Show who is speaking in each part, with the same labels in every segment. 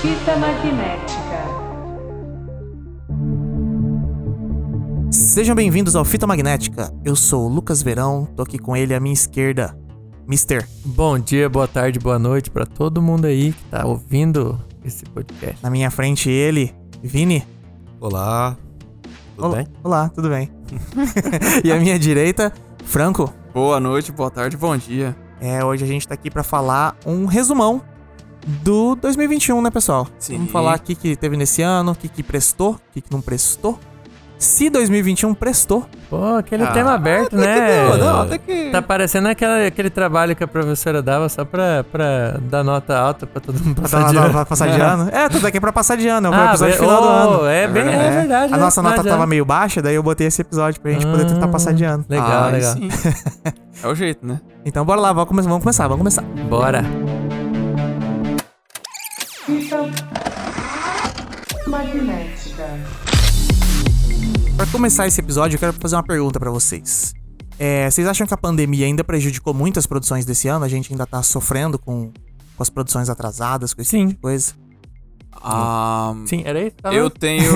Speaker 1: Fita magnética.
Speaker 2: Sejam bem-vindos ao Fita Magnética. Eu sou o Lucas Verão, tô aqui com ele à minha esquerda, Mister.
Speaker 3: Bom dia, boa tarde, boa noite pra todo mundo aí que tá ouvindo esse podcast.
Speaker 2: Na minha frente, ele, Vini.
Speaker 4: Olá. Tudo
Speaker 2: Olá-
Speaker 4: bem?
Speaker 2: Olá, tudo bem? e à minha direita, Franco.
Speaker 5: Boa noite, boa tarde, bom dia.
Speaker 2: É, hoje a gente tá aqui pra falar um resumão do 2021, né, pessoal?
Speaker 5: Sim.
Speaker 2: Vamos falar o que, que teve nesse ano, o que, que prestou, o que, que não prestou. Se 2021 prestou,
Speaker 3: Pô, aquele
Speaker 5: Ah,
Speaker 3: tema aberto, né?
Speaker 4: deu, não,
Speaker 5: até que-
Speaker 3: Tá parecendo aquela- aquele trabalho que a professora dava só pra, pra dar nota alta pra todo mundo
Speaker 2: pra
Speaker 3: passar
Speaker 2: dar
Speaker 3: de
Speaker 2: uma-
Speaker 3: ano.
Speaker 2: pra passar de ano. É, tudo aqui é pra passar de ano, é o
Speaker 3: Ah,
Speaker 2: episódio
Speaker 3: é-
Speaker 2: final do
Speaker 3: oh,
Speaker 2: ano.
Speaker 3: É, bem, é, verdade.
Speaker 2: A
Speaker 3: né?
Speaker 2: nossa nota
Speaker 3: Final de
Speaker 2: tava
Speaker 3: ano.
Speaker 2: meio baixa, daí eu botei esse episódio pra gente poder tentar
Speaker 3: Ah,
Speaker 2: passar de ano.
Speaker 3: Legal,
Speaker 5: Aí
Speaker 3: legal.
Speaker 5: sim. É o jeito, né?
Speaker 2: Então bora lá, vamos come- vamos começar, vamos começar.
Speaker 3: Bora.
Speaker 1: Fita magnética.
Speaker 2: Pra começar esse episódio, eu quero fazer uma pergunta pra vocês. É, vocês acham que a pandemia ainda prejudicou muitas produções desse ano? A gente ainda tá sofrendo com, com as produções atrasadas, com esse
Speaker 3: Sim.
Speaker 2: tipo de coisa?
Speaker 4: Hum.
Speaker 5: Ah,
Speaker 3: Sim, era isso? Tava-
Speaker 5: eu tenho.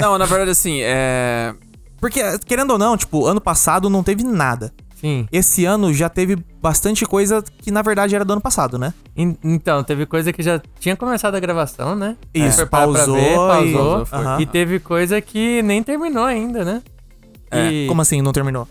Speaker 5: Não, na verdade, assim, é.
Speaker 2: Porque, querendo ou não, tipo, ano passado não teve nada.
Speaker 3: Sim.
Speaker 2: Esse ano já teve bastante coisa que na verdade era do ano passado, né?
Speaker 3: En- Então, teve coisa que já tinha começado a gravação, né?
Speaker 2: Isso,
Speaker 3: Foi parar pra
Speaker 2: pausou
Speaker 3: ver,
Speaker 2: e-
Speaker 3: pausou.
Speaker 5: foi.
Speaker 2: Aham.
Speaker 3: E teve coisa que nem terminou ainda, né?
Speaker 5: É,
Speaker 3: E,
Speaker 2: Como assim, não terminou?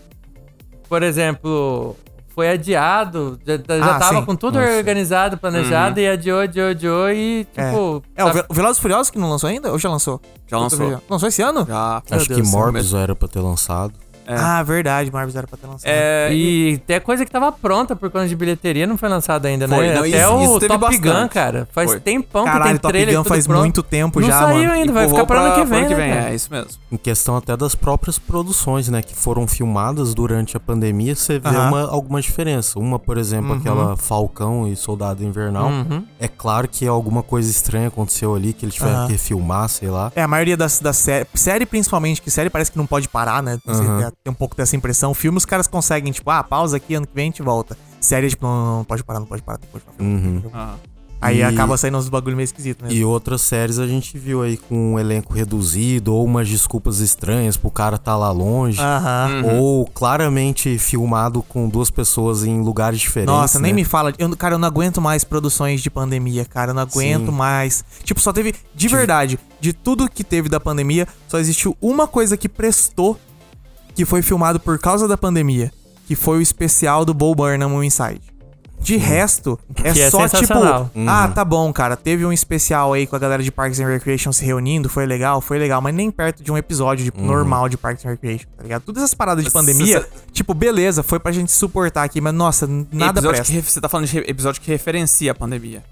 Speaker 3: por exemplo, foi adiado, já, já
Speaker 2: Ah,
Speaker 3: tava
Speaker 2: sim. Uhum.
Speaker 3: com tudo organizado, planejado, e adiou, adiou, adiou, e tipo.
Speaker 2: É, o
Speaker 3: sabe?
Speaker 2: Ve- o Velozes e Furiosos que não lançou ainda? Ou já lançou?
Speaker 5: Já lançou.
Speaker 2: Lançou esse ano?
Speaker 5: Já.
Speaker 4: Acho
Speaker 2: Deus, é um
Speaker 4: que
Speaker 2: sim,
Speaker 4: Morbius era pra ter lançado.
Speaker 5: É.
Speaker 2: Ah, verdade, Marvel era pra ter lançado.
Speaker 5: É,
Speaker 3: E
Speaker 5: e-
Speaker 3: até coisa que tava pronta por conta de bilheteria não foi lançada ainda, né?
Speaker 5: Foi, não,
Speaker 3: até
Speaker 5: isso-
Speaker 3: o
Speaker 5: isso teve
Speaker 3: Top Gun,
Speaker 5: bastante.
Speaker 3: cara. Faz
Speaker 5: Foi.
Speaker 3: tempão que
Speaker 2: Caralho,
Speaker 3: tem
Speaker 2: Top
Speaker 3: trailer
Speaker 2: Gun
Speaker 3: tudo
Speaker 2: faz
Speaker 3: pronto.
Speaker 2: muito tempo
Speaker 3: não
Speaker 2: já,
Speaker 3: saiu
Speaker 2: mano.
Speaker 3: ainda, vai
Speaker 5: empurrou
Speaker 3: ficar pra ano que
Speaker 5: pra
Speaker 3: vem, né, cara?
Speaker 5: É, isso mesmo.
Speaker 4: Em questão até das próprias produções, né? Que foram filmadas durante a pandemia, você vê
Speaker 2: Aham. Uhum.
Speaker 4: uma, alguma diferença. Uma, por exemplo, aquela Falcão e Soldado Invernal.
Speaker 2: Hum.
Speaker 3: Uhum.
Speaker 4: É claro que alguma coisa estranha aconteceu ali, que eles tiveram
Speaker 2: Aham.
Speaker 4: que refilmar, sei lá.
Speaker 2: É, a maioria das, das séries. Série, principalmente, que série parece que não pode parar, né? Não sei,
Speaker 3: Uhum.
Speaker 4: Aham.
Speaker 2: Tem tem um pouco dessa impressão. Filme, os caras conseguem, tipo, ah, pausa aqui, ano que vem a gente volta. Série, tipo, não, não, não pode parar, não pode parar, tem que continuar.
Speaker 4: Uhum.
Speaker 5: Ah.
Speaker 2: Aí
Speaker 4: E-
Speaker 2: acaba saindo uns bagulho meio esquisito, né?
Speaker 4: E outras séries a gente viu aí com um elenco reduzido, ou umas desculpas estranhas pro cara tá lá longe.
Speaker 2: Aham.
Speaker 4: Ou claramente filmado com duas pessoas em lugares diferentes.
Speaker 2: Nossa, nem
Speaker 4: né?
Speaker 2: me fala. Eu, cara, eu não aguento mais produções de pandemia, cara. Eu não aguento
Speaker 4: Sim.
Speaker 2: mais. Tipo, só teve. De verdade, de tudo que teve da pandemia, só existiu uma coisa que prestou que foi filmado por causa da pandemia. Que foi o especial do Bo Burnham o Inside. De resto, é
Speaker 3: Que é
Speaker 2: só tipo.
Speaker 3: sensacional.
Speaker 2: Ah, tá bom, cara. Teve um especial aí com a galera de Parks and Recreation se reunindo. Foi legal, foi legal. Mas nem perto de um episódio de- normal de Parks and Recreation, tá ligado? Todas essas paradas de
Speaker 5: Você-
Speaker 2: pandemia, tipo, beleza, foi pra gente suportar aqui. Mas, nossa, nada
Speaker 5: episódio
Speaker 2: presta.
Speaker 5: que ref- Você tá falando de re- episódio que referencia a pandemia.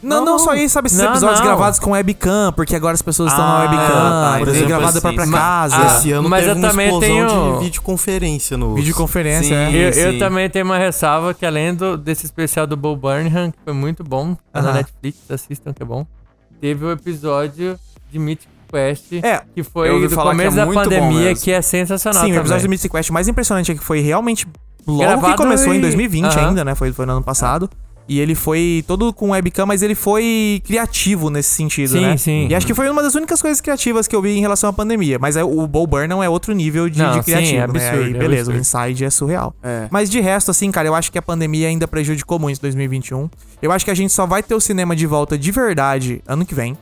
Speaker 2: Não, não,
Speaker 3: Não, não.
Speaker 2: só isso, sabe? Esses
Speaker 3: Não,
Speaker 2: episódios
Speaker 3: não.
Speaker 2: gravados com webcam, porque agora as pessoas estão na
Speaker 5: Ah, tá,
Speaker 2: webcam,
Speaker 5: por
Speaker 2: tá,
Speaker 4: exemplo,
Speaker 2: gravado
Speaker 5: esse-
Speaker 2: pra, pra
Speaker 5: mas-
Speaker 2: casa,
Speaker 3: ah,
Speaker 4: Esse ano
Speaker 3: Mas
Speaker 4: teve
Speaker 3: eu
Speaker 4: uma
Speaker 3: também
Speaker 4: explosão
Speaker 3: tenho-
Speaker 4: de videoconferência no.
Speaker 2: videoconferência,
Speaker 5: Sim.
Speaker 2: é.
Speaker 3: Eu,
Speaker 5: Sim,
Speaker 3: eu
Speaker 5: sim.
Speaker 3: também tenho uma ressalva que além do, desse especial do Bo Burnham, que foi muito bom, tá na
Speaker 2: Aham.
Speaker 3: Netflix, assistam que é bom, teve o episódio de Mythic Quest,
Speaker 2: É,
Speaker 3: que
Speaker 5: eu
Speaker 3: foi
Speaker 5: ouvi
Speaker 3: do
Speaker 5: falar que
Speaker 3: comeex
Speaker 5: é
Speaker 3: da
Speaker 5: muito bom
Speaker 3: pandemia,
Speaker 5: mesmo.
Speaker 3: que é sensacional
Speaker 2: Sim, o episódio do
Speaker 3: também.
Speaker 2: Mythic Quest mais impressionante é que foi realmente logo que
Speaker 3: Gravado
Speaker 2: começou em
Speaker 3: e-
Speaker 2: 2020
Speaker 3: Aham.
Speaker 2: ainda, né? Foi, foi no ano passado. E ele foi todo com webcam, mas ele foi criativo nesse sentido,
Speaker 3: Sim,
Speaker 2: né?
Speaker 3: sim.
Speaker 2: E acho que foi uma das únicas coisas criativas que eu vi em relação à pandemia. Mas é, o Bo Burnham é outro nível de,
Speaker 3: Não,
Speaker 2: de
Speaker 3: sim,
Speaker 2: criativo,
Speaker 3: é
Speaker 2: né?
Speaker 3: absurdo,
Speaker 2: Aí,
Speaker 3: é
Speaker 2: beleza, o
Speaker 3: absurdo.
Speaker 2: Inside é surreal.
Speaker 5: É.
Speaker 2: Mas de resto, assim, cara, eu acho que a pandemia ainda prejudicou muito 2021. Eu acho que a gente só vai ter o cinema de volta de verdade ano que vem.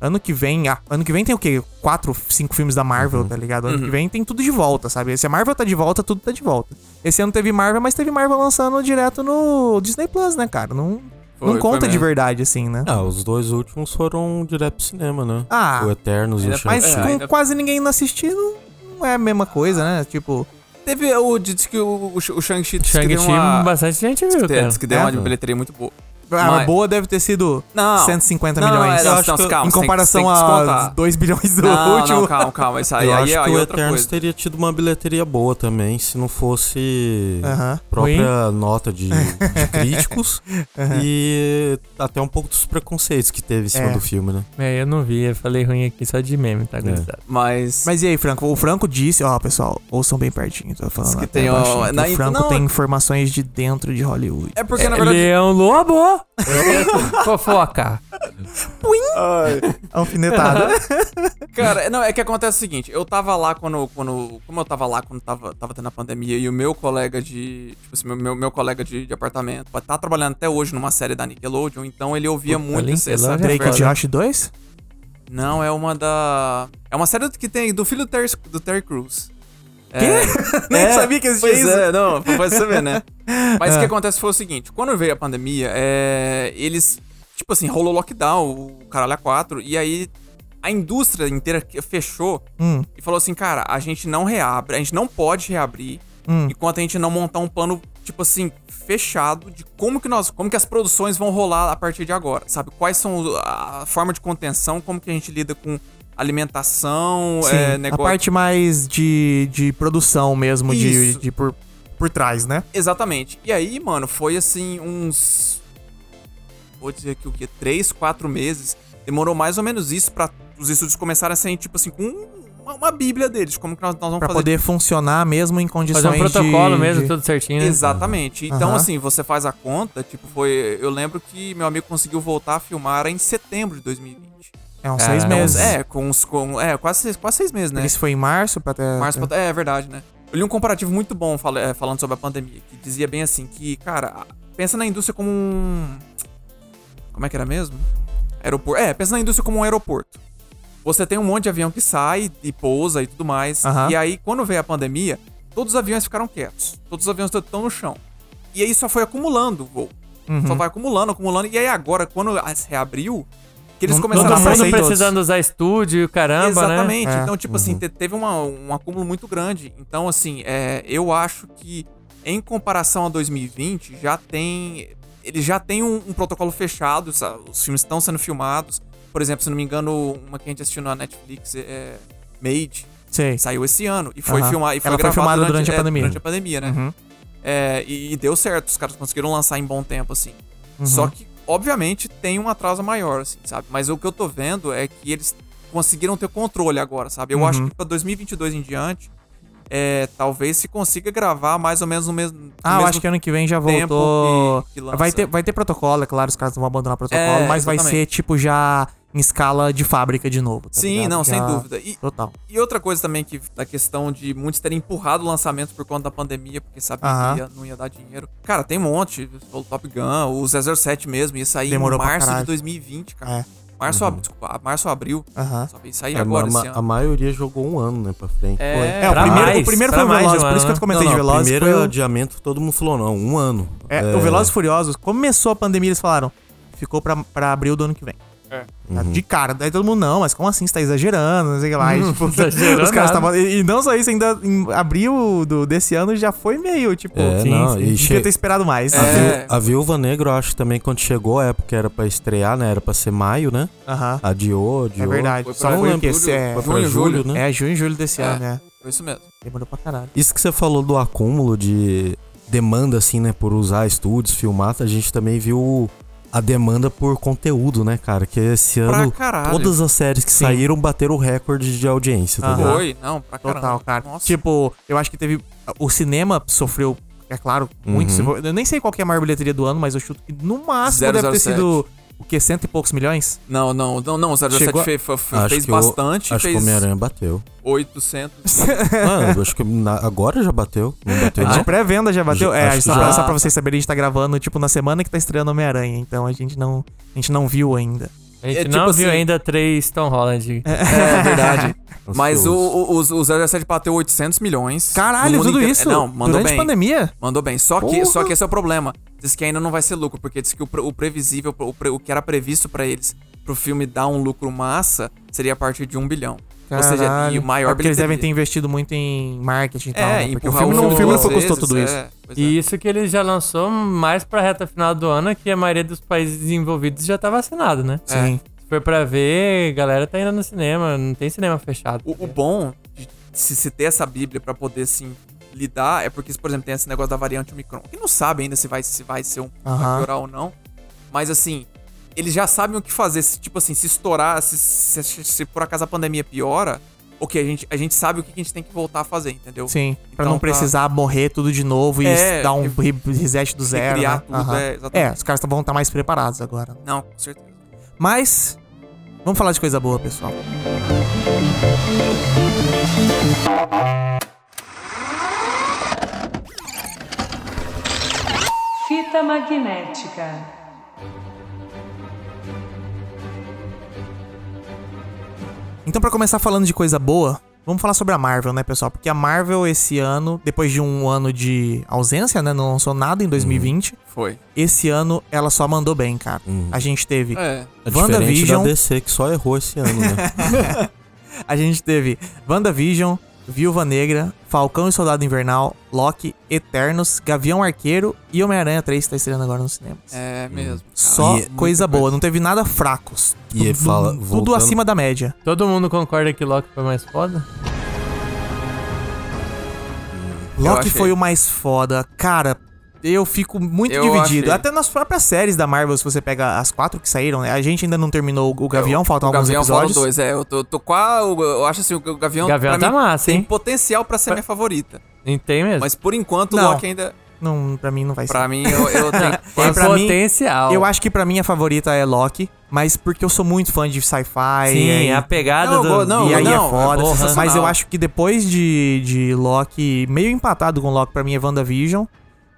Speaker 2: Ano que vem, ah, ano que vem tem o quê? Quatro, cinco filmes da Marvel,
Speaker 5: Uhum.
Speaker 2: tá ligado? Ano que vem tem tudo de volta, sabe? Se a Marvel tá de volta, tudo tá de volta. Esse ano teve Marvel, mas teve Marvel lançando direto no Disney Plus, né, cara? Não,
Speaker 5: Foi,
Speaker 2: não
Speaker 5: foi
Speaker 2: conta de
Speaker 5: mesmo.
Speaker 2: verdade, assim, né?
Speaker 4: Ah, os dois últimos foram direto pro cinema, né?
Speaker 2: Ah,
Speaker 4: o Eternos e o
Speaker 5: ainda-
Speaker 4: Shang-Chi.
Speaker 2: Mas
Speaker 5: É,
Speaker 2: com
Speaker 5: ainda-
Speaker 2: quase ninguém não assistindo, não é a mesma coisa, né? Tipo,
Speaker 5: Teve o. Diz que o, o, o Shang-Chi disse que deu
Speaker 3: Shang-Chi,
Speaker 5: uma.
Speaker 3: bastante gente viu,
Speaker 5: Diz que-
Speaker 3: cara.
Speaker 5: diz que deu
Speaker 2: É.
Speaker 5: uma bilheteria muito boa.
Speaker 2: A
Speaker 5: Mas-
Speaker 2: boa deve ter sido
Speaker 5: Não.
Speaker 2: 150
Speaker 5: Ah, não,
Speaker 2: milhões.
Speaker 5: é, não,
Speaker 2: Eu acho
Speaker 5: não,
Speaker 2: que-
Speaker 5: calma,
Speaker 2: em
Speaker 5: você tem que-
Speaker 2: comparação
Speaker 5: tem que
Speaker 2: a
Speaker 5: descontar.
Speaker 2: 2 bilhões do
Speaker 5: não,
Speaker 2: último.
Speaker 5: não, calma, calma. Isso aí,
Speaker 4: Eu
Speaker 5: aí,
Speaker 4: acho
Speaker 5: aí
Speaker 4: que
Speaker 5: é
Speaker 4: o
Speaker 5: outra
Speaker 4: Eternos
Speaker 5: coisa.
Speaker 4: teria tido uma bilheteria boa também, se não fosse
Speaker 2: Aham.
Speaker 4: própria nota de, de críticos e até um pouco dos preconceitos que teve em cima
Speaker 2: É.
Speaker 4: do filme, né?
Speaker 3: É, eu não vi, eu falei ruim aqui só de meme,
Speaker 5: É.
Speaker 3: tá, gurizada?
Speaker 5: Mas.
Speaker 2: Mas e aí, Franco? O Franco disse, ó, pessoal, ouçam bem pertinho, tô falando.
Speaker 5: Diz que
Speaker 2: até
Speaker 5: tem, ó,
Speaker 2: baixinho, que
Speaker 5: na-
Speaker 2: o Franco
Speaker 5: não,
Speaker 2: tem
Speaker 5: é-
Speaker 2: informações de dentro de Hollywood.
Speaker 5: É porque, na
Speaker 3: Ele
Speaker 5: verdade.
Speaker 3: é um lobo! Fofoca!
Speaker 2: Alfinetada.
Speaker 5: Cara, não, é que acontece o seguinte, eu tava lá quando. quando como eu tava lá quando tava, tava tendo a pandemia e o meu colega de. Tipo assim, meu, meu, meu colega de, de apartamento tá trabalhando até hoje numa série da Nickelodeon, então ele ouvia
Speaker 3: Puta,
Speaker 5: muito esse- essa
Speaker 3: Nickelodeon
Speaker 2: Drake
Speaker 3: é
Speaker 2: e
Speaker 5: conversa.
Speaker 3: foda.
Speaker 2: Josh 2?
Speaker 5: Não, é uma da. É uma série que tem do filho do Terry, do Terry Crews. É,
Speaker 2: Nem sabia que existia
Speaker 5: pois
Speaker 2: isso. É.
Speaker 5: É, não, pode saber, né? Mas o que acontece foi o seguinte: quando veio a pandemia, é, eles. Tipo assim, rolou lockdown, o caralho a quatro, e aí a indústria inteira que- fechou
Speaker 2: Hum,
Speaker 5: e falou assim: cara, a gente não reabre, a gente não pode reabrir
Speaker 2: hum.
Speaker 5: enquanto a gente não montar um plano, tipo assim, fechado de como que nós, como que as produções vão rolar a partir de agora, sabe? Quais são o- a forma de contenção, como que a gente lida com alimentação,
Speaker 2: Sim,
Speaker 5: é,
Speaker 2: a
Speaker 5: negócio.
Speaker 2: parte mais de, de produção mesmo, de,
Speaker 5: Isso.
Speaker 2: de por, por trás, né?
Speaker 5: Exatamente. E aí, mano, foi assim, uns. Vou dizer aqui o quê? Três, quatro meses. Demorou mais ou menos isso pra os estudos começarem a ser, tipo assim, com uma, uma bíblia deles, como que nós, nós vamos
Speaker 2: Pra
Speaker 5: fazer
Speaker 2: poder funcionar mesmo em condições
Speaker 3: Fazer um protocolo
Speaker 2: de,
Speaker 3: mesmo,
Speaker 2: de-
Speaker 3: tudo certinho. né?
Speaker 5: Exatamente. Então,
Speaker 2: Aham.
Speaker 5: assim, você faz a conta, tipo, foi. Eu lembro que meu amigo conseguiu voltar a filmar em setembro de 2020.
Speaker 2: É uns seis
Speaker 3: Caramba.
Speaker 2: meses.
Speaker 5: É, com uns. Com, é, quase seis, quase seis meses, né?
Speaker 2: Isso foi em março pra até...
Speaker 5: Março pra- É, é verdade, né? Eu li um comparativo muito bom fala- é, falando sobre a pandemia, que dizia bem assim, que, cara, a- pensa na indústria como um. Como é que era mesmo? Aeroporto. É, pensa na indústria como um aeroporto. Você tem um monte de avião que sai e pousa e tudo mais.
Speaker 2: Aham.
Speaker 5: E aí, quando veio a pandemia, todos os aviões ficaram quietos. Todos os aviões estão no chão. E aí só foi acumulando o voo.
Speaker 2: Uhum.
Speaker 5: Só vai acumulando, acumulando. E aí agora, quando a- se reabriu, que eles
Speaker 2: Não- tá
Speaker 5: começaram
Speaker 3: Todo
Speaker 5: a sair
Speaker 3: mundo
Speaker 2: todos.
Speaker 3: precisando usar estúdio, caramba, né?
Speaker 5: Exatamente.
Speaker 2: É.
Speaker 5: Então, tipo assim, te- teve uma- um acúmulo muito grande. Então, assim, é, eu acho que em comparação a 2020, já tem. Ele já tem um, um protocolo fechado, sa- os filmes estão sendo filmados. Por exemplo, se não me engano, uma que a gente assistiu na Netflix é Made,
Speaker 2: Sei.
Speaker 5: saiu esse ano e foi
Speaker 2: Aham.
Speaker 5: filmar e foi
Speaker 2: Ela foi
Speaker 5: gravada
Speaker 2: filmada durante a
Speaker 5: é,
Speaker 2: pandemia.
Speaker 5: durante a pandemia, né?
Speaker 2: Uhum.
Speaker 5: É, e, e deu certo, os caras conseguiram lançar em bom tempo, assim.
Speaker 2: Uhum.
Speaker 5: Só que, obviamente, tem um atraso maior, assim, sabe? Mas o que eu tô vendo é que eles conseguiram ter controle agora, sabe? Eu
Speaker 2: Uhum.
Speaker 5: acho que pra 2022 em diante, é, talvez se consiga gravar mais ou menos no mesmo. no
Speaker 2: Ah, eu
Speaker 5: mesmo
Speaker 2: acho que ano que vem já
Speaker 5: tempo
Speaker 2: voltou...
Speaker 5: que- que lança.
Speaker 2: Vai ter, vai ter protocolo, é claro, os caras não vão abandonar o protocolo,
Speaker 5: É,
Speaker 2: mas vai
Speaker 5: exatamente.
Speaker 2: ser, tipo, já em escala de fábrica de novo. tá
Speaker 5: Sim,
Speaker 2: ligado?
Speaker 5: não, sem
Speaker 2: Já-
Speaker 5: dúvida. E,
Speaker 2: Total.
Speaker 5: e outra coisa também que da questão de muitos terem empurrado o lançamento por conta da pandemia, porque sabia
Speaker 2: Aham.
Speaker 5: que ia- não ia dar dinheiro. Cara, tem um monte. O Top Gun, o 007 mesmo, ia sair
Speaker 2: Demorou
Speaker 5: em
Speaker 2: pra
Speaker 5: março de
Speaker 2: caralho.
Speaker 5: 2020, cara.
Speaker 2: É.
Speaker 5: Março, ab- desculpa, março, abril.
Speaker 2: Aham.
Speaker 5: Só veio sair
Speaker 4: É,
Speaker 5: agora
Speaker 4: ma-
Speaker 5: esse
Speaker 4: a
Speaker 5: ano.
Speaker 4: maioria jogou um ano, né, pra frente. Foi.
Speaker 2: É, o
Speaker 5: pra
Speaker 2: primeiro,
Speaker 5: mais.
Speaker 2: o primeiro
Speaker 3: pra
Speaker 2: foi o
Speaker 3: mais de
Speaker 2: Velozes,
Speaker 3: um
Speaker 2: por isso que eu
Speaker 3: ano, né?
Speaker 2: comentei
Speaker 4: Não, não,
Speaker 2: de Velozes.
Speaker 4: primeiro
Speaker 2: foi o-
Speaker 4: adiamento, todo mundo falou, não, um ano.
Speaker 2: É, O Velozes e Furiosos, começou a pandemia, eles falaram, ficou pra, pra abril do ano que vem. Tá
Speaker 4: Uhum.
Speaker 2: De cara. Daí todo mundo, não, mas como assim? Você tá exagerando, não sei o que lá. E, tipo,
Speaker 3: exagerou
Speaker 2: os caras
Speaker 3: nada.
Speaker 2: estavam. E, e não só isso, ainda em abril do, desse ano já foi meio, tipo,
Speaker 4: É,
Speaker 2: sim,
Speaker 4: não,
Speaker 2: sim,
Speaker 4: e
Speaker 2: devia
Speaker 4: che-
Speaker 2: ter esperado mais.
Speaker 4: A, viú-
Speaker 5: É.
Speaker 4: a Viúva Negra, eu acho que também quando chegou a época era pra estrear, né? Era pra ser maio, né?
Speaker 2: Aham.
Speaker 4: Adiou,
Speaker 2: É
Speaker 4: adiou.
Speaker 2: verdade.
Speaker 5: Foi
Speaker 2: só foi
Speaker 5: pra
Speaker 2: o
Speaker 5: julho,
Speaker 2: quê? Se- É,
Speaker 4: Foi pra
Speaker 5: Junho,
Speaker 4: julho,
Speaker 5: julho.
Speaker 4: né?
Speaker 2: é, junho e julho desse
Speaker 5: É.
Speaker 2: ano, né?
Speaker 5: Foi isso mesmo.
Speaker 2: Demorou pra caralho.
Speaker 4: Isso que você falou do acúmulo de demanda, assim, né? Por usar estúdios, filmar, a gente também viu a demanda por conteúdo, né, cara? Que esse
Speaker 5: Pra
Speaker 4: ano
Speaker 5: caralho.
Speaker 4: todas as séries que
Speaker 2: Sim.
Speaker 4: saíram bateram o recorde de audiência, tá
Speaker 2: Aham.
Speaker 4: ligado?
Speaker 5: Foi, não, pra caramba.
Speaker 2: Total, cara.
Speaker 5: Nossa.
Speaker 2: Tipo, eu acho que teve. O cinema sofreu, é claro, muito.
Speaker 4: Uhum.
Speaker 2: Se for- Eu nem sei qual que é a maior bilheteria do ano, mas eu chuto que no máximo deve ter
Speaker 5: 007.
Speaker 2: sido o quê? Cento e poucos milhões?
Speaker 5: Não, não, não, não. O 007
Speaker 2: Chegou a-
Speaker 5: fez, fe- fe-
Speaker 4: Acho
Speaker 5: fez
Speaker 4: que o-
Speaker 5: bastante.
Speaker 4: Acho que o
Speaker 5: fez
Speaker 4: Homem-Aranha bateu.
Speaker 5: 800.
Speaker 4: Mano, acho que na- agora já bateu. Não
Speaker 5: É, né?
Speaker 4: bateu,
Speaker 2: De
Speaker 4: não?
Speaker 2: pré-venda já bateu?
Speaker 4: Ju-
Speaker 2: é,
Speaker 4: acho que
Speaker 2: só,
Speaker 5: já.
Speaker 2: só pra vocês saberem, a gente tá gravando, tipo, na semana que tá estreando Homem-Aranha. Então a gente não, a gente não viu ainda.
Speaker 3: A gente
Speaker 5: É, tipo
Speaker 3: não viu
Speaker 5: assim-
Speaker 3: ainda três Tom Holland.
Speaker 5: É verdade. Mas o,
Speaker 4: Ansioso.
Speaker 5: o, o, o 007 bateu 800 milhões.
Speaker 2: Caralho,
Speaker 5: No mundo
Speaker 2: tudo
Speaker 5: inteiro.
Speaker 2: isso?
Speaker 5: É, Não, mandou
Speaker 2: Durante
Speaker 5: bem.
Speaker 2: pandemia?
Speaker 5: Mandou bem. Só que, só
Speaker 2: Porra.
Speaker 5: que esse é o problema. Diz que ainda não vai ser lucro, porque diz que o, pre- o previsível, o, pre- o que era previsto pra eles pro filme dar um lucro massa, seria a partir de 1 bilhão. Ou seja, e o maior
Speaker 2: é porque eles
Speaker 5: bilheteria.
Speaker 2: devem ter investido muito em marketing e tal.
Speaker 5: É,
Speaker 2: né? Porque o
Speaker 5: empurrar
Speaker 2: filme
Speaker 5: o
Speaker 2: não, o filme não
Speaker 5: duas
Speaker 2: custou tudo
Speaker 5: vezes,
Speaker 2: isso.
Speaker 5: é, pois é.
Speaker 3: E isso que ele já lançou mais pra reta final do ano, que a maioria dos países desenvolvidos já tá vacinado, né?
Speaker 5: É.
Speaker 2: Sim.
Speaker 3: Se for pra ver, a galera tá indo no cinema, não tem cinema fechado.
Speaker 5: O, o bom de se, se ter essa Bíblia pra poder, assim, lidar é porque, por exemplo, tem esse negócio da variante Omicron. Que não sabe ainda se vai, se vai ser um vai
Speaker 2: Aham.
Speaker 5: piorar ou não. Mas, assim, eles já sabem o que fazer. Se, tipo assim, se estourar, se, se- se- se por acaso a pandemia piora, ok, a gente, a gente sabe o que que a gente tem que voltar a fazer, entendeu?
Speaker 2: Sim, pra
Speaker 5: Então
Speaker 2: não
Speaker 5: tá.
Speaker 2: precisar morrer tudo de novo e
Speaker 5: É,
Speaker 2: dar um
Speaker 5: e-
Speaker 2: re- reset do zero.
Speaker 5: criar
Speaker 2: né?
Speaker 5: tudo,
Speaker 2: Aham.
Speaker 5: é, exatamente.
Speaker 2: é, os caras vão estar mais preparados agora.
Speaker 5: Não, com certeza.
Speaker 2: Mas, vamos falar de coisa boa, pessoal.
Speaker 1: Fita magnética.
Speaker 2: Então, pra começar falando de coisa boa, vamos falar sobre a Marvel, né, pessoal? Porque a Marvel esse ano, depois de um ano de ausência, né, não lançou nada em 2020,
Speaker 5: Foi.
Speaker 2: esse ano ela só mandou bem, cara. A gente teve
Speaker 5: É.
Speaker 4: É diferente da
Speaker 2: WandaVision,
Speaker 4: DC, que só errou esse ano, né?
Speaker 2: a gente teve WandaVision, Viúva Negra, Falcão e Soldado Invernal, Loki, Eternos, Gavião Arqueiro e Homem-Aranha 3 que tá estreando agora nos cinemas.
Speaker 5: É mesmo. cara.
Speaker 2: Só
Speaker 4: E-
Speaker 2: coisa boa, não teve nada fraco.
Speaker 4: E ele fala,
Speaker 2: tudo
Speaker 4: voltando-
Speaker 2: acima da média.
Speaker 3: Todo mundo concorda que Loki foi mais foda?
Speaker 2: Loki
Speaker 5: achei.
Speaker 2: foi o mais foda. Cara, eu fico muito
Speaker 5: Eu
Speaker 2: dividido.
Speaker 5: achei.
Speaker 2: Até nas próprias séries da Marvel, se você pega as quatro que saíram, né? A gente ainda não terminou o Gavião, faltam
Speaker 5: O
Speaker 2: alguns
Speaker 5: Gavião falou
Speaker 2: episódios.
Speaker 5: dois, é. Eu tô, tô quase. Eu acho assim, o Gavião.
Speaker 3: Gavião
Speaker 5: pra
Speaker 3: tá
Speaker 5: mim,
Speaker 3: massa,
Speaker 5: Tem
Speaker 3: hein?
Speaker 5: potencial pra ser minha favorita.
Speaker 3: Tem, tem mesmo.
Speaker 5: Mas por enquanto,
Speaker 2: Não.
Speaker 5: o Loki ainda.
Speaker 2: Não, pra mim não vai ser.
Speaker 5: Pra mim, eu, eu tenho
Speaker 3: Tem
Speaker 5: quase.
Speaker 2: pra mim,
Speaker 3: potencial.
Speaker 2: Eu acho que pra mim a favorita é Loki, mas porque eu sou muito fã de sci-fi.
Speaker 3: Sim, é
Speaker 2: e-
Speaker 3: a pegada
Speaker 5: Não,
Speaker 3: do...
Speaker 5: eu vou- não,
Speaker 2: e aí
Speaker 5: não,
Speaker 2: é foda.
Speaker 5: porra.
Speaker 2: mas eu
Speaker 5: sensacional.
Speaker 2: acho que depois de, de Loki, meio empatado com Loki, pra mim é WandaVision.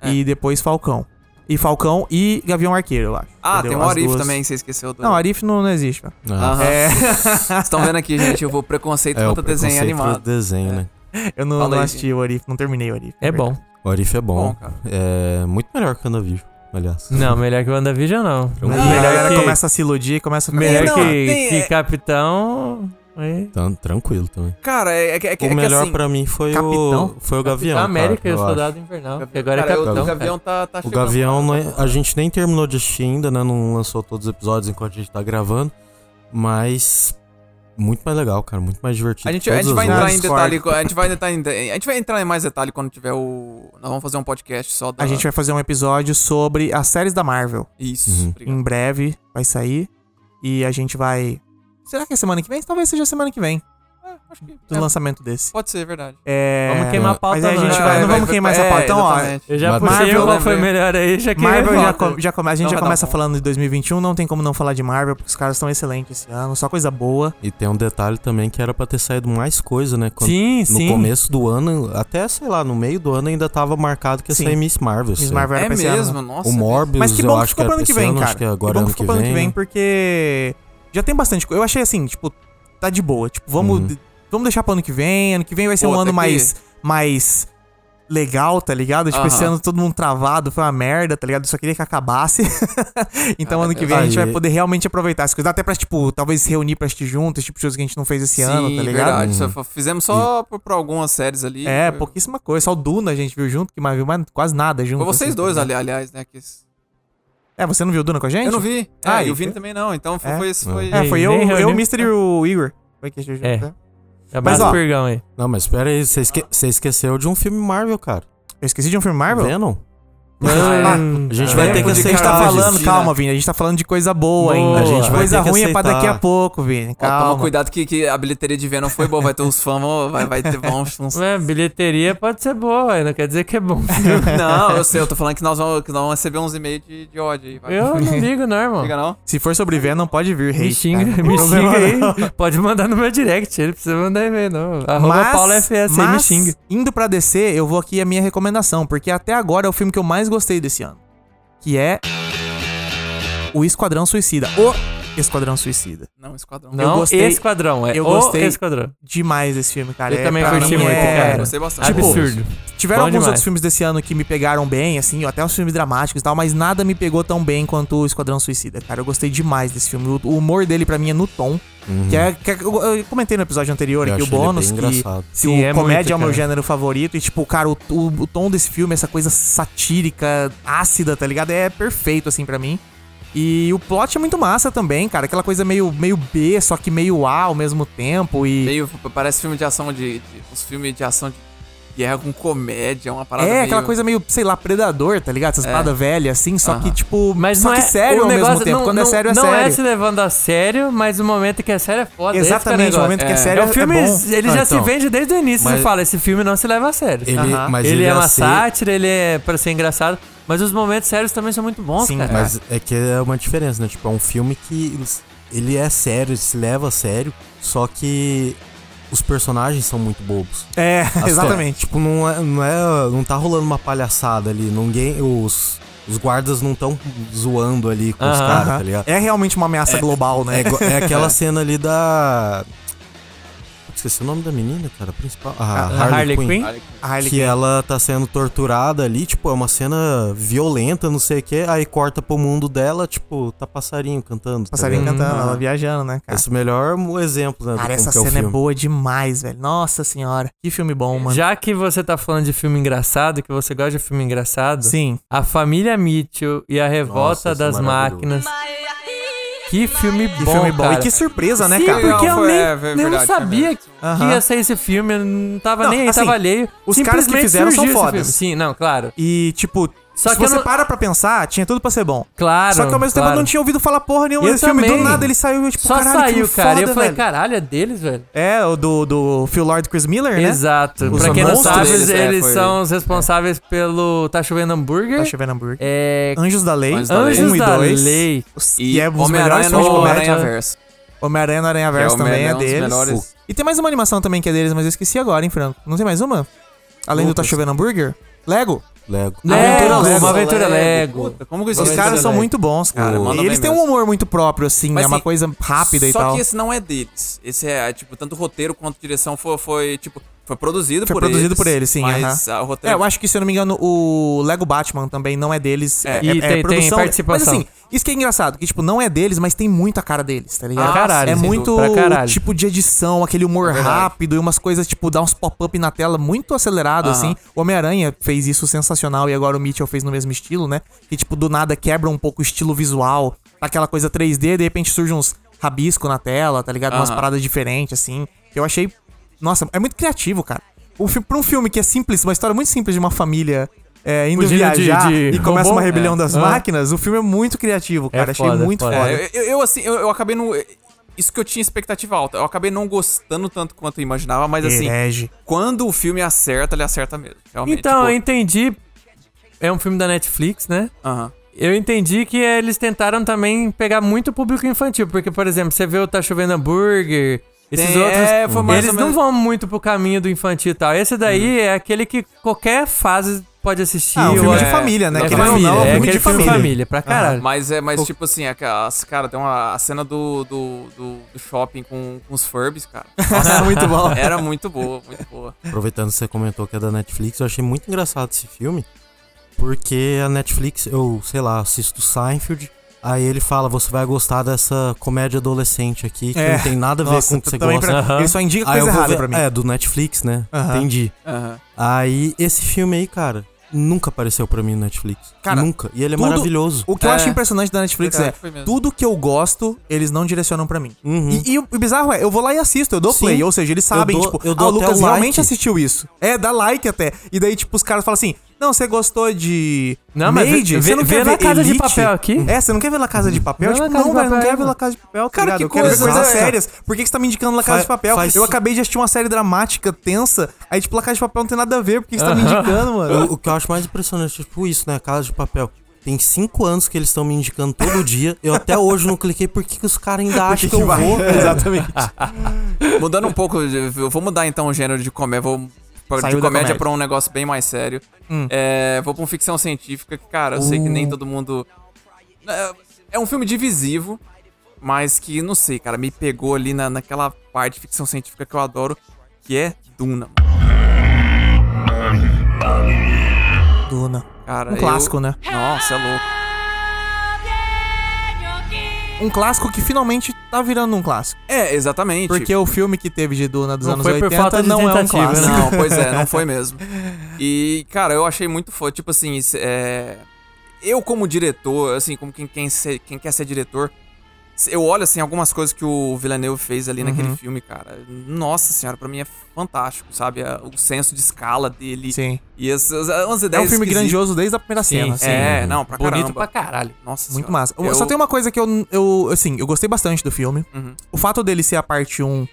Speaker 5: É.
Speaker 2: E depois Falcão. E Falcão e Gavião Arqueiro, eu acho.
Speaker 5: Ah,
Speaker 2: entendeu?
Speaker 5: tem
Speaker 2: As
Speaker 5: o Arif
Speaker 2: duas.
Speaker 5: também, você esqueceu do.
Speaker 2: Não, Arif não, não existe, mano.
Speaker 4: Ah,
Speaker 5: Aham. É. Vocês estão vendo aqui, gente, eu vou preconceito
Speaker 4: É,
Speaker 2: É,
Speaker 4: o
Speaker 5: contra Então tá desenho
Speaker 4: preconceito do
Speaker 5: animado. É.
Speaker 4: desenho, né?
Speaker 2: Eu não,
Speaker 5: Fala
Speaker 2: não
Speaker 5: aí,
Speaker 2: assisti o Arif, não terminei o Arif. na
Speaker 3: É
Speaker 2: verdade.
Speaker 3: bom.
Speaker 4: O Arif é bom.
Speaker 5: Bom, cara.
Speaker 4: É muito melhor que o WandaVision, aliás.
Speaker 3: Não, melhor que o WandaVision não.
Speaker 4: Não,
Speaker 2: E a galera
Speaker 3: que,
Speaker 2: começa a se iludir, começa a ficar
Speaker 3: melhor
Speaker 5: Não,
Speaker 3: que,
Speaker 5: tem-
Speaker 3: que
Speaker 5: é-
Speaker 3: Capitão... É.
Speaker 4: Então, tranquilo também.
Speaker 5: Cara, é, é, que- é, que- é
Speaker 4: o
Speaker 5: que
Speaker 4: melhor
Speaker 5: assim.
Speaker 4: pra mim foi
Speaker 2: Capitão?
Speaker 4: o foi o Gavião.
Speaker 3: Capitão América
Speaker 4: cara,
Speaker 3: e o
Speaker 4: eu acho.
Speaker 3: Soldado Invernal. Que agora
Speaker 5: cara,
Speaker 3: é
Speaker 5: eu-
Speaker 3: Capitão.
Speaker 5: O Gavião tá, tá
Speaker 4: O
Speaker 5: chegando.
Speaker 4: Gavião, não é- a gente nem terminou de assistir ainda, né? Não lançou todos os episódios enquanto a gente tá gravando. Mas. Muito mais legal, cara. Muito mais divertido.
Speaker 5: A gente, a
Speaker 4: Todas
Speaker 5: gente vai
Speaker 4: as
Speaker 5: entrar
Speaker 4: outras.
Speaker 5: em detalhe. A gente vai entrar em, a gente vai entrar em mais detalhe quando tiver o. Nós vamos fazer um podcast só da.
Speaker 2: A gente vai fazer um episódio sobre as séries da Marvel.
Speaker 5: Isso,
Speaker 4: Uhum.
Speaker 5: obrigado.
Speaker 2: Em breve vai sair. E a gente vai. Será que é semana que vem? Talvez seja semana que vem.
Speaker 5: É, acho que.
Speaker 2: Do
Speaker 5: é,
Speaker 2: lançamento desse.
Speaker 5: pode ser, é verdade. Ah,
Speaker 2: É...
Speaker 3: Vamos queimar a pauta,
Speaker 2: Mas aí a
Speaker 3: não,
Speaker 2: gente
Speaker 3: né?
Speaker 2: vai.
Speaker 3: É,
Speaker 2: Não vamos queimar essa pauta. Então, ó.
Speaker 3: Eu já
Speaker 4: Marvel,
Speaker 3: puxei
Speaker 2: eu
Speaker 3: qual foi
Speaker 5: lembrei.
Speaker 3: melhor aí, já que
Speaker 2: Marvel já,
Speaker 5: volta.
Speaker 2: com- já come- a gente
Speaker 5: é Não
Speaker 2: já
Speaker 5: vai dar
Speaker 2: começa
Speaker 5: bom.
Speaker 2: falando de 2021, não tem como não falar de Marvel, porque os caras estão excelentes esse ano, só coisa boa.
Speaker 4: E tem um detalhe também que era pra ter saído mais coisa, né? Quando-
Speaker 3: Sim,
Speaker 4: no
Speaker 3: sim.
Speaker 4: começo do ano, até sei lá, no meio do ano ainda tava marcado que ia
Speaker 2: Sim.
Speaker 4: sair Miss Marvel.
Speaker 2: Miss
Speaker 4: sei lá.
Speaker 2: Marvel era
Speaker 5: É
Speaker 2: pra esse ano,
Speaker 5: mesmo,
Speaker 2: né?
Speaker 5: nossa.
Speaker 4: O Morbius,
Speaker 2: Mas que bom
Speaker 4: eu
Speaker 2: que
Speaker 4: acho que
Speaker 2: ficou
Speaker 4: é
Speaker 2: pra ano que
Speaker 4: esse
Speaker 2: vem,
Speaker 4: ano,
Speaker 2: cara.
Speaker 4: acho que é
Speaker 2: que
Speaker 4: agora
Speaker 2: bom que
Speaker 4: ano
Speaker 2: ficou pra ano que vem, porque já tem bastante coisa. Eu achei assim, tipo, tá de boa. Tipo, vamos,
Speaker 4: Uhum.
Speaker 2: de- vamos deixar pro ano que vem. Ano que vem vai ser
Speaker 5: Pô,
Speaker 2: um ano
Speaker 5: tá aqui.
Speaker 2: mais, mais legal, tá ligado? Tipo, esse
Speaker 5: Aham.
Speaker 2: ano todo mundo travado, foi uma merda, tá ligado? Eu só queria que acabasse. então,
Speaker 5: Ah,
Speaker 2: ano
Speaker 5: é
Speaker 2: que vem a gente
Speaker 4: verdade.
Speaker 2: vai poder realmente aproveitar as coisas. Dá até pra, tipo, talvez se reunir pra assistir junto, esse tipo de coisa que a gente não fez esse ano, tá ligado?
Speaker 5: verdade. Só f- fizemos só por, por algumas séries ali.
Speaker 2: É,
Speaker 5: Foi-
Speaker 2: pouquíssima coisa. Só o Duna a gente viu junto, que mais viu mais- quase nada junto.
Speaker 5: Foi vocês
Speaker 2: assim,
Speaker 5: dois,
Speaker 2: tá
Speaker 5: ali, aliás, né? Que...
Speaker 2: ligado? É, você não viu o Duna com a gente?
Speaker 5: Eu não vi.
Speaker 2: Ah,
Speaker 5: Ah, e o
Speaker 2: e-
Speaker 5: Vini também não. Então foi,
Speaker 2: É?
Speaker 5: foi isso.
Speaker 4: Não.
Speaker 5: Foi...
Speaker 2: É, foi eu,
Speaker 3: Nem
Speaker 2: eu,
Speaker 3: reuniu.
Speaker 2: o Mr. e o Igor. Foi que a gente viu
Speaker 3: É.
Speaker 2: junto, né?
Speaker 3: Mas,
Speaker 2: ó,
Speaker 3: ó, Purgão aí.
Speaker 4: Não, mas pera aí, você esque- você esqueceu de um filme Marvel, cara.
Speaker 2: Eu esqueci de um filme Marvel?
Speaker 4: Venom?
Speaker 3: Hum,
Speaker 4: A gente
Speaker 5: Ah,
Speaker 4: vai
Speaker 5: é,
Speaker 4: ter que
Speaker 5: porque
Speaker 2: a
Speaker 5: aceitar
Speaker 2: gente
Speaker 4: aceitar.
Speaker 2: tá
Speaker 5: hoje,
Speaker 2: falando,
Speaker 5: sim,
Speaker 2: calma,
Speaker 5: né?
Speaker 2: Vini. A gente tá falando de coisa boa
Speaker 3: Boa.
Speaker 2: ainda.
Speaker 3: A gente vai
Speaker 2: coisa
Speaker 4: ter que
Speaker 2: ruim é pra daqui a
Speaker 4: aceitar.
Speaker 2: pouco, Vini.
Speaker 5: Ó, toma
Speaker 2: Calma.
Speaker 5: cuidado que, que a bilheteria de Venom foi boa. Vai ter uns fãs, vão- vai, vai ter bons. uns-
Speaker 3: é, bilheteria pode ser boa, ué, não quer dizer que é bom.
Speaker 5: Não, eu sei, eu tô falando que nós vamos, que nós vamos receber uns e-mails de, de ódio aí. Vai.
Speaker 3: Eu não ligo, não, irmão.
Speaker 5: Liga não?
Speaker 2: Se for sobre Venom, pode vir, tá? rei.
Speaker 3: Me xinga, me xinga aí. Pode mandar no meu direct, ele precisa mandar e-mail, não. Arroba PauloFS aí, me
Speaker 2: mas
Speaker 3: xinga.
Speaker 2: indo pra DC, eu vou aqui a minha recomendação, porque até agora é o filme que eu mais gostei desse ano. Que é. O Esquadrão Suicida. O Esquadrão Suicida.
Speaker 5: Não, Esquadrão.
Speaker 3: Não,
Speaker 2: gostei-
Speaker 3: Esquadrão. É
Speaker 2: eu
Speaker 3: eu
Speaker 2: gostei-
Speaker 3: gostei. Esquadrão.
Speaker 2: Demais esse filme, cara. É
Speaker 3: Eu também
Speaker 2: pra
Speaker 3: curti
Speaker 2: mim
Speaker 3: muito,
Speaker 5: é, Eu
Speaker 3: cara.
Speaker 5: gostei bastante.
Speaker 2: Tipo,
Speaker 3: Absurdo.
Speaker 2: Tiveram
Speaker 3: Bom
Speaker 2: alguns
Speaker 3: demais.
Speaker 2: outros filmes desse ano que me pegaram bem, assim, até os filmes dramáticos e tal, mas nada me pegou tão bem quanto o Esquadrão Suicida, cara. Eu gostei demais desse filme. O- O humor dele, pra mim, é no tom. Que é,
Speaker 3: Hum.
Speaker 2: que é- eu, eu comentei no episódio anterior
Speaker 4: Eu
Speaker 2: aqui, o
Speaker 4: Uhum. acho ele é
Speaker 2: bônus,
Speaker 4: bem
Speaker 2: que,
Speaker 4: engraçado.
Speaker 2: que
Speaker 3: Sim,
Speaker 2: o
Speaker 3: é
Speaker 2: comédia
Speaker 3: muito,
Speaker 2: é o meu
Speaker 3: cara.
Speaker 2: gênero favorito. E, tipo, cara, o, o, o tom desse filme, essa coisa satírica, ácida, tá ligado? É perfeito, assim, pra mim. E o plot é muito massa também, cara. Aquela coisa meio, meio B, só que meio A ao mesmo tempo. E
Speaker 5: Meio, parece filme de ação de, de- Os filmes de ação de guerra com comédia, uma parada
Speaker 2: é,
Speaker 5: meio-
Speaker 2: aquela coisa meio, sei lá, predador, tá ligado? Essa espada velha, assim, só que,
Speaker 5: Aham.
Speaker 2: tipo,
Speaker 3: É. Mas
Speaker 2: só
Speaker 3: não
Speaker 2: que
Speaker 3: é
Speaker 2: sério
Speaker 3: o
Speaker 2: ao
Speaker 3: negócio-
Speaker 2: mesmo tempo.
Speaker 3: não-
Speaker 2: Quando é
Speaker 3: não-
Speaker 2: sério, é
Speaker 3: não
Speaker 2: sério.
Speaker 3: é se levando a sério, mas o momento que é sério é foda. esse que é o
Speaker 2: Exatamente, o
Speaker 3: negócio.
Speaker 2: momento que é sério
Speaker 3: é,
Speaker 2: é
Speaker 3: o filme,
Speaker 2: bom.
Speaker 3: ele
Speaker 4: Ah,
Speaker 3: já
Speaker 4: então.
Speaker 3: se vende desde o início.
Speaker 4: Mas-
Speaker 3: Ele fala, esse filme não se leva a sério.
Speaker 4: Ele,
Speaker 2: Aham.
Speaker 4: mas
Speaker 3: ele, é
Speaker 4: ia
Speaker 3: uma
Speaker 4: ser-
Speaker 3: sátira, ele é pra ser engraçado, mas os momentos sérios também são muito bons,
Speaker 2: Sim,
Speaker 3: cara.
Speaker 4: Mas é que é uma diferença, né? Tipo, é um filme que eles- ele é sério, ele se leva a sério, só que os personagens são muito bobos.
Speaker 2: É,
Speaker 4: As-
Speaker 2: exatamente.
Speaker 4: Tipo, não é, não é. Não tá rolando uma palhaçada ali. Ninguém. Os, os guardas não tão zoando ali com os
Speaker 3: Aham,
Speaker 4: caras,
Speaker 2: Aham.
Speaker 4: tá ligado?
Speaker 2: É realmente uma ameaça global, né?
Speaker 4: É, igual- é aquela cena ali da. Esqueci o nome da menina, cara, a principal. A
Speaker 3: A
Speaker 4: Harley, Quinn.
Speaker 2: A Harley
Speaker 4: Que
Speaker 2: Quinn.
Speaker 4: ela tá sendo torturada ali, tipo, é uma cena violenta, não sei o que, aí corta pro mundo dela, tipo, tá passarinho cantando. tá
Speaker 2: Passarinho
Speaker 4: ligado?
Speaker 2: cantando, ela viajando, né, cara?
Speaker 4: Esse é o melhor exemplo, né?
Speaker 2: Cara,
Speaker 4: do como
Speaker 2: essa
Speaker 4: que é o
Speaker 2: cena é
Speaker 4: filme.
Speaker 2: boa demais, velho. Nossa senhora. Que filme bom, mano.
Speaker 3: Já que você tá falando de filme engraçado, que você gosta de filme engraçado,
Speaker 2: Sim.
Speaker 3: A Família Mitchell e a Revolta
Speaker 4: Nossa, esse é
Speaker 3: das
Speaker 4: maravilhoso.
Speaker 3: Máquinas. Que filme bom,
Speaker 2: Que filme bom.
Speaker 3: cara.
Speaker 2: E que surpresa, né,
Speaker 3: Sim,
Speaker 2: cara?
Speaker 3: porque eu
Speaker 5: Foi-
Speaker 3: nem,
Speaker 5: é, é
Speaker 3: eu não
Speaker 5: verdade,
Speaker 3: sabia
Speaker 5: verdade.
Speaker 3: que
Speaker 2: Aham.
Speaker 3: ia sair esse filme, eu não tava
Speaker 2: Não,
Speaker 3: nem aí,
Speaker 2: assim,
Speaker 3: tava alheio.
Speaker 2: os caras que
Speaker 3: Simplesmente
Speaker 2: fizeram são
Speaker 3: surgiu esse
Speaker 2: fodas.
Speaker 3: filme. Sim, não, claro.
Speaker 2: E, tipo,
Speaker 3: Só
Speaker 2: se
Speaker 3: que eu
Speaker 2: você
Speaker 3: não-
Speaker 2: para pra pensar, tinha tudo pra ser bom.
Speaker 3: Claro,
Speaker 2: Só que ao mesmo tempo
Speaker 3: claro.
Speaker 2: eu não tinha ouvido falar porra nenhuma
Speaker 3: Eu
Speaker 2: desse filme. Do
Speaker 3: também.
Speaker 2: nada ele saiu, eu, tipo,
Speaker 3: Só
Speaker 2: caralho, que filme
Speaker 3: saiu, cara.
Speaker 2: foda,
Speaker 3: eu falei,
Speaker 2: velho.
Speaker 3: caralho, é deles, velho?
Speaker 2: É, o do, do Phil Lord e Chris Miller, né?
Speaker 3: Exato.
Speaker 2: Os
Speaker 3: pra quem não
Speaker 2: monstros
Speaker 3: sabe,
Speaker 5: deles,
Speaker 3: eles,
Speaker 5: é, foi-
Speaker 3: são os responsáveis pelo Tá Chovendo Hambúrguer.
Speaker 2: Tá chovendo hambúrguer.
Speaker 3: É.
Speaker 2: Anjos da Lei.
Speaker 5: Anjos da Lei.
Speaker 3: Anjos
Speaker 2: Um e
Speaker 3: da
Speaker 2: dois.
Speaker 3: Lei.
Speaker 2: E é um dos melhores
Speaker 5: Homem-Aranha no
Speaker 2: filmes de comédia.
Speaker 5: Homem-Aranha Verso.
Speaker 2: Homem-Aranha no Aranha Verso
Speaker 5: Que é o
Speaker 2: também é
Speaker 5: melhor, um dos
Speaker 2: deles.
Speaker 5: melhores.
Speaker 2: E tem mais uma animação também que é deles, mas eu esqueci agora, hein, Franco? Não tem mais uma? Além do Tá
Speaker 4: Lucas.
Speaker 2: Chovendo Hambúrguer? Lego.
Speaker 4: Lego.
Speaker 3: Não,
Speaker 2: Aventura Lego.
Speaker 3: Uma Aventura Lego.
Speaker 5: Puta, como que eu
Speaker 2: Os
Speaker 5: esqueci?
Speaker 2: caras são
Speaker 3: Lego.
Speaker 2: muito bons, cara.
Speaker 5: O-
Speaker 2: E
Speaker 5: Ah, Manda
Speaker 2: eles têm
Speaker 5: bem
Speaker 2: um
Speaker 5: mesmo.
Speaker 2: humor muito próprio, assim,
Speaker 5: Mas,
Speaker 2: é uma
Speaker 5: assim,
Speaker 2: coisa rápida e
Speaker 5: Só
Speaker 2: tal.
Speaker 5: que esse não é deles. Esse é, tipo, tanto o roteiro quanto a direção foi, foi tipo, foi produzido
Speaker 2: Foi
Speaker 5: por eles.
Speaker 2: produzido por eles, sim,
Speaker 5: Mas ah, o
Speaker 2: É,
Speaker 5: roteiro...
Speaker 2: eu acho que, se eu não me engano, o Lego Batman também não é deles. É,
Speaker 3: E
Speaker 2: é-
Speaker 3: tem-
Speaker 2: é
Speaker 3: tem
Speaker 2: produção.
Speaker 3: participação.
Speaker 2: Mas assim, isso que é engraçado, que, tipo, não é deles, mas tem muito a cara deles, tá ligado?
Speaker 3: Pra caralho,
Speaker 2: é
Speaker 3: sim,
Speaker 2: muito
Speaker 3: pra caralho.
Speaker 2: tipo de edição, aquele humor
Speaker 5: verdade.
Speaker 2: rápido e umas coisas, tipo, dar uns pop-up na tela muito acelerado,
Speaker 5: Aham.
Speaker 2: assim. O Homem-Aranha fez isso sensacional e agora o Mitchell fez no mesmo estilo, né? Que, tipo, do nada quebra um pouco o estilo visual, tá aquela coisa 3D, de repente surge uns rabisco na tela, tá ligado? Umas
Speaker 5: Aham.
Speaker 2: paradas diferentes, assim. Eu achei. Nossa, é muito criativo, cara. Um fi- pra um filme que é simples, uma história muito simples de uma família é, indo
Speaker 3: Fugindo de-
Speaker 2: viajar
Speaker 3: de
Speaker 2: e começa
Speaker 3: robô?
Speaker 2: uma rebelião
Speaker 3: É.
Speaker 2: das
Speaker 3: Ah.
Speaker 2: máquinas, o filme é muito criativo, cara. achei
Speaker 3: foda, é
Speaker 2: muito foda.
Speaker 3: foda.
Speaker 5: É, eu, eu- eu, assim, eu, eu acabei não... Isso que eu tinha expectativa alta. Eu acabei não gostando tanto quanto eu imaginava, mas assim,
Speaker 2: Herege.
Speaker 5: quando o filme acerta, ele acerta mesmo. Realmente.
Speaker 3: Então,
Speaker 5: tipo,
Speaker 3: eu entendi. É um filme da Netflix, né?
Speaker 5: aham.
Speaker 3: Eu entendi que eles tentaram também pegar muito público infantil, porque, por exemplo, você vê o Tá Chovendo Hambúrguer, esses
Speaker 5: Tem-
Speaker 3: outros.
Speaker 5: é, foi mais
Speaker 3: eles
Speaker 5: ou
Speaker 3: não
Speaker 5: menos-
Speaker 3: vão muito pro caminho do infantil e tal. Esse daí é aquele que qualquer fase pode assistir.
Speaker 2: Ah, um
Speaker 3: ou
Speaker 2: filme
Speaker 3: é-
Speaker 2: de família, né?
Speaker 3: É,
Speaker 5: não,
Speaker 2: Querendo ou
Speaker 3: família,
Speaker 2: não,
Speaker 3: é,
Speaker 2: um
Speaker 3: aquele filme família, pra caralho.
Speaker 5: Mas, é, mas tipo assim, aquelas, cara, tem uma a cena do, do, do, do shopping com, com os Furbies, cara.
Speaker 2: Nossa, muito bom.
Speaker 5: Era muito boa, muito boa.
Speaker 4: Aproveitando que você comentou que é da Netflix, eu achei muito engraçado esse filme. Porque a Netflix, eu, sei lá, assisto Seinfeld. Aí ele fala, você vai gostar dessa comédia adolescente aqui, que
Speaker 2: É.
Speaker 4: não tem nada a ver
Speaker 2: Nossa,
Speaker 4: com o que você
Speaker 2: também
Speaker 4: gosta.
Speaker 2: pra-
Speaker 3: Aham.
Speaker 2: Ele só indica
Speaker 4: Aí eu
Speaker 2: coisa
Speaker 4: vou
Speaker 2: errada
Speaker 4: ver-
Speaker 2: pra mim.
Speaker 4: É, do Netflix, né?
Speaker 2: Aham.
Speaker 4: Entendi.
Speaker 5: Aham.
Speaker 4: Aí, esse filme aí, cara, nunca apareceu pra mim no Netflix.
Speaker 2: Cara,
Speaker 4: nunca. E ele é
Speaker 2: tudo-
Speaker 4: maravilhoso.
Speaker 2: O que eu
Speaker 5: É.
Speaker 2: acho impressionante da Netflix
Speaker 5: Verdade,
Speaker 2: é
Speaker 5: foi mesmo.
Speaker 2: tudo que eu gosto, eles não direcionam pra mim.
Speaker 4: Uhum.
Speaker 2: E, e o o bizarro é, eu vou lá e assisto, eu dou
Speaker 4: Sim.
Speaker 2: play. Ou seja, eles
Speaker 4: Eu
Speaker 2: sabem,
Speaker 4: dou-
Speaker 2: tipo,
Speaker 4: eu
Speaker 2: ah,
Speaker 4: dou
Speaker 2: o
Speaker 4: até
Speaker 2: Lucas
Speaker 4: o like."
Speaker 2: realmente assistiu isso. É, dá like até. E daí, tipo, os caras falam assim: não, você gostou de.
Speaker 3: Não, mas
Speaker 2: Made?
Speaker 3: vê-
Speaker 2: Você não
Speaker 3: vê-
Speaker 2: quer
Speaker 3: vê La
Speaker 2: ver
Speaker 3: Casa de
Speaker 2: Elite?"
Speaker 3: Papel aqui?
Speaker 2: É, você não quer ver La Casa de Papel?
Speaker 3: Vê
Speaker 2: Tipo,
Speaker 3: La Casa
Speaker 2: não,
Speaker 3: de
Speaker 2: velho, não
Speaker 3: Papel,
Speaker 2: quero ver
Speaker 3: mano.
Speaker 2: La Casa de Papel. tá
Speaker 5: Cara,
Speaker 2: ligado?
Speaker 5: que
Speaker 2: eu quero ver
Speaker 5: coisa,
Speaker 2: coisas
Speaker 4: cara.
Speaker 2: sérias. Por que que você tá me indicando La Casa
Speaker 4: Faz-
Speaker 2: de Papel?
Speaker 4: faz-
Speaker 2: Eu acabei de assistir uma série dramática, tensa. Aí, tipo, La Casa de Papel não tem nada a ver. Por que que você tá me indicando, mano?
Speaker 4: O, o que eu acho mais impressionante, tipo, isso, né? Casa de papel. Tem cinco anos que eles estão me indicando todo dia. Eu até hoje não cliquei. Por que, que os caras ainda acham que eu
Speaker 2: vai?
Speaker 4: vou?
Speaker 2: Exatamente.
Speaker 5: Mudando um pouco, eu vou mudar então o gênero de comédia. Vou pra-
Speaker 2: Saiu
Speaker 5: de
Speaker 2: da
Speaker 5: comédia
Speaker 2: comédia. Hum.
Speaker 5: pra um negócio bem mais sério. É, vou pra um ficção
Speaker 2: Uh.
Speaker 5: científica, que, cara, eu sei que nem todo mundo. É, é um filme divisivo. Mas que, não sei, cara, me pegou ali na, naquela parte de ficção científica que eu adoro, que é Duna. mano.
Speaker 2: Duna.
Speaker 5: Cara,
Speaker 2: Um
Speaker 5: eu-
Speaker 2: clássico, né?
Speaker 5: Nossa, é louco.
Speaker 2: Um clássico que finalmente tá virando um clássico.
Speaker 5: É, exatamente.
Speaker 2: Porque o filme que teve de Duna dos
Speaker 3: Não
Speaker 2: anos
Speaker 3: foi por
Speaker 2: 80
Speaker 3: falta de
Speaker 2: não é um
Speaker 3: tentativa,
Speaker 2: clássico.
Speaker 3: né?
Speaker 5: Não, pois é, não foi mesmo. E, cara, eu achei muito foda. Tipo assim, isso é... eu como diretor, assim, como quem, quem, ser- quem quer ser diretor, eu olho, assim, algumas coisas que o Villeneuve fez ali
Speaker 2: Uhum.
Speaker 5: naquele filme, cara. Nossa senhora, pra mim é fantástico, sabe? A- O senso de escala dele.
Speaker 2: Sim.
Speaker 5: E essas umas ideias
Speaker 2: É um filme
Speaker 5: esquisitas.
Speaker 2: grandioso desde a primeira
Speaker 3: Sim,
Speaker 2: cena.
Speaker 3: sim.
Speaker 2: assim.
Speaker 5: É, não, pra
Speaker 3: Bonito
Speaker 5: caramba.
Speaker 3: pra caralho.
Speaker 5: Nossa
Speaker 2: Muito
Speaker 5: senhora.
Speaker 2: massa.
Speaker 5: Eu-
Speaker 2: Só tem uma coisa que eu, eu, assim, eu gostei bastante do filme.
Speaker 5: Uhum.
Speaker 2: O fato dele ser a parte 1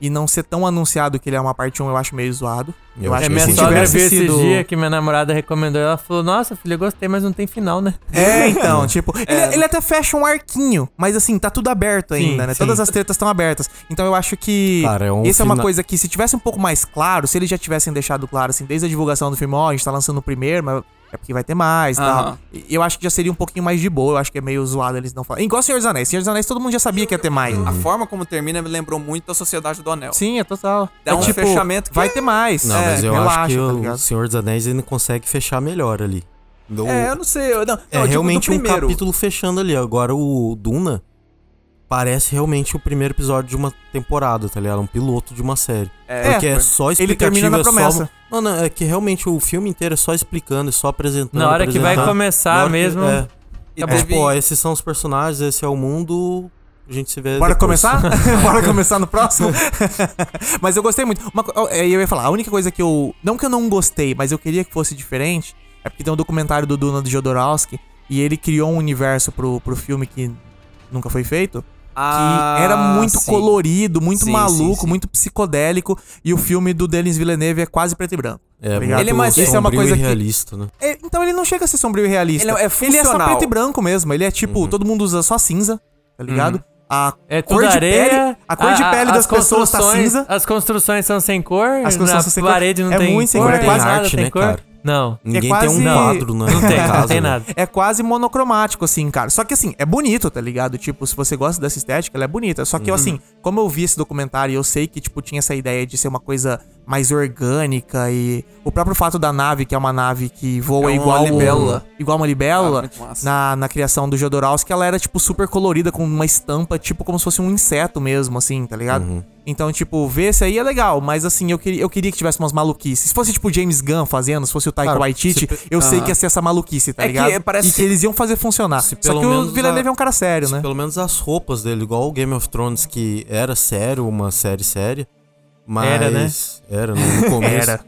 Speaker 2: e não ser tão anunciado que ele é uma parte 1, eu acho meio zoado. Eu,
Speaker 4: Eu
Speaker 2: acho
Speaker 3: É,
Speaker 4: achei
Speaker 2: que
Speaker 3: minha
Speaker 2: se
Speaker 4: sim.
Speaker 3: sogra
Speaker 2: tivesse
Speaker 3: viu esse
Speaker 2: sido...
Speaker 3: dia que minha namorada recomendou. Ela falou: Nossa, filho, eu gostei, mas não tem final, né?
Speaker 2: É, então, tipo, ele, ele até fecha um arquinho, mas assim, tá tudo aberto ainda, né?
Speaker 3: sim.
Speaker 2: Todas as tretas estão abertas. Então eu acho que
Speaker 4: Cara, é um
Speaker 2: essa é uma
Speaker 4: fina-
Speaker 2: coisa que se tivesse um pouco mais claro, se eles já tivessem deixado claro, assim, desde a divulgação do filme, ó, a gente tá lançando o primeiro, mas é porque vai ter mais e
Speaker 5: Aham.
Speaker 2: tal. E Eu acho que já seria um pouquinho mais de boa, eu acho que é meio zoado eles não falarem. Igual Senhor dos Anéis, Senhor dos Anéis todo mundo já sabia que ia ter mais.
Speaker 5: A forma como termina me lembrou muito da Sociedade do Anel.
Speaker 2: Sim, é total.
Speaker 5: Dá
Speaker 2: é
Speaker 5: um fechamento que-
Speaker 2: Vai ter mais.
Speaker 4: Não,
Speaker 2: É,
Speaker 4: mas eu
Speaker 2: relaxa,
Speaker 4: acho que
Speaker 2: tá
Speaker 4: o
Speaker 2: ligado?
Speaker 4: Senhor dos Anéis ele não consegue fechar melhor ali. Do-
Speaker 5: É, eu não sei. Eu, não, não, eu digo
Speaker 4: É
Speaker 5: do
Speaker 4: realmente um
Speaker 5: primeiro.
Speaker 4: capítulo fechando ali. Agora o Duna parece realmente o primeiro episódio de uma temporada, tá ligado? Um piloto de uma série.
Speaker 5: É,
Speaker 4: Porque é
Speaker 5: foi-
Speaker 4: só
Speaker 2: Ele
Speaker 4: explicativo.
Speaker 2: termina na
Speaker 4: é só-
Speaker 2: promessa.
Speaker 4: Não, não, é que realmente o filme inteiro é só explicando, é só apresentando.
Speaker 3: Na hora que vai
Speaker 4: apresentando. Na
Speaker 3: começar
Speaker 4: hora que-
Speaker 3: mesmo.
Speaker 4: é.
Speaker 5: E
Speaker 4: É,
Speaker 5: teve-
Speaker 4: Tipo, ó, esses são os personagens, esse é o mundo. A gente se vê.
Speaker 2: Bora
Speaker 4: depois.
Speaker 2: começar? Bora começar no próximo? mas eu gostei muito. Uma, co- é, eu ia falar, a única coisa que eu. Não que eu não gostei, mas eu queria que fosse diferente. É porque tem um documentário do Duna do Jodorowsky. E ele criou um universo pro, pro filme que nunca foi feito. Que
Speaker 5: Ah,
Speaker 2: era muito
Speaker 5: sim.
Speaker 2: colorido, muito
Speaker 5: Sim, sim,
Speaker 2: maluco,
Speaker 5: sim.
Speaker 2: muito psicodélico. E o filme do Denis Villeneuve é quase preto e branco.
Speaker 4: É,
Speaker 2: Tá ligado?
Speaker 4: ele é mais isso é uma coisa realista, né?
Speaker 2: É, então ele não chega a ser sombrio e realista.
Speaker 5: Ele é- é
Speaker 2: só
Speaker 5: funcional.
Speaker 2: preto e branco mesmo. Ele é tipo, todo mundo usa só cinza, tá ligado?
Speaker 5: Uhum.
Speaker 2: A
Speaker 3: Uhum. É
Speaker 2: cor
Speaker 3: tudo
Speaker 2: de
Speaker 3: areia.
Speaker 2: pele, a cor de pele
Speaker 3: as
Speaker 2: das pessoas tá
Speaker 3: construções-
Speaker 2: cinza.
Speaker 3: As construções são sem cor.
Speaker 2: As construções
Speaker 3: na
Speaker 2: são sem cor.
Speaker 3: parede não
Speaker 2: É
Speaker 3: tem
Speaker 2: muito sem
Speaker 3: cor.
Speaker 2: cor,
Speaker 3: não
Speaker 2: tem
Speaker 3: tem nada,
Speaker 4: arte,
Speaker 3: tem
Speaker 4: né,
Speaker 3: cor.
Speaker 4: cara?
Speaker 3: Não.
Speaker 4: Ninguém
Speaker 2: É quase-
Speaker 4: tem um quadro, né?
Speaker 3: Não tem, não tem
Speaker 4: né?
Speaker 3: nada.
Speaker 2: É quase monocromático, assim, cara. Só que, assim, é bonito, tá ligado? Tipo, se você gosta dessa estética, ela é bonita. Só
Speaker 5: Uhum.
Speaker 2: que, eu assim, como eu vi esse documentário, eu sei que, tipo, tinha essa ideia de ser uma coisa mais orgânica e... O próprio fato da nave, que é uma nave que voa
Speaker 5: É uma
Speaker 2: igual...
Speaker 5: libélula.
Speaker 2: Igual uma libélula.
Speaker 5: Ah, muito massa.
Speaker 2: na, na criação do Jodorowsky, ela era, tipo, super colorida, com uma estampa, tipo, como se fosse um inseto mesmo, assim, tá ligado?
Speaker 5: Uhum.
Speaker 2: Então, tipo, ver esse aí é legal, mas, assim, eu queria, eu queria que tivesse umas maluquices. Se fosse, tipo, James Gunn fazendo, se fosse o Taika
Speaker 4: Cara,
Speaker 2: Waititi,
Speaker 4: se
Speaker 2: eu sei que ia ser essa maluquice, tá
Speaker 5: É que
Speaker 2: ligado?
Speaker 5: parece
Speaker 2: e que eles iam fazer funcionar. Só que
Speaker 4: pelo
Speaker 2: o
Speaker 4: menos
Speaker 2: Villeneuve
Speaker 4: a-
Speaker 2: é um cara sério,
Speaker 4: Se
Speaker 2: né?
Speaker 4: Assim, Pelo menos as roupas dele, igual o Game of Thrones, que era sério, uma série séria. Mas.
Speaker 3: Era, né?
Speaker 4: Era, no no começo.
Speaker 2: Era.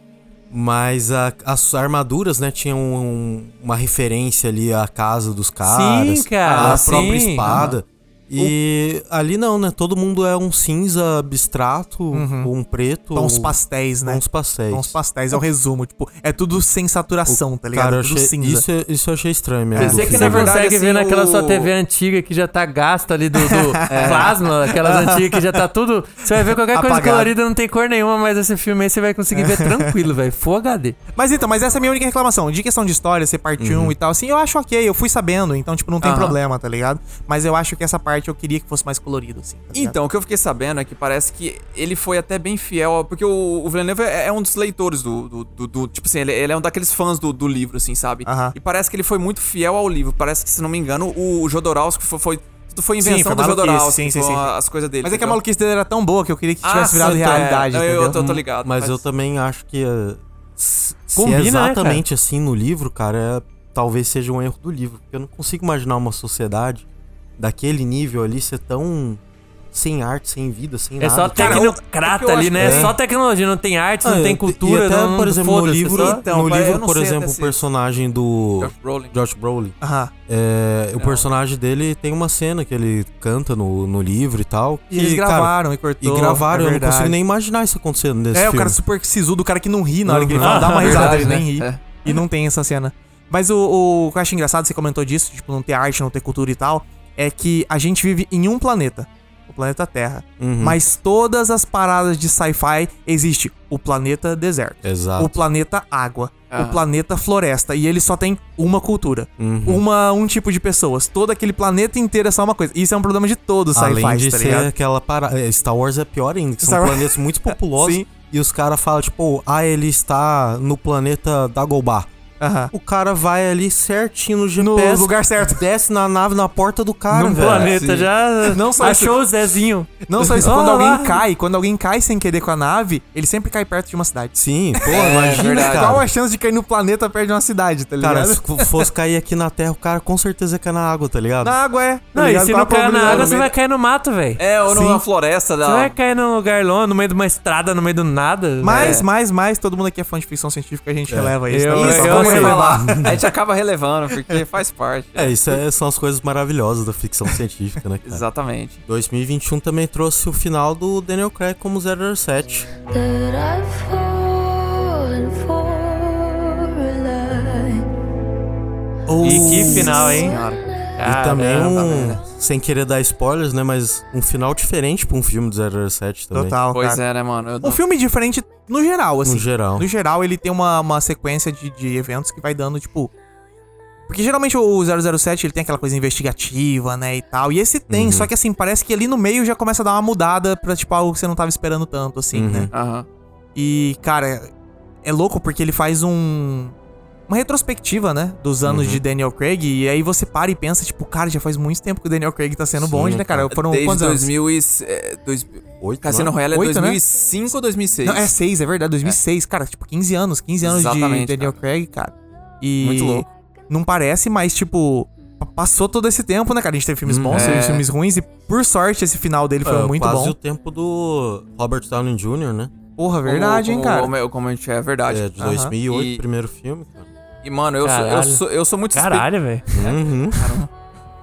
Speaker 4: Mas a- as armaduras, né, tinham um- uma referência ali à casa dos caras.
Speaker 3: cara,
Speaker 4: A própria
Speaker 3: sim.
Speaker 4: espada. E ali não, né? Todo mundo é um cinza abstrato, ou um preto.
Speaker 2: Tons
Speaker 4: ou-
Speaker 2: pastéis, né?
Speaker 4: Tons pastéis.
Speaker 2: Tons pastéis, é o resumo. Tipo, é tudo sem saturação, tá ligado?
Speaker 4: Cara, eu
Speaker 2: é tudo
Speaker 4: achei-
Speaker 2: cinza.
Speaker 4: isso, eu- isso eu achei estranho mesmo.
Speaker 5: Quer
Speaker 4: do
Speaker 5: dizer
Speaker 3: Você que
Speaker 4: filme.
Speaker 5: Na
Speaker 3: não
Speaker 5: verdade,
Speaker 3: consegue
Speaker 5: assim,
Speaker 3: ver naquela
Speaker 5: o-
Speaker 3: sua TV antiga que já tá gasta ali do, do
Speaker 2: É.
Speaker 3: plasma, aquelas antigas que já tá tudo. Você vai ver qualquer coisa
Speaker 2: Apagado.
Speaker 3: colorida, não tem cor nenhuma, mas esse filme aí você vai conseguir ver tranquilo, velho. Full HD.
Speaker 2: Mas então, mas essa é a minha única reclamação. De questão de história, ser parte
Speaker 4: Uhum.
Speaker 2: 1 e tal, assim, eu acho ok, eu fui sabendo, então, tipo, não tem
Speaker 5: Aham.
Speaker 2: problema, tá ligado? Mas eu acho que essa parte eu queria que fosse mais colorido, assim. tá ligado?
Speaker 5: Então, o que eu fiquei sabendo é que parece que ele foi até bem fiel, ao- porque o, o Villeneuve é é um dos leitores do. do, do- do- tipo assim, ele, ele é um daqueles fãs do, do livro, assim, sabe?
Speaker 2: Aham.
Speaker 5: E parece que ele foi muito fiel ao livro. Parece que, se não me engano, o Jodorowsky foi. foi tudo foi
Speaker 2: Sim,
Speaker 5: invenção
Speaker 2: foi
Speaker 5: do
Speaker 2: maluquice,
Speaker 5: Jodorowsky,
Speaker 2: sim, sim,
Speaker 5: com
Speaker 2: sim.
Speaker 5: a- as coisas dele.
Speaker 2: Mas é que a
Speaker 5: entendeu?
Speaker 2: maluquice dele era tão boa que eu queria que
Speaker 5: Ah,
Speaker 2: tivesse virado
Speaker 5: sim, é.
Speaker 2: realidade,
Speaker 5: Eu-
Speaker 2: entendeu? Hum.
Speaker 5: Eu tô, tô ligado.
Speaker 4: Mas eu
Speaker 5: faz-
Speaker 4: também acho que é, se
Speaker 3: Combina,
Speaker 4: é
Speaker 3: né, cara?
Speaker 4: exatamente assim no livro, cara, é- talvez seja um erro do livro. Porque eu não consigo imaginar uma sociedade daquele nível ali ser tão sem arte, sem vida, sem
Speaker 3: É
Speaker 4: nada.
Speaker 3: só
Speaker 4: cara.
Speaker 5: o que
Speaker 3: tecnocrata
Speaker 5: eu
Speaker 3: ali,
Speaker 5: acho
Speaker 3: né?
Speaker 5: que
Speaker 3: É só tecnologia, não tem arte,
Speaker 4: Ah,
Speaker 3: não tem
Speaker 4: e-
Speaker 3: cultura,
Speaker 4: e até,
Speaker 3: não,
Speaker 4: por exemplo, no
Speaker 2: um
Speaker 3: foda-se,
Speaker 4: livro,
Speaker 3: só-
Speaker 5: Então,
Speaker 4: no
Speaker 5: cara, eu
Speaker 4: livro
Speaker 5: não
Speaker 4: por
Speaker 5: sei até
Speaker 4: exemplo, o
Speaker 5: se-
Speaker 4: personagem do
Speaker 5: Josh Brolin.
Speaker 4: Josh Brolin,
Speaker 2: Aham.
Speaker 4: é, o personagem dele tem uma cena que ele canta no, no livro e tal.
Speaker 2: E eles
Speaker 4: que, cara,
Speaker 2: gravaram e cortou.
Speaker 4: e gravaram,
Speaker 2: é
Speaker 4: eu não
Speaker 2: verdade.
Speaker 4: consigo nem imaginar isso acontecendo nesse
Speaker 2: É,
Speaker 4: filme. Uhum.
Speaker 2: o cara super sisudo, o cara que não ri na hora que ele fala,
Speaker 5: Ah,
Speaker 2: dá uma risada,
Speaker 5: verdade,
Speaker 2: ele nem
Speaker 5: né?
Speaker 2: ri.
Speaker 5: É.
Speaker 2: E não tem essa cena. Mas o, o, que eu acho engraçado, você comentou disso, tipo, não ter arte, não ter cultura e tal, é que a gente vive em um planeta. O planeta Terra.
Speaker 4: Uhum.
Speaker 2: Mas todas as paradas de sci-fi existe o planeta deserto,
Speaker 4: Exato.
Speaker 2: o planeta água,
Speaker 5: Ah.
Speaker 2: o planeta floresta e ele só tem uma cultura,
Speaker 4: Uhum.
Speaker 2: uma um tipo de pessoas. Todo aquele planeta inteiro é só uma coisa. Isso é um problema de todos os
Speaker 4: Além
Speaker 2: sci-fi,
Speaker 4: de
Speaker 2: tá
Speaker 4: ser
Speaker 2: ligado?
Speaker 4: aquela parada. Star Wars é pior ainda, que são
Speaker 2: Star Wars-
Speaker 4: planetas muito populosos.
Speaker 2: Sim.
Speaker 4: E os caras falam, tipo, ah, ele está no planeta Dagobah.
Speaker 2: Aham.
Speaker 4: O cara vai ali certinho no
Speaker 2: No
Speaker 4: GPS.
Speaker 2: lugar certo.
Speaker 4: Desce na nave, na porta do cara,
Speaker 3: Num
Speaker 4: velho.
Speaker 3: planeta já
Speaker 2: é, Não só isso.
Speaker 3: achou o Zezinho.
Speaker 2: Não só isso,
Speaker 3: Olha
Speaker 2: quando
Speaker 3: lá.
Speaker 2: alguém cai, quando alguém cai sem querer com a nave, ele sempre cai perto de uma cidade.
Speaker 4: Sim, pô,
Speaker 2: É
Speaker 3: É
Speaker 4: imagina,
Speaker 5: verdade.
Speaker 2: Qual
Speaker 4: cara.
Speaker 2: a chance de cair no planeta perto de uma cidade, tá ligado?
Speaker 4: Cara, se f- fosse cair aqui na Terra, o cara com certeza cai na água, tá ligado?
Speaker 2: Na água é. tá
Speaker 3: Não, e
Speaker 2: ligado?
Speaker 3: se
Speaker 2: Qual
Speaker 3: não
Speaker 2: a
Speaker 3: cair na
Speaker 2: probabilidade?
Speaker 3: água, você vai cair no mato, velho.
Speaker 5: É, ou
Speaker 2: Sim.
Speaker 5: numa floresta
Speaker 3: Você
Speaker 5: da.
Speaker 3: vai cair num lugar longe, no meio de uma estrada, no meio do nada.
Speaker 2: Mais,
Speaker 5: É.
Speaker 2: mais, mais, todo mundo aqui é fã de ficção científica, a gente releva isso.
Speaker 3: É. Eu-
Speaker 2: tá?
Speaker 5: Isso,
Speaker 2: Só
Speaker 3: eu
Speaker 2: vamos relevar.
Speaker 3: sei.
Speaker 5: vamos revelar. A gente acaba relevando, porque faz parte.
Speaker 4: É, isso é- são as coisas maravilhosas da ficção científica, né, cara?
Speaker 5: Exatamente.
Speaker 4: 2021 também trouxe o final do Daniel Craig como 007.
Speaker 6: that I've fallen for a lie.
Speaker 3: E que final, hein?
Speaker 4: E
Speaker 2: Ah,
Speaker 3: Caramba, tá
Speaker 4: também
Speaker 5: velho.
Speaker 4: um, sem querer dar spoilers, né, mas um final diferente pra um filme do 007 também.
Speaker 2: Total,
Speaker 5: Pois
Speaker 2: cara.
Speaker 5: é, né, mano? Eu
Speaker 2: Um
Speaker 5: não-
Speaker 2: filme diferente no geral, assim.
Speaker 4: No geral.
Speaker 2: No geral, ele tem uma, uma sequência de, de eventos que vai dando, tipo... Porque geralmente o 007, ele tem aquela coisa investigativa, né, e tal. E esse tem, só que assim, parece que ali no meio já começa a dar uma mudada pra, tipo, algo que você não tava esperando tanto, assim, né?
Speaker 5: Aham.
Speaker 2: E, cara, é louco porque ele faz um. Uma retrospectiva, né? Dos anos de Daniel Craig. E aí você para e pensa, tipo, cara, já faz muito tempo que o Daniel Craig tá sendo
Speaker 4: Sim,
Speaker 2: bom, né, cara?
Speaker 4: cara.
Speaker 2: Foram
Speaker 5: Desde
Speaker 2: quantos anos?
Speaker 5: 2000 e... é, dois-
Speaker 4: Oito,
Speaker 5: Cassino
Speaker 4: né?
Speaker 5: Royale é
Speaker 2: Oito, né?
Speaker 5: 2005 ou 2006?
Speaker 2: Não, é seis, é verdade, 2006. Cara, tipo, 15 anos. 15 anos
Speaker 5: Exatamente,
Speaker 2: de Daniel
Speaker 5: cara.
Speaker 2: Craig, cara. E.
Speaker 5: Muito louco.
Speaker 2: Não parece, mas, tipo. Passou todo esse tempo, né, cara? A gente teve filmes bons, teve
Speaker 5: É.
Speaker 2: filmes ruins, e por sorte esse final dele foi
Speaker 4: Ah,
Speaker 2: muito
Speaker 4: quase
Speaker 2: bom.
Speaker 4: o tempo do Robert Downey Jr., né?
Speaker 2: Porra, é verdade, hein,
Speaker 5: como,
Speaker 2: cara?
Speaker 5: Como, como a gente é verdade.
Speaker 4: É, de
Speaker 2: Aham.
Speaker 4: 2008,
Speaker 5: E-
Speaker 4: primeiro filme, cara.
Speaker 5: E, mano, eu sou, eu,
Speaker 3: Caralho.
Speaker 5: sou, eu sou muito suspeito.
Speaker 3: Caralho, velho.
Speaker 2: É.
Speaker 4: Uhum.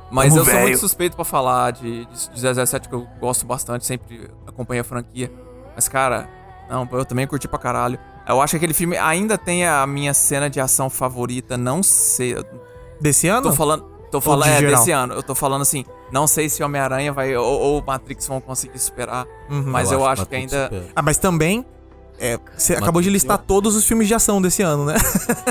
Speaker 5: Mas
Speaker 2: Como
Speaker 5: eu sou
Speaker 2: velho.
Speaker 5: muito suspeito pra falar de, de, de 007, que eu gosto bastante, sempre acompanho a franquia. Mas, cara, não, eu também curti pra caralho. Eu acho que aquele filme ainda tem a minha cena de ação favorita, não sei. Eu
Speaker 2: Desse ano?
Speaker 5: tô falando. Tô
Speaker 2: Ah. de
Speaker 5: falando é,
Speaker 2: geral?
Speaker 5: desse ano. Eu tô falando assim, não sei se Homem-Aranha vai ou, ou Matrix vão conseguir superar.
Speaker 2: Uhum.
Speaker 5: mas eu, acho que
Speaker 4: Matrix
Speaker 5: ainda.
Speaker 4: supera.
Speaker 2: Ah, mas também. é, você acabou de listar todos os filmes de ação desse ano, né?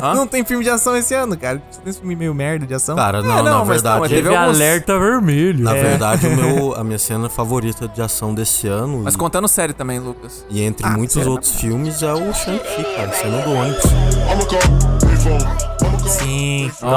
Speaker 5: Hã?
Speaker 2: Não tem filme de ação esse ano, cara. Você tem esse filme meio merda de ação?
Speaker 4: Cara, não,
Speaker 5: É, não,
Speaker 4: na
Speaker 5: mas não,
Speaker 4: verdade.
Speaker 5: mas
Speaker 3: Teve
Speaker 5: Teve alguns-
Speaker 3: alerta vermelho.
Speaker 4: Na
Speaker 3: É.
Speaker 4: verdade, o meu, a minha cena favorita de ação desse ano.
Speaker 5: Mas
Speaker 4: e-
Speaker 5: contando sério também, Lucas.
Speaker 4: E entre
Speaker 2: Ah,
Speaker 4: muitos
Speaker 2: sério?
Speaker 4: outros filmes é o Shang-Chi, cara, cena do ônibus.
Speaker 2: Sim.
Speaker 5: Nossa,
Speaker 2: É, A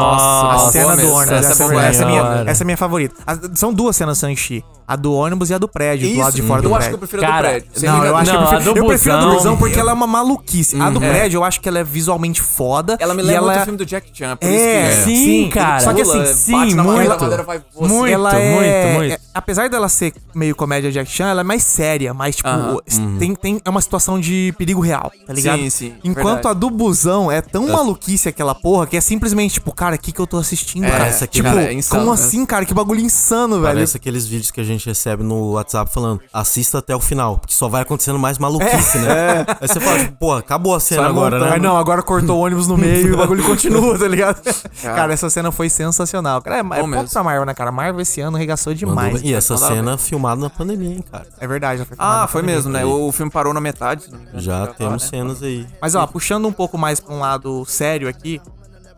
Speaker 5: boa
Speaker 2: cena do
Speaker 5: mesmo.
Speaker 2: ônibus.
Speaker 5: Essa,
Speaker 2: Essa,
Speaker 5: é
Speaker 2: essa,
Speaker 5: boa,
Speaker 2: é
Speaker 5: essa é
Speaker 2: minha,
Speaker 5: boa.
Speaker 3: hora.
Speaker 2: essa é minha favorita. As- são duas cenas do Shang-Chi. A do ônibus e a do prédio, do lado de fora do
Speaker 5: eu acho
Speaker 2: prédio.
Speaker 5: que eu prefiro
Speaker 3: Cara,
Speaker 5: do prédio. sem
Speaker 2: Não, eu
Speaker 5: brincadeira.
Speaker 2: acho que eu
Speaker 3: Não, a
Speaker 2: prefiro,
Speaker 3: do
Speaker 2: eu prefiro a do
Speaker 3: busão.
Speaker 2: busão porque ela é uma maluquice. a do
Speaker 5: é.
Speaker 2: prédio, eu acho que ela é visualmente foda.
Speaker 5: Ela me
Speaker 2: e
Speaker 5: lembra
Speaker 2: ela
Speaker 5: do
Speaker 2: é-
Speaker 5: filme do Jack Chan. Por isso que
Speaker 2: É,
Speaker 5: ele
Speaker 3: Sim, cara.
Speaker 2: Só que
Speaker 5: pula,
Speaker 2: assim,
Speaker 5: bate
Speaker 3: sim,
Speaker 5: na madeira,
Speaker 2: muito.
Speaker 5: a madeira vai voando.
Speaker 3: Muito.
Speaker 2: ela é,
Speaker 3: muito, muito.
Speaker 2: é- apesar dela ser meio comédia Jack Chan, ela é mais séria, mais tipo,
Speaker 5: Aham.
Speaker 2: o- tem, tem, é uma situação de perigo real, tá ligado?
Speaker 5: Sim, sim,
Speaker 2: Enquanto
Speaker 5: verdade.
Speaker 2: a do busão é tão maluquice aquela porra que é simplesmente tipo, cara, o que que eu tô assistindo, cara?
Speaker 5: essa aqui,
Speaker 2: tipo,
Speaker 5: cara, é insano
Speaker 2: como
Speaker 5: mesmo.
Speaker 2: assim, cara? Que bagulho insano, velho.
Speaker 4: Parece aqueles vídeos que a gente recebe no WhatsApp falando, assista até o final, porque só vai acontecendo mais maluquice, né? Aí você fala, tipo, pô, acabou a cena
Speaker 5: É. Só é
Speaker 4: agora,
Speaker 2: Montando.
Speaker 4: né?
Speaker 2: Aí, Tá não, agora cortou o ônibus no meio e o bagulho continua, tá ligado? Cara, essa cena foi sensacional. Cara, é, é ponto
Speaker 5: É. mesmo.
Speaker 2: pra Marvel, né, cara? Marvel esse ano arregaçou
Speaker 4: Mandou
Speaker 2: demais.
Speaker 4: bem. E essa
Speaker 5: Mandaram
Speaker 4: cena filmada na pandemia, hein, cara.
Speaker 2: É verdade, já foi filmado
Speaker 5: Ah,
Speaker 2: na
Speaker 5: foi
Speaker 2: pandemia.
Speaker 5: mesmo, né? O, o filme parou na metade. se não me engano,
Speaker 4: Já
Speaker 5: de gravar,
Speaker 4: temos
Speaker 5: né?
Speaker 4: cenas aí.
Speaker 2: Mas ó, puxando um pouco mais pra um lado sério aqui,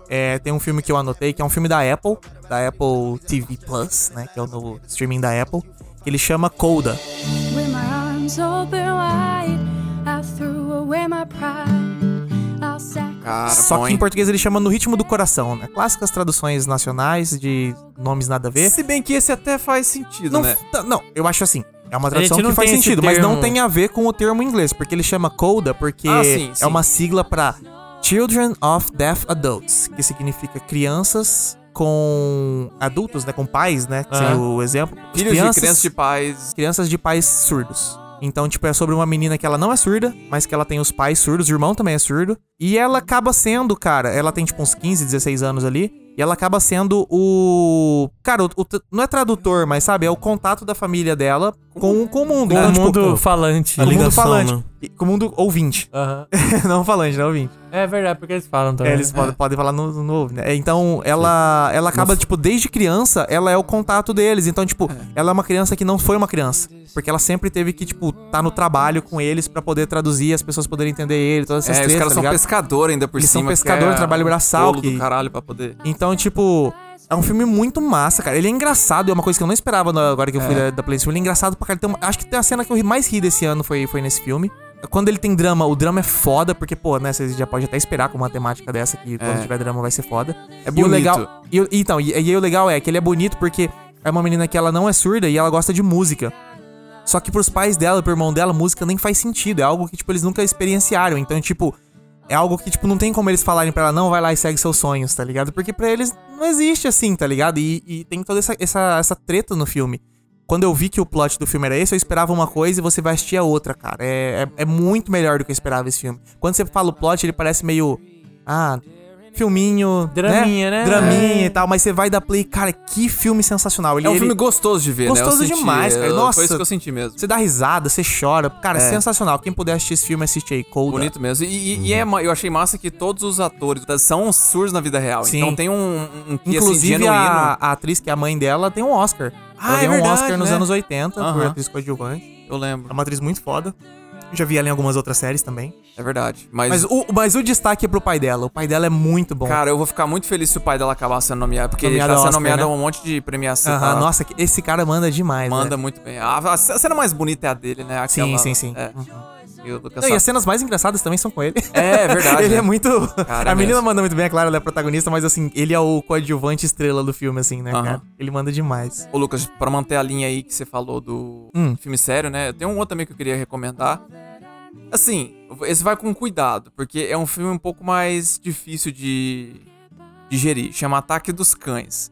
Speaker 2: é, tem um filme que eu anotei, que é um filme da Apple, da Apple TV Plus, né? Que é o novo streaming da Apple, que ele chama Coda.
Speaker 6: With my arms open wide, I threw away my pride. I'll sacrifice.
Speaker 5: Cara,
Speaker 2: Só
Speaker 5: bom,
Speaker 2: que em
Speaker 5: hein?
Speaker 2: português ele chama No Ritmo do Coração, né? Clássicas traduções nacionais de nomes nada a ver.
Speaker 5: Se bem que esse até faz sentido,
Speaker 2: Não,
Speaker 5: né?
Speaker 2: tá- não, eu acho assim. É uma tradução
Speaker 3: gente
Speaker 2: que
Speaker 3: não
Speaker 2: faz
Speaker 3: tem esse
Speaker 2: sentido, mas não
Speaker 3: termo.
Speaker 2: tem a ver com o termo em inglês, porque ele chama CODA porque
Speaker 5: Ah, sim, sim.
Speaker 2: é uma sigla pra Children of Deaf Adults, que significa crianças com adultos, né, com pais, né, que seria o exemplo.
Speaker 5: Filhos de crianças de pais.
Speaker 2: crianças de pais surdos. Então, tipo, é sobre uma menina que ela não é surda, mas que ela tem os pais surdos, o irmão também é surdo, E ela acaba sendo, cara, ela tem tipo uns 15, 16 anos ali. E ela acaba sendo o. Cara, o- o t- não é tradutor, mas sabe? É o contato da família dela com, com o mundo.
Speaker 3: O
Speaker 2: Então, tipo,
Speaker 3: mundo falante.
Speaker 4: a
Speaker 2: com o mundo
Speaker 4: ligação,
Speaker 2: falante.
Speaker 4: né?
Speaker 2: e- Com o mundo ouvinte.
Speaker 3: Aham.
Speaker 2: não falante, não ouvinte.
Speaker 3: É verdade, porque eles falam
Speaker 5: Então,
Speaker 3: também.
Speaker 2: É, eles podem, podem falar no, no novo, né? É, Então, ela, ela acaba, tipo, desde criança, ela é o contato deles. Então, tipo, ela é uma criança que não foi uma criança. Porque ela sempre teve que, tipo, tá no trabalho com eles pra poder traduzir, as pessoas poderem entender ele, todas essas
Speaker 5: É, os
Speaker 2: tretas,
Speaker 5: caras
Speaker 2: tá
Speaker 5: são
Speaker 2: ligado?
Speaker 5: pescadores ainda por
Speaker 2: Eles são
Speaker 5: cima. que
Speaker 2: pescador, trabalho
Speaker 5: um
Speaker 2: braçal,
Speaker 5: bolo
Speaker 2: que-
Speaker 5: do caralho pra poder...
Speaker 2: Então, tipo, é um filme muito massa, cara. Ele é engraçado, é uma coisa que eu não esperava na- agora que eu fui da, da PlayStation. Ele é engraçado pra caralho. Tem uma- acho que tem a cena que eu ri- mais ri desse ano foi, foi nesse filme. Quando ele tem drama, o drama é foda, porque, pô, né, vocês já pode até esperar com uma temática dessa, que quando tiver drama vai ser foda. E
Speaker 5: É
Speaker 2: o
Speaker 5: bonito.
Speaker 2: legal, e, o- então, e, e aí o legal é que ele é bonito porque é uma menina que ela não é surda e ela gosta de música. Só que pros pais dela, e pro irmão dela, música nem faz sentido. É algo que, tipo, eles nunca experienciaram. Então, tipo, é algo que, tipo, não tem como eles falarem pra ela, não, vai lá e segue seus sonhos, tá ligado? Porque pra eles não existe assim, tá ligado? E, e tem toda essa, essa, essa treta no filme. Quando eu vi que o plot do filme era esse, eu esperava uma coisa e você vai assistir a outra, cara. É, é, é muito melhor do que eu esperava esse filme. Quando você fala o plot, ele parece meio. Ah, filminho.
Speaker 3: Draminha, né?
Speaker 2: Draminha
Speaker 3: É.
Speaker 2: e tal, mas você vai dar play. Cara, que filme sensacional. Ele,
Speaker 5: É um
Speaker 2: ele-
Speaker 5: filme gostoso de ver, né? Eu
Speaker 2: Gostoso
Speaker 5: senti-
Speaker 2: demais, cara.
Speaker 5: eu-
Speaker 2: Nossa.
Speaker 5: Foi isso que eu senti mesmo.
Speaker 2: Você dá risada, você chora. Cara, sensacional. Quem puder assistir esse filme, assiste aí. Cold.
Speaker 5: Bonito mesmo. E, e-
Speaker 2: Uhum.
Speaker 5: e é, ma- eu achei massa que todos os atores da- são surdos na vida real.
Speaker 2: Sim.
Speaker 5: Então tem um, um, um que, assim,
Speaker 2: Inclusive,
Speaker 5: genuíno.
Speaker 2: a, a atriz que é a mãe dela tem um Oscar.
Speaker 5: Ah,
Speaker 2: ela
Speaker 5: é
Speaker 2: ganhou um
Speaker 5: verdade,
Speaker 2: Oscar nos
Speaker 5: né?
Speaker 2: anos 80 por
Speaker 5: Aham.
Speaker 2: atriz coadjuvante.
Speaker 5: Eu
Speaker 2: É
Speaker 5: lembro.
Speaker 2: uma atriz muito foda. Eu já vi ela em algumas outras séries também.
Speaker 5: É verdade. Mas,
Speaker 2: Mas o, mas o destaque é pro pai dela. O pai dela é muito bom.
Speaker 5: cara, eu vou ficar muito feliz se o pai dela acabar sendo nomeado. Porque
Speaker 2: Nomeado
Speaker 5: ele
Speaker 2: ao
Speaker 5: tá sendo
Speaker 2: Oscar,
Speaker 5: nomeado
Speaker 2: né?
Speaker 5: a um monte de premiação.
Speaker 2: Aham,
Speaker 5: tá?
Speaker 2: Nossa, que- esse cara manda demais.
Speaker 5: Manda
Speaker 2: né?
Speaker 5: muito bem. A, a cena mais bonita é a dele, né? Aquela-
Speaker 2: Sim, sim, sim.
Speaker 5: É.
Speaker 2: Uhum.
Speaker 5: E o do
Speaker 2: Não, e
Speaker 5: caçador.
Speaker 2: as cenas mais engraçadas também são com ele.
Speaker 5: É, é verdade,
Speaker 2: ele é
Speaker 5: né?
Speaker 2: muito.
Speaker 5: Cara,
Speaker 2: a menina
Speaker 5: mesmo.
Speaker 2: manda muito bem, é claro, ela é a protagonista, mas assim, ele é o coadjuvante estrela do filme, assim, né,
Speaker 5: Aham.
Speaker 2: cara? Ele manda demais.
Speaker 5: Ô, Lucas, pra manter a linha aí que você falou do
Speaker 2: Hum.
Speaker 5: filme sério, né? Tem um outro também que eu queria recomendar. Assim, esse vai com cuidado, porque é um filme um pouco mais difícil de digerir. Chama Ataque dos Cães.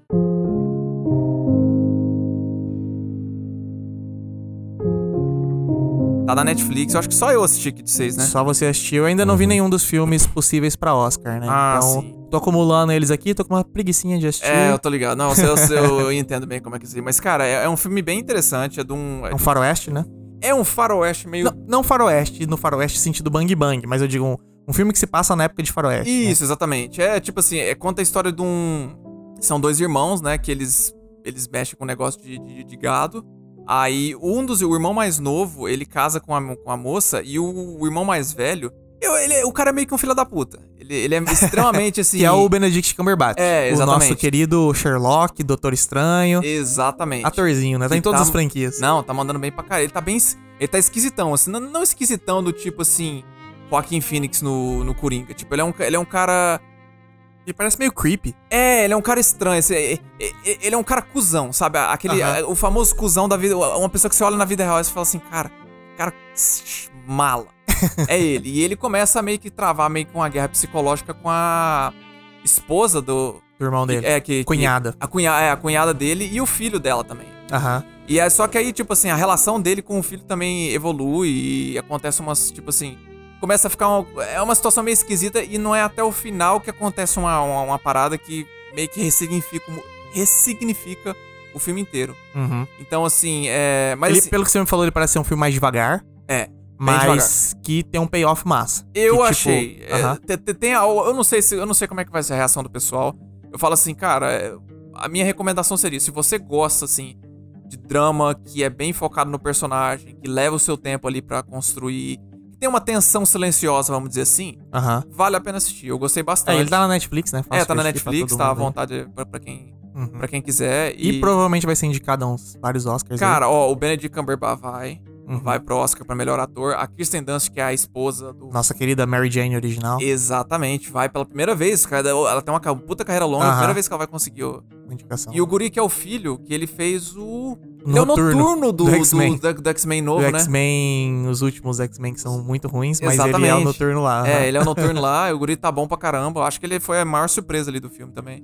Speaker 5: Tá na Netflix, eu acho que só eu assisti aqui de vocês, né? Uhum.
Speaker 2: Só você assistiu. Eu ainda não vi nenhum dos filmes possíveis pra Oscar, né?
Speaker 5: Ah,
Speaker 2: então,
Speaker 5: sim.
Speaker 2: tô acumulando eles aqui, tô com uma preguicinha de assistir.
Speaker 5: É, eu tô ligado. Não, eu, eu, eu entendo bem como é que é. Mas, cara, é, é um filme bem interessante. É de um.
Speaker 2: É um faroeste, né?
Speaker 5: É um faroeste meio.
Speaker 2: Não, não faroeste, no faroeste sentido bang bang, mas eu digo um, um filme que se passa na época de faroeste. né?
Speaker 5: Isso, exatamente. É tipo assim, é, conta a história de um. São dois irmãos, né? Que eles, eles mexem com um negócio de, de, de gado. Aí um dos. O irmão mais novo, ele casa com a, com a moça. E o, o irmão mais velho. eu- ele, é- o cara é meio que um filho da puta. Ele, ele é extremamente assim.
Speaker 2: Que é o Benedict Cumberbatch.
Speaker 5: É,
Speaker 2: o nosso
Speaker 5: exatamente.
Speaker 2: querido Sherlock, Doutor Estranho.
Speaker 5: Exatamente.
Speaker 2: Atorzinho, né? Tá em
Speaker 5: Que
Speaker 2: todas
Speaker 5: tá-
Speaker 2: as franquias.
Speaker 5: Não, tá mandando bem pra caralho. Ele tá bem. Ele tá esquisitão, assim. Não, não esquisitão do tipo assim. Joaquim Phoenix no, no Coringa. Tipo, ele é um, ca- ele é um cara.
Speaker 2: Ele parece meio creepy.
Speaker 5: É, ele é um cara estranho. esse- é- é- é- ele é um cara cuzão, sabe? Aquele,
Speaker 2: Aham.
Speaker 5: é, O famoso cuzão da vida. Uma pessoa que você olha na vida real e você fala assim, cara, cara mala. é ele. E ele começa a meio que travar meio que uma guerra psicológica com a esposa do.
Speaker 2: Do irmão dele.
Speaker 5: É, que. que-
Speaker 2: Cunhada.
Speaker 5: a, cunha, é, a cunhada dele e o filho dela também.
Speaker 2: Aham.
Speaker 5: E é só que aí, tipo assim, a relação dele com o filho também evolui e acontece umas, tipo assim. Começa a ficar uma, é uma situação meio esquisita e não é até o final que acontece uma, uma, uma parada que meio que ressignifica, o mu- ressignifica o filme inteiro.
Speaker 2: Uhum.
Speaker 5: Então, assim, é. Mas
Speaker 2: Ele,
Speaker 5: assim,
Speaker 2: pelo que você me falou, ele parece ser um filme mais devagar,
Speaker 5: é.
Speaker 2: mas que tem um payoff massa. Que,
Speaker 5: Eu
Speaker 2: tipo,
Speaker 5: achei. é,
Speaker 2: aham.
Speaker 5: te- te- tem a- eu não sei se eu não sei como é que vai ser a reação do pessoal. Eu falo assim, cara, é, a minha recomendação seria, se você gosta assim de drama que é bem focado no personagem, que leva o seu tempo ali pra construir, que tem uma tensão silenciosa, vamos dizer assim,
Speaker 2: Aham.
Speaker 5: vale a pena assistir. Eu gostei
Speaker 2: É,
Speaker 5: bastante.
Speaker 2: ele tá na Netflix, né? Fácil
Speaker 5: É, tá na
Speaker 2: de assistir pra
Speaker 5: Netflix,
Speaker 2: todo
Speaker 5: tá à
Speaker 2: mundo aí.
Speaker 5: vontade pra, pra quem
Speaker 2: Uhum.
Speaker 5: para quem quiser
Speaker 2: E,
Speaker 5: e,
Speaker 2: provavelmente vai ser indicado a uns vários Oscars. aí.
Speaker 5: cara, ó, o Benedict Cumberbatch vai,
Speaker 2: Uhum.
Speaker 5: vai pro Oscar pra melhor ator, a Kristen Dunst que é a esposa do
Speaker 2: Nossa querida Mary Jane original.
Speaker 5: Exatamente, vai pela primeira vez. cara, Ela tem uma ca- puta carreira longa, é
Speaker 2: Aham.
Speaker 5: a
Speaker 2: Então.
Speaker 5: primeira vez que ela vai conseguir. o-
Speaker 2: Indicação.
Speaker 5: E o Guri, que é o filho, que ele fez o.
Speaker 2: Noturno.
Speaker 5: Ele é o noturno do,
Speaker 2: Do
Speaker 5: do
Speaker 2: X-Men.
Speaker 5: X-Men novo,
Speaker 2: do
Speaker 5: né?
Speaker 2: X-Men, os últimos X-Men que são muito ruins, mas ele é o
Speaker 5: Exatamente.
Speaker 2: noturno lá. aham.
Speaker 5: É, ele é o noturno lá, e o Guri tá bom pra caramba. Eu acho que ele foi a maior surpresa ali do filme também.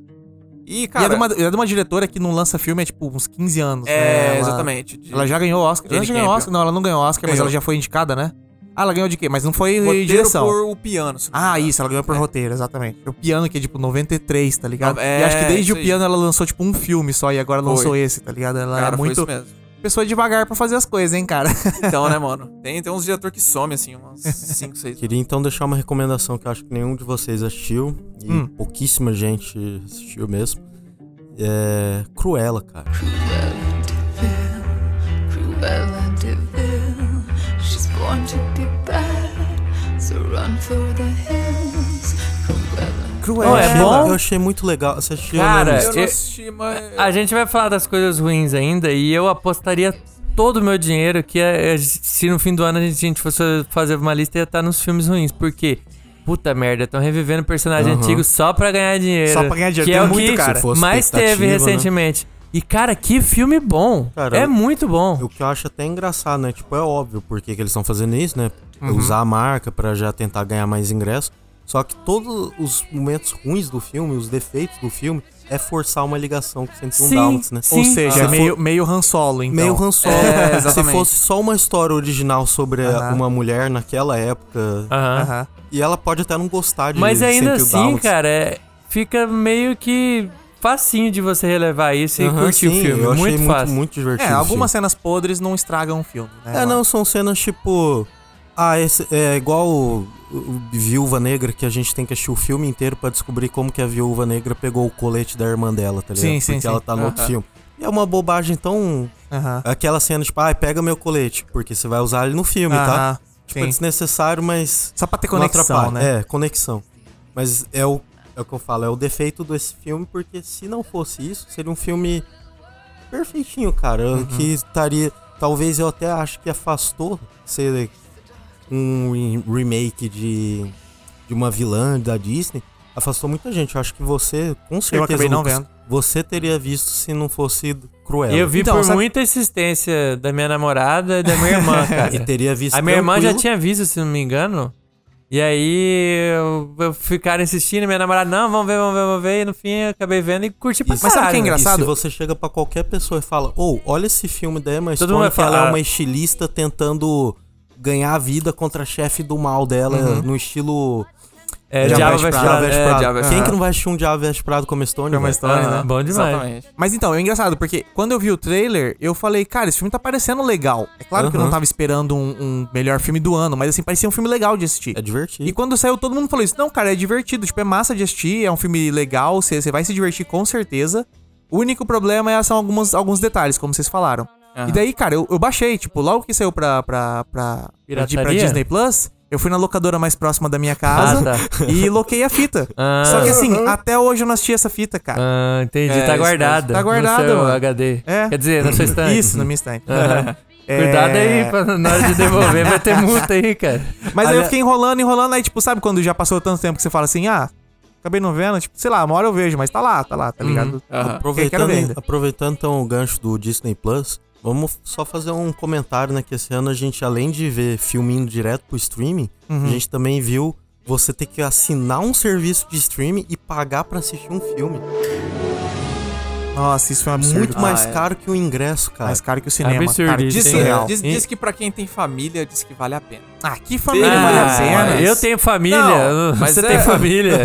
Speaker 5: E,
Speaker 2: E
Speaker 5: cara.
Speaker 2: é de, uma, é de uma diretora que não lança filme há tipo uns 15 anos.
Speaker 5: é,
Speaker 2: né? Ela-
Speaker 5: exatamente. de-
Speaker 2: Ela já ganhou Oscar. Ela
Speaker 5: Jane
Speaker 2: já ganhou
Speaker 5: Campion.
Speaker 2: Oscar? Não, ela não ganhou Oscar, mas
Speaker 5: Ganhou.
Speaker 2: ela já foi indicada, né? Ah, ela ganhou de quê? Mas não foi
Speaker 5: Roteiro
Speaker 2: direção.
Speaker 5: por o piano. se não me
Speaker 2: Ah,
Speaker 5: engano.
Speaker 2: isso, ela ganhou por
Speaker 5: É.
Speaker 2: roteiro, exatamente. O piano que é tipo 93, tá ligado?
Speaker 5: É,
Speaker 2: e acho que desde o
Speaker 5: isso aí.
Speaker 2: piano ela lançou tipo um filme só e agora lançou
Speaker 5: Foi.
Speaker 2: esse, tá ligado? Ela
Speaker 5: Cara,
Speaker 2: é
Speaker 5: foi
Speaker 2: muito
Speaker 5: isso mesmo.
Speaker 2: pessoa devagar pra fazer as coisas, hein, cara.
Speaker 5: Então, né, mano? Tem, tem uns diretores que somem, assim, umas 5, 6
Speaker 4: Queria então deixar uma recomendação que eu acho que nenhum de vocês assistiu. E
Speaker 2: Hum.
Speaker 4: pouquíssima gente assistiu mesmo. É. Cruella, cara.
Speaker 7: Cruella de Vil, she's born to be bad, so run for the hills. Cruella,
Speaker 2: Cruel.
Speaker 3: é
Speaker 4: achei,
Speaker 3: bom?
Speaker 4: Eu achei muito legal. Você assistiu?
Speaker 3: Cara,
Speaker 4: né,
Speaker 5: Eu
Speaker 4: Luiz?
Speaker 5: não
Speaker 3: Eu-
Speaker 5: assisti, mas.
Speaker 3: A gente vai falar das coisas ruins ainda e eu apostaria todo o meu dinheiro que é, é, se no fim do ano a gente, a gente fosse fazer uma lista ia estar nos filmes ruins, porque puta merda, estão revivendo personagem
Speaker 4: Aham.
Speaker 3: antigo só pra ganhar dinheiro.
Speaker 2: Só pra ganhar dinheiro,
Speaker 3: que
Speaker 2: tem
Speaker 3: é o
Speaker 2: muito,
Speaker 3: que
Speaker 2: cara. Se
Speaker 4: fosse
Speaker 3: Mas teve
Speaker 4: expectativa, né?
Speaker 3: recentemente. E cara, que filme bom.
Speaker 4: Cara,
Speaker 3: é
Speaker 4: eu-
Speaker 3: muito bom.
Speaker 4: O que eu acho até engraçado, né? Tipo, é óbvio por que que eles estão fazendo isso, né?
Speaker 3: Uhum.
Speaker 4: Usar a marca pra já tentar ganhar mais ingresso. Só que todos os momentos ruins do filme, os defeitos do filme, é forçar uma ligação com 101
Speaker 3: Sim,
Speaker 4: Dálmatas, né?
Speaker 3: sim.
Speaker 2: Ou
Speaker 4: Se
Speaker 2: seja, é
Speaker 4: for-
Speaker 2: meio, meio Han Solo, então.
Speaker 4: Meio Han Solo.
Speaker 5: É,
Speaker 4: Se
Speaker 5: exatamente.
Speaker 4: fosse só uma história original sobre
Speaker 2: Aham.
Speaker 4: uma mulher naquela época,
Speaker 3: Aham.
Speaker 2: Aham.
Speaker 4: e ela pode até não gostar de
Speaker 3: Ah. Mas ainda
Speaker 4: 101
Speaker 3: assim,
Speaker 4: Dálmatas.
Speaker 3: cara, é- fica meio que facinho de você relevar isso e
Speaker 4: Aham,
Speaker 3: curtir
Speaker 4: sim,
Speaker 3: o filme.
Speaker 4: Eu achei
Speaker 3: muito
Speaker 4: muito,
Speaker 3: fácil.
Speaker 4: muito divertido.
Speaker 2: É,
Speaker 4: o
Speaker 2: algumas cenas podres não estragam o filme, né?
Speaker 4: É, não, são cenas tipo. Ah, esse- é igual o, o Viúva Negra, que a gente tem que assistir o filme inteiro pra descobrir como que a Viúva Negra pegou o colete da irmã dela, tá ligado?
Speaker 2: Sim, sim,
Speaker 4: Porque
Speaker 2: sim.
Speaker 4: ela tá no outro filme. E é uma bobagem tão.
Speaker 2: Aham.
Speaker 4: Aquela cena, tipo, ah, pega meu colete, porque você vai usar ele no filme, tá?
Speaker 2: Aham,
Speaker 4: Tipo,
Speaker 2: Ah, sim.
Speaker 4: é desnecessário, mas.
Speaker 2: Só pra ter
Speaker 4: não
Speaker 2: conexão,
Speaker 4: atrapalha.
Speaker 2: né?
Speaker 4: É, conexão. Mas é o, é o que eu falo, é o defeito desse filme, porque se não fosse isso, seria um filme perfeitinho, cara.
Speaker 3: Uhum.
Speaker 4: Que estaria. Talvez eu até acho que afastou ser um re- remake de, de uma vilã da Disney. Afastou muita gente. Eu acho que você, com certeza.
Speaker 2: acabei não
Speaker 4: Lucas,
Speaker 2: vendo.
Speaker 4: Você teria visto se não fosse cruel.
Speaker 3: Eu vi
Speaker 2: Então,
Speaker 3: por
Speaker 2: sabe-
Speaker 3: muita insistência da minha namorada e da minha irmã, cara.
Speaker 4: E teria visto. um
Speaker 3: A minha irmã já
Speaker 4: tranquilo.
Speaker 3: tinha visto, se não me engano. E aí eu, eu ficaram insistindo, minha namorada, não, vamos ver, vamos ver, vamos ver. E no fim eu acabei vendo e curti pra
Speaker 4: Isso.
Speaker 2: Mas sabe o que é
Speaker 3: caralho.
Speaker 2: engraçado?
Speaker 4: E se você chega pra qualquer pessoa e fala, ou, olha esse filme da Emma
Speaker 3: Todo
Speaker 4: Stone,
Speaker 3: mundo vai
Speaker 4: que ela
Speaker 2: "Ah."
Speaker 3: falar.
Speaker 4: é uma estilista tentando ganhar a vida contra a chefe do mal dela,
Speaker 2: Uhum.
Speaker 4: no estilo...
Speaker 3: É,
Speaker 2: Já
Speaker 3: Diabo
Speaker 2: vai
Speaker 3: vai
Speaker 2: pra-
Speaker 3: chorar.
Speaker 4: Diabo Veste
Speaker 5: é,
Speaker 4: Prada.
Speaker 5: Diabo Veste
Speaker 4: Quem
Speaker 5: Prada.
Speaker 4: que não vai assistir um Diabo Veste Prado como Stone?
Speaker 5: é.
Speaker 2: Como
Speaker 4: velho?
Speaker 2: Stone, né?
Speaker 3: Bom demais.
Speaker 5: Exatamente.
Speaker 2: Mas então, é engraçado, porque quando eu vi o trailer, eu falei, cara, esse filme tá parecendo legal. É claro que eu não
Speaker 4: Aham.
Speaker 2: tava esperando um, um melhor filme do ano, mas assim, parecia um filme legal de assistir.
Speaker 4: É divertido.
Speaker 2: E quando saiu, todo mundo falou isso. Não, cara, é divertido, tipo, é massa de assistir, é um filme legal, você você vai se divertir com certeza. O único problema é, são algumas, alguns detalhes, como vocês falaram. E daí, cara, eu, eu baixei, tipo, logo que saiu pra, pra, pra, pra, Di- pra
Speaker 3: Pirataria?
Speaker 2: Disney Plus, eu fui na locadora mais próxima da minha casa
Speaker 3: Ah, tá.
Speaker 2: e loquei a fita.
Speaker 3: Ah.
Speaker 2: Só que assim, até hoje eu não assisti essa fita, cara.
Speaker 3: Ah, entendi.
Speaker 5: É, isso
Speaker 3: tá
Speaker 5: mesmo.
Speaker 3: guardada.
Speaker 2: Tá guardada,
Speaker 3: No seu
Speaker 2: mano.
Speaker 3: HD.
Speaker 2: É.
Speaker 3: Quer dizer, na sua estante.
Speaker 2: Isso, no meu instante.
Speaker 3: tá. Aham.
Speaker 2: É.
Speaker 3: Cuidado aí, pra, na hora de devolver vai ter multa aí, cara.
Speaker 2: Mas aí eu
Speaker 4: Aliás-
Speaker 2: fiquei enrolando, enrolando, aí, tipo, sabe quando já passou tanto tempo que você fala assim, ah, acabei não vendo, tipo, sei lá, uma hora eu vejo, mas tá lá, tá lá, tá
Speaker 3: Uhum.
Speaker 2: ligado?
Speaker 5: Aham.
Speaker 2: quero ver ainda.
Speaker 4: Aproveitando, aproveitando então o gancho do Disney Plus, vamos só fazer um comentário, né? Que esse ano a gente, além de ver filme indo direto pro streaming,
Speaker 2: Uhum.
Speaker 4: a gente também viu você ter que assinar um serviço de streaming e pagar pra assistir um filme.
Speaker 2: Nossa, isso foi um absurdo.
Speaker 4: Muito
Speaker 2: cara.
Speaker 4: mais
Speaker 5: Ah, é.
Speaker 4: caro que o ingresso, cara.
Speaker 2: mais caro que o cinema.
Speaker 3: Absurdo
Speaker 2: cara,
Speaker 3: isso,
Speaker 5: Diz,
Speaker 3: Sim,
Speaker 5: que-
Speaker 2: surreal.
Speaker 5: diz- diz que pra quem tem família, diz que vale a pena.
Speaker 2: Ah, que família
Speaker 5: Ah,
Speaker 2: vale a pena.
Speaker 5: mas-
Speaker 3: Eu tenho família.
Speaker 5: Não, mas
Speaker 3: você
Speaker 5: é-
Speaker 3: tem família.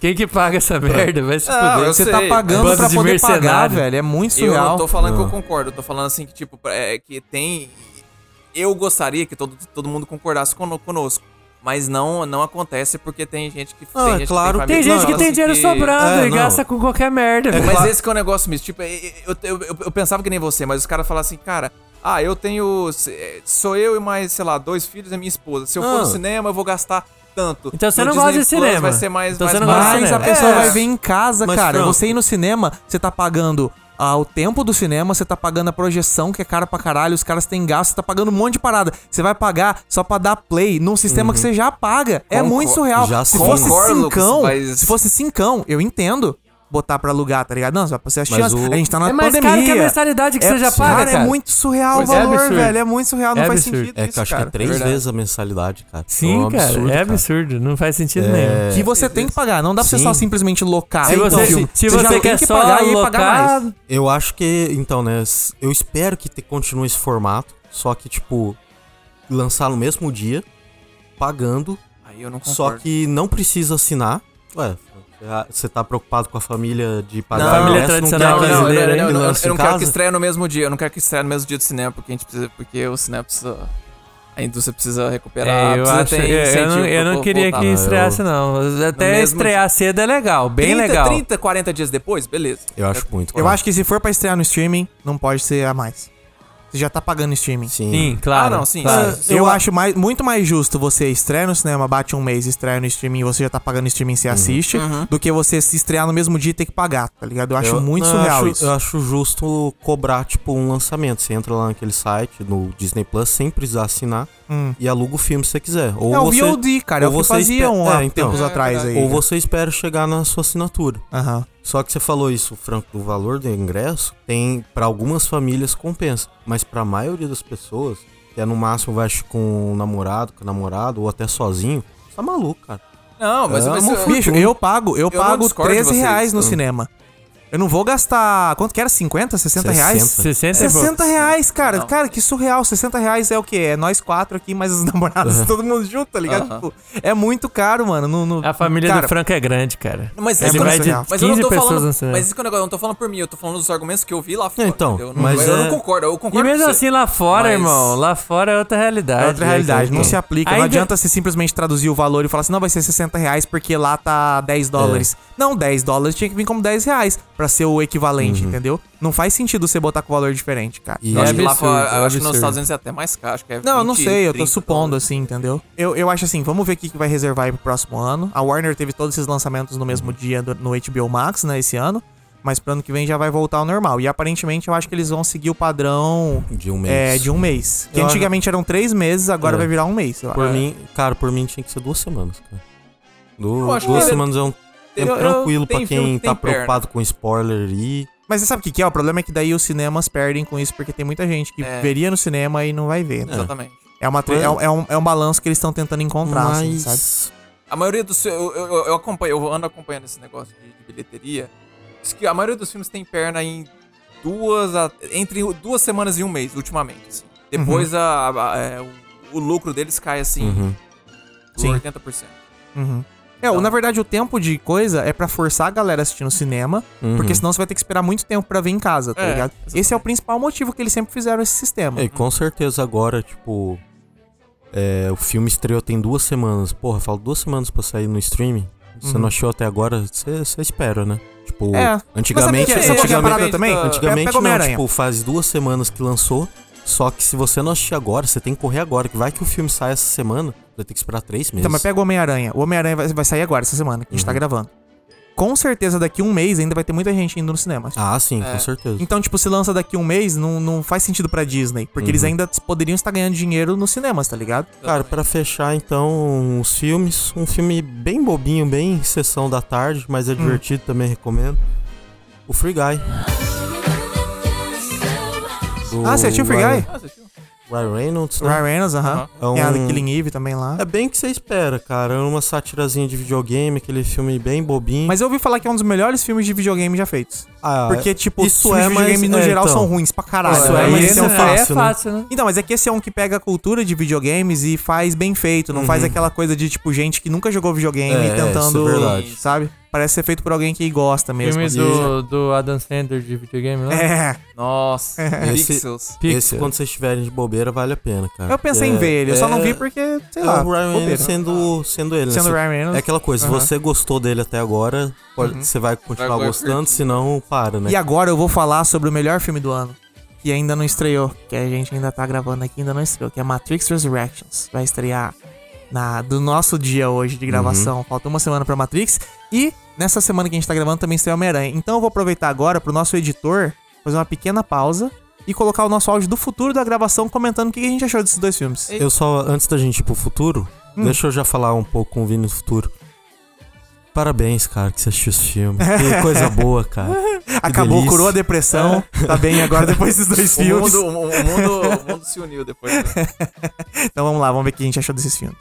Speaker 3: Quem que paga essa merda? Vai se
Speaker 5: Não,
Speaker 3: fuder.
Speaker 5: eu
Speaker 2: Você
Speaker 5: sei.
Speaker 2: tá pagando
Speaker 3: Bando
Speaker 2: pra
Speaker 3: de
Speaker 2: poder pagar,
Speaker 3: mercenário.
Speaker 2: velho. É muito
Speaker 5: Eu não
Speaker 2: surreal.
Speaker 5: tô falando
Speaker 4: Não.
Speaker 5: que eu concordo, eu tô falando assim que, tipo, é, que tem. Eu gostaria que todo, todo mundo concordasse cono- conosco. Mas não, não acontece porque tem gente que.
Speaker 4: Ah,
Speaker 5: tem gente
Speaker 4: claro
Speaker 5: que
Speaker 4: que-
Speaker 3: Tem
Speaker 5: família
Speaker 3: gente
Speaker 4: Não,
Speaker 3: que tem
Speaker 5: assim,
Speaker 3: dinheiro sobrado
Speaker 4: É,
Speaker 3: e
Speaker 4: não.
Speaker 3: gasta com qualquer merda. velho.
Speaker 5: Mas esse que é o negócio mesmo. Tipo, é- é- eu, eu, eu- eu pensava que nem você, mas os caras falam assim, cara. Ah, eu tenho. se- é, Sou eu e mais, sei lá, dois filhos e minha esposa. Se eu for
Speaker 4: Ah.
Speaker 5: no cinema, eu vou gastar tanto.
Speaker 3: Então você
Speaker 5: No
Speaker 3: não gosta
Speaker 5: Disney
Speaker 3: de
Speaker 5: Plus
Speaker 3: cinema.
Speaker 5: Vai ser mais.
Speaker 3: Então
Speaker 5: mais
Speaker 3: você não gosta de
Speaker 2: Mas
Speaker 5: barato.
Speaker 2: a
Speaker 3: cinema.
Speaker 2: pessoa
Speaker 5: É.
Speaker 2: vai ver em casa,
Speaker 4: Mas,
Speaker 2: cara.
Speaker 4: Fran-
Speaker 2: Você ir no cinema, você tá pagando ah, o tempo do cinema, você tá pagando a projeção, que é cara pra caralho, os caras têm gasto, você tá pagando um monte de parada. Você vai pagar só pra dar play num sistema que você já paga. É
Speaker 5: Concor-
Speaker 2: muito surreal.
Speaker 4: Uhum. já
Speaker 2: se
Speaker 4: sim.
Speaker 2: fosse
Speaker 5: Concordo,
Speaker 2: cincão,
Speaker 5: Lucas, mas-
Speaker 2: se fosse cincão, eu entendo botar pra alugar, tá ligado? Não, só pra você assistir.
Speaker 4: Mas
Speaker 2: antes.
Speaker 4: o-
Speaker 2: A gente tá na
Speaker 3: É mais
Speaker 2: pandemia.
Speaker 3: caro que a mensalidade que você já paga, né?
Speaker 2: Cara, é
Speaker 3: cara.
Speaker 2: muito surreal o
Speaker 3: Pois é,
Speaker 2: valor,
Speaker 3: absurdo.
Speaker 2: velho. É muito surreal, não
Speaker 3: É
Speaker 2: faz
Speaker 3: absurdo.
Speaker 2: sentido
Speaker 4: É que
Speaker 2: isso,
Speaker 4: eu acho
Speaker 2: cara.
Speaker 4: que é três
Speaker 5: Verdade.
Speaker 4: vezes a mensalidade, cara.
Speaker 3: Sim,
Speaker 4: É um
Speaker 3: cara.
Speaker 4: absurdo,
Speaker 3: é absurdo. Não faz sentido nenhum.
Speaker 2: Que você tem que pagar, não dá pra você
Speaker 4: Sim.
Speaker 2: só simplesmente locar.
Speaker 3: Se
Speaker 2: Então,
Speaker 3: você,
Speaker 2: filho,
Speaker 3: se
Speaker 2: já
Speaker 3: você
Speaker 2: tem
Speaker 3: quer
Speaker 2: que
Speaker 3: só
Speaker 2: pagar e aí pagar
Speaker 3: alocar,
Speaker 2: mais.
Speaker 4: Eu acho que, então, né? s- Eu espero que te- continue esse formato. Só que, tipo, lançar no mesmo dia. pagando,
Speaker 5: Aí eu não concordo.
Speaker 4: só que não precisa assinar. Ué, você tá preocupado com a família de pagar
Speaker 3: Não, família
Speaker 4: ingresso, não
Speaker 3: tradicional
Speaker 4: quer-
Speaker 5: Não, não, não,
Speaker 3: brasileiro,
Speaker 5: não,
Speaker 3: hein,
Speaker 5: não, eu,
Speaker 4: no
Speaker 5: eu
Speaker 4: nosso
Speaker 5: não quero
Speaker 4: caso?
Speaker 5: que estreia no mesmo dia. Eu não quero que estreia no mesmo dia do cinema, porque a gente precisa. Porque o cinema precisa. A indústria precisa recuperar.
Speaker 3: É, eu
Speaker 5: precisa
Speaker 3: acho.
Speaker 5: ter
Speaker 3: eu- Eu
Speaker 5: incentivo
Speaker 3: não, eu
Speaker 5: pra
Speaker 3: não
Speaker 5: vo-
Speaker 3: queria
Speaker 5: voltar.
Speaker 3: que estreasse, não. Até
Speaker 5: mesmo
Speaker 3: estrear cedo é legal, bem
Speaker 5: 30,
Speaker 3: legal.
Speaker 5: 30, 40 dias depois, beleza. Ah,
Speaker 4: Eu acho muito.
Speaker 2: Eu acho que se for pra estrear no streaming, não pode ser a mais. Você já tá pagando streaming.
Speaker 4: Sim.
Speaker 3: Sim, claro.
Speaker 5: Ah, não, sim,
Speaker 3: claro.
Speaker 5: sim.
Speaker 2: Eu,
Speaker 4: Eu a-
Speaker 2: acho mais- muito mais justo você estrear no cinema, bate um mês, estrear no streaming e você já tá pagando streaming e você assiste,
Speaker 5: Uhum.
Speaker 2: do que você se estrear no mesmo dia e ter que pagar, tá ligado? Eu acho
Speaker 4: Eu-
Speaker 2: muito
Speaker 4: não, eu
Speaker 2: surreal
Speaker 4: acho-
Speaker 2: isso.
Speaker 4: Eu acho justo cobrar, tipo, um lançamento. Você entra lá naquele site, no Disney Plus, sem precisar assinar,
Speaker 2: Hum.
Speaker 4: e aluga o filme se você quiser. Ou
Speaker 2: é o
Speaker 4: você,
Speaker 2: VOD, cara. É o
Speaker 4: ou
Speaker 2: que
Speaker 4: você
Speaker 2: faziam
Speaker 4: espera-
Speaker 2: há
Speaker 4: é, então.
Speaker 2: tempos
Speaker 5: É,
Speaker 2: atrás aí. né?
Speaker 4: ou você espera chegar na sua assinatura.
Speaker 2: Aham.
Speaker 4: Só que você falou isso, Franco, do valor do ingresso, tem pra algumas famílias compensa, mas pra maioria das pessoas, que é no máximo vai acho, com um namorado, com a namorada ou até sozinho, você tá maluco, cara.
Speaker 5: Não, mas,
Speaker 4: É
Speaker 5: mas
Speaker 4: uma
Speaker 5: eu-
Speaker 2: Bicho, eu pago, eu,
Speaker 5: não
Speaker 2: pago
Speaker 5: discordo de
Speaker 2: 13
Speaker 5: vocês,
Speaker 2: reais no
Speaker 5: então.
Speaker 2: cinema. Eu não vou gastar. Quanto que era? 50, 60 reais?
Speaker 3: 60 e pouco.
Speaker 2: 60 reais, cara.
Speaker 5: Não.
Speaker 2: Cara, que surreal. 60 reais é o quê? É nós quatro aqui, mais os namorados, todo mundo junto, tá ligado?
Speaker 5: Aham.
Speaker 2: Tipo, é muito caro, mano. No, no-
Speaker 3: A família
Speaker 2: cara,
Speaker 3: do Franco é grande, cara.
Speaker 5: Mas
Speaker 2: Ele
Speaker 5: isso que eu-
Speaker 2: vai de
Speaker 5: mas eu não
Speaker 3: 15
Speaker 5: tô
Speaker 3: pessoas
Speaker 5: falando,
Speaker 3: no cinema.
Speaker 5: Mas isso que é o negócio, eu não tô falando por mim, eu tô falando dos argumentos que eu vi lá fora.
Speaker 4: Então,
Speaker 5: entendeu? não,
Speaker 4: mas
Speaker 5: eu
Speaker 4: é-
Speaker 5: não concordo, eu concordo.
Speaker 3: E mesmo
Speaker 5: com você.
Speaker 3: assim, lá fora,
Speaker 5: Mas-
Speaker 3: irmão, lá fora é outra realidade.
Speaker 2: É outra realidade, não
Speaker 4: Então.
Speaker 2: se aplica. Não
Speaker 3: Ainda-
Speaker 2: adianta você simplesmente traduzir o valor e falar assim, não, vai ser 60 reais porque lá tá
Speaker 5: É.
Speaker 2: 10 dólares. Não, 10 dólares tinha que vir como 10 reais pra ser o equivalente,
Speaker 5: Uhum.
Speaker 2: entendeu? Não faz sentido você botar com valor diferente, cara.
Speaker 3: É
Speaker 5: Eu acho
Speaker 4: E
Speaker 5: que lá
Speaker 3: absurdo,
Speaker 5: fora, eu
Speaker 3: é
Speaker 5: acho que nos
Speaker 3: absurdo.
Speaker 5: Estados Unidos é até mais caro. Acho que é
Speaker 2: Não, eu não
Speaker 5: 20,
Speaker 2: sei, eu tô
Speaker 5: 30
Speaker 2: supondo
Speaker 5: dólares.
Speaker 2: assim, entendeu? Eu, eu acho assim, vamos ver o que que vai reservar aí pro próximo ano. A Warner teve todos esses lançamentos no
Speaker 4: Uhum.
Speaker 2: mesmo dia do- no HBO Max, né, esse ano. Mas pro ano que vem já vai voltar ao normal. E aparentemente eu acho que eles vão seguir o padrão
Speaker 4: De um mês.
Speaker 2: é, de um mês. Que
Speaker 4: Eu acho-
Speaker 2: antigamente eram três meses, agora
Speaker 4: É.
Speaker 2: vai virar um mês. eu
Speaker 4: Por
Speaker 2: acho.
Speaker 4: mim, cara, por mim tinha que ser duas semanas, cara. Du-
Speaker 5: Eu acho
Speaker 4: duas
Speaker 5: que-
Speaker 4: semanas é um tempo
Speaker 5: Eu- eu-
Speaker 4: tranquilo pra
Speaker 5: tem filme
Speaker 4: quem
Speaker 5: que tem
Speaker 4: tá
Speaker 5: perna.
Speaker 4: preocupado com spoiler e.
Speaker 2: Mas você sabe o que, que é? O problema é que daí os cinemas perdem com isso, porque tem muita gente que
Speaker 5: É.
Speaker 2: veria no cinema e não vai
Speaker 3: assim,
Speaker 2: ver. né?
Speaker 5: Exatamente.
Speaker 2: É, uma, tre-
Speaker 4: Mas-
Speaker 2: é, um- é um, é um balanço que eles estão tentando encontrar, assim, sabe?
Speaker 4: Mas.
Speaker 5: A maioria dos fi- eu, eu, eu- eu acompanho, eu ando acompanhando esse negócio de, de bilheteria. Diz que a maioria dos filmes tem perna em duas a- entre duas semanas e um mês, ultimamente. assim. Depois a- a- a- é, o, o lucro deles cai assim
Speaker 4: Uhum.
Speaker 5: por
Speaker 2: Sim.
Speaker 5: 80%.
Speaker 2: Uhum. É,
Speaker 4: Tá.
Speaker 2: o- na verdade, o tempo de coisa é pra forçar a galera a assistir no cinema,
Speaker 4: Uhum.
Speaker 2: porque senão você vai ter que esperar muito tempo pra ver em casa, tá
Speaker 5: É,
Speaker 2: ligado? Esse é o principal motivo que eles sempre fizeram esse sistema.
Speaker 4: É, e com certeza agora, tipo. é, o filme estreou tem duas semanas. Porra, falo duas semanas pra sair no streaming. Você
Speaker 2: Uhum.
Speaker 4: não achou até agora? Você você espera, né? Tipo,
Speaker 2: É.
Speaker 4: antigamente.
Speaker 2: Mas sabe o que é- sabe o que é a
Speaker 4: antigamente-
Speaker 2: parada também?
Speaker 5: antigamente-
Speaker 4: Antigamente
Speaker 2: Pega o
Speaker 4: não,
Speaker 2: Homem-Aranha.
Speaker 4: tipo, faz duas semanas que lançou. Só que se você não assistir agora, você tem que correr agora. Que vai que o filme sai essa semana, vai ter que esperar três meses.
Speaker 2: Então, mas pega o Homem-Aranha. O Homem-Aranha vai, vai sair agora, essa semana, que a gente tá
Speaker 4: Uhum.
Speaker 2: gravando. Com certeza, daqui um mês ainda vai ter muita gente indo no cinema.
Speaker 4: Ah, sim,
Speaker 5: É.
Speaker 4: com certeza.
Speaker 2: Então, tipo, se lança daqui um mês, não, não faz sentido pra Disney. Porque eles
Speaker 4: Uhum.
Speaker 2: ainda poderiam estar ganhando dinheiro nos cinemas, tá ligado?
Speaker 4: Cara, pra fechar então os filmes, um filme bem bobinho, bem sessão da tarde, mas
Speaker 2: Hum.
Speaker 4: é divertido também recomendo. O Free Guy. do
Speaker 2: ah, você assistiu Free
Speaker 4: Ryan-
Speaker 2: Guy?
Speaker 5: Ah, você assistiu?
Speaker 4: Ryan Reynolds, né?
Speaker 2: Ryan Reynolds, aham.
Speaker 4: É um-
Speaker 2: Tem a Killing Eve também lá.
Speaker 4: É bem que você espera, cara. É uma satirazinha de videogame, aquele filme bem bobinho.
Speaker 2: Mas eu ouvi falar que é um dos melhores filmes de videogame já feitos.
Speaker 4: Ah,
Speaker 2: Porque, tipo,
Speaker 4: isso
Speaker 2: os filmes
Speaker 4: é,
Speaker 2: de
Speaker 4: mas-
Speaker 2: videogame no
Speaker 4: é,
Speaker 2: geral
Speaker 4: então.
Speaker 2: são ruins pra caralho.
Speaker 4: Isso
Speaker 2: né?
Speaker 4: é,
Speaker 2: Mas
Speaker 4: mas
Speaker 2: esse é um
Speaker 4: isso
Speaker 2: fato.
Speaker 3: é
Speaker 4: fácil, né?
Speaker 3: fácil, né?
Speaker 2: Então, mas é que esse é um que pega a cultura de videogames e faz bem feito. Não faz aquela coisa de, tipo, gente que nunca jogou videogame
Speaker 4: Uhum. É, é,
Speaker 2: tentando.
Speaker 4: isso é verdade.
Speaker 2: Sabe? Parece ser feito por alguém que gosta mesmo.
Speaker 3: Filme
Speaker 2: assim.
Speaker 3: do, do Adam Sandler de videogame lá.
Speaker 2: É.
Speaker 5: Nossa,
Speaker 4: Esse-
Speaker 5: Pixels.
Speaker 4: Esse, quando vocês estiverem de bobeira, vale a pena, cara.
Speaker 2: Eu pensei em
Speaker 4: É-
Speaker 2: ver ele, eu só não
Speaker 4: é-
Speaker 2: vi porque, sei
Speaker 4: é
Speaker 2: lá.
Speaker 4: o Ryan
Speaker 2: bobeira.
Speaker 4: Reynolds sendo, sendo ele, né?
Speaker 2: Sendo
Speaker 4: Você-
Speaker 2: Ryan Reynolds.
Speaker 4: É aquela coisa, se
Speaker 2: Aham. Uhum.
Speaker 4: você gostou dele até agora, pode- você vai continuar
Speaker 5: Agora-
Speaker 4: gostando, senão para, né?
Speaker 2: E agora eu vou falar sobre o melhor filme do ano. Que ainda não estreou. Que a gente ainda tá gravando aqui, ainda não estreou. Que é Matrix Resurrections. Vai estrear na, do nosso dia hoje
Speaker 5: Uhum.
Speaker 2: de gravação. Falta uma semana pra Matrix. E nessa semana que a gente tá gravando também estreia Homem-Aranha. Então eu vou aproveitar agora pro nosso editor fazer uma pequena pausa. E colocar o nosso áudio do futuro da gravação comentando o que a gente achou desses dois filmes.
Speaker 4: Eu só, antes da gente ir pro futuro,
Speaker 2: Hum.
Speaker 4: deixa eu já falar um pouco com o Vini no futuro. Parabéns, cara, que você assistiu esse filme. Que coisa boa, cara.
Speaker 2: Acabou,
Speaker 4: delícia.
Speaker 2: curou a depressão. Tá bem agora depois desses dois
Speaker 5: O
Speaker 2: filmes.
Speaker 5: mundo, o, o mundo, o mundo se uniu depois. né?
Speaker 2: Então vamos lá, vamos ver o que a gente achou desses filmes.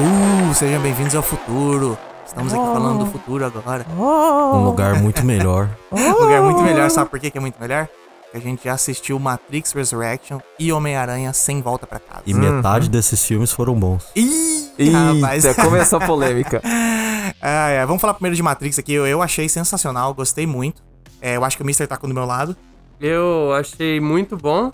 Speaker 2: Uh, sejam bem-vindos ao futuro. Estamos aqui falando do futuro agora.
Speaker 4: Um lugar muito melhor.
Speaker 2: Um lugar muito melhor, sabe por que que é muito melhor? Porque a gente já assistiu Matrix Resurrection e Homem-Aranha sem volta pra casa.
Speaker 4: E metade desses filmes foram bons.
Speaker 2: Ih, rapaz.
Speaker 5: Eita, começou a polêmica.
Speaker 2: Ah, é, Vamos falar primeiro de Matrix aqui. Eu, eu achei sensacional, gostei muito. É, eu acho que o Mr. Taco do meu lado.
Speaker 3: Eu achei muito bom,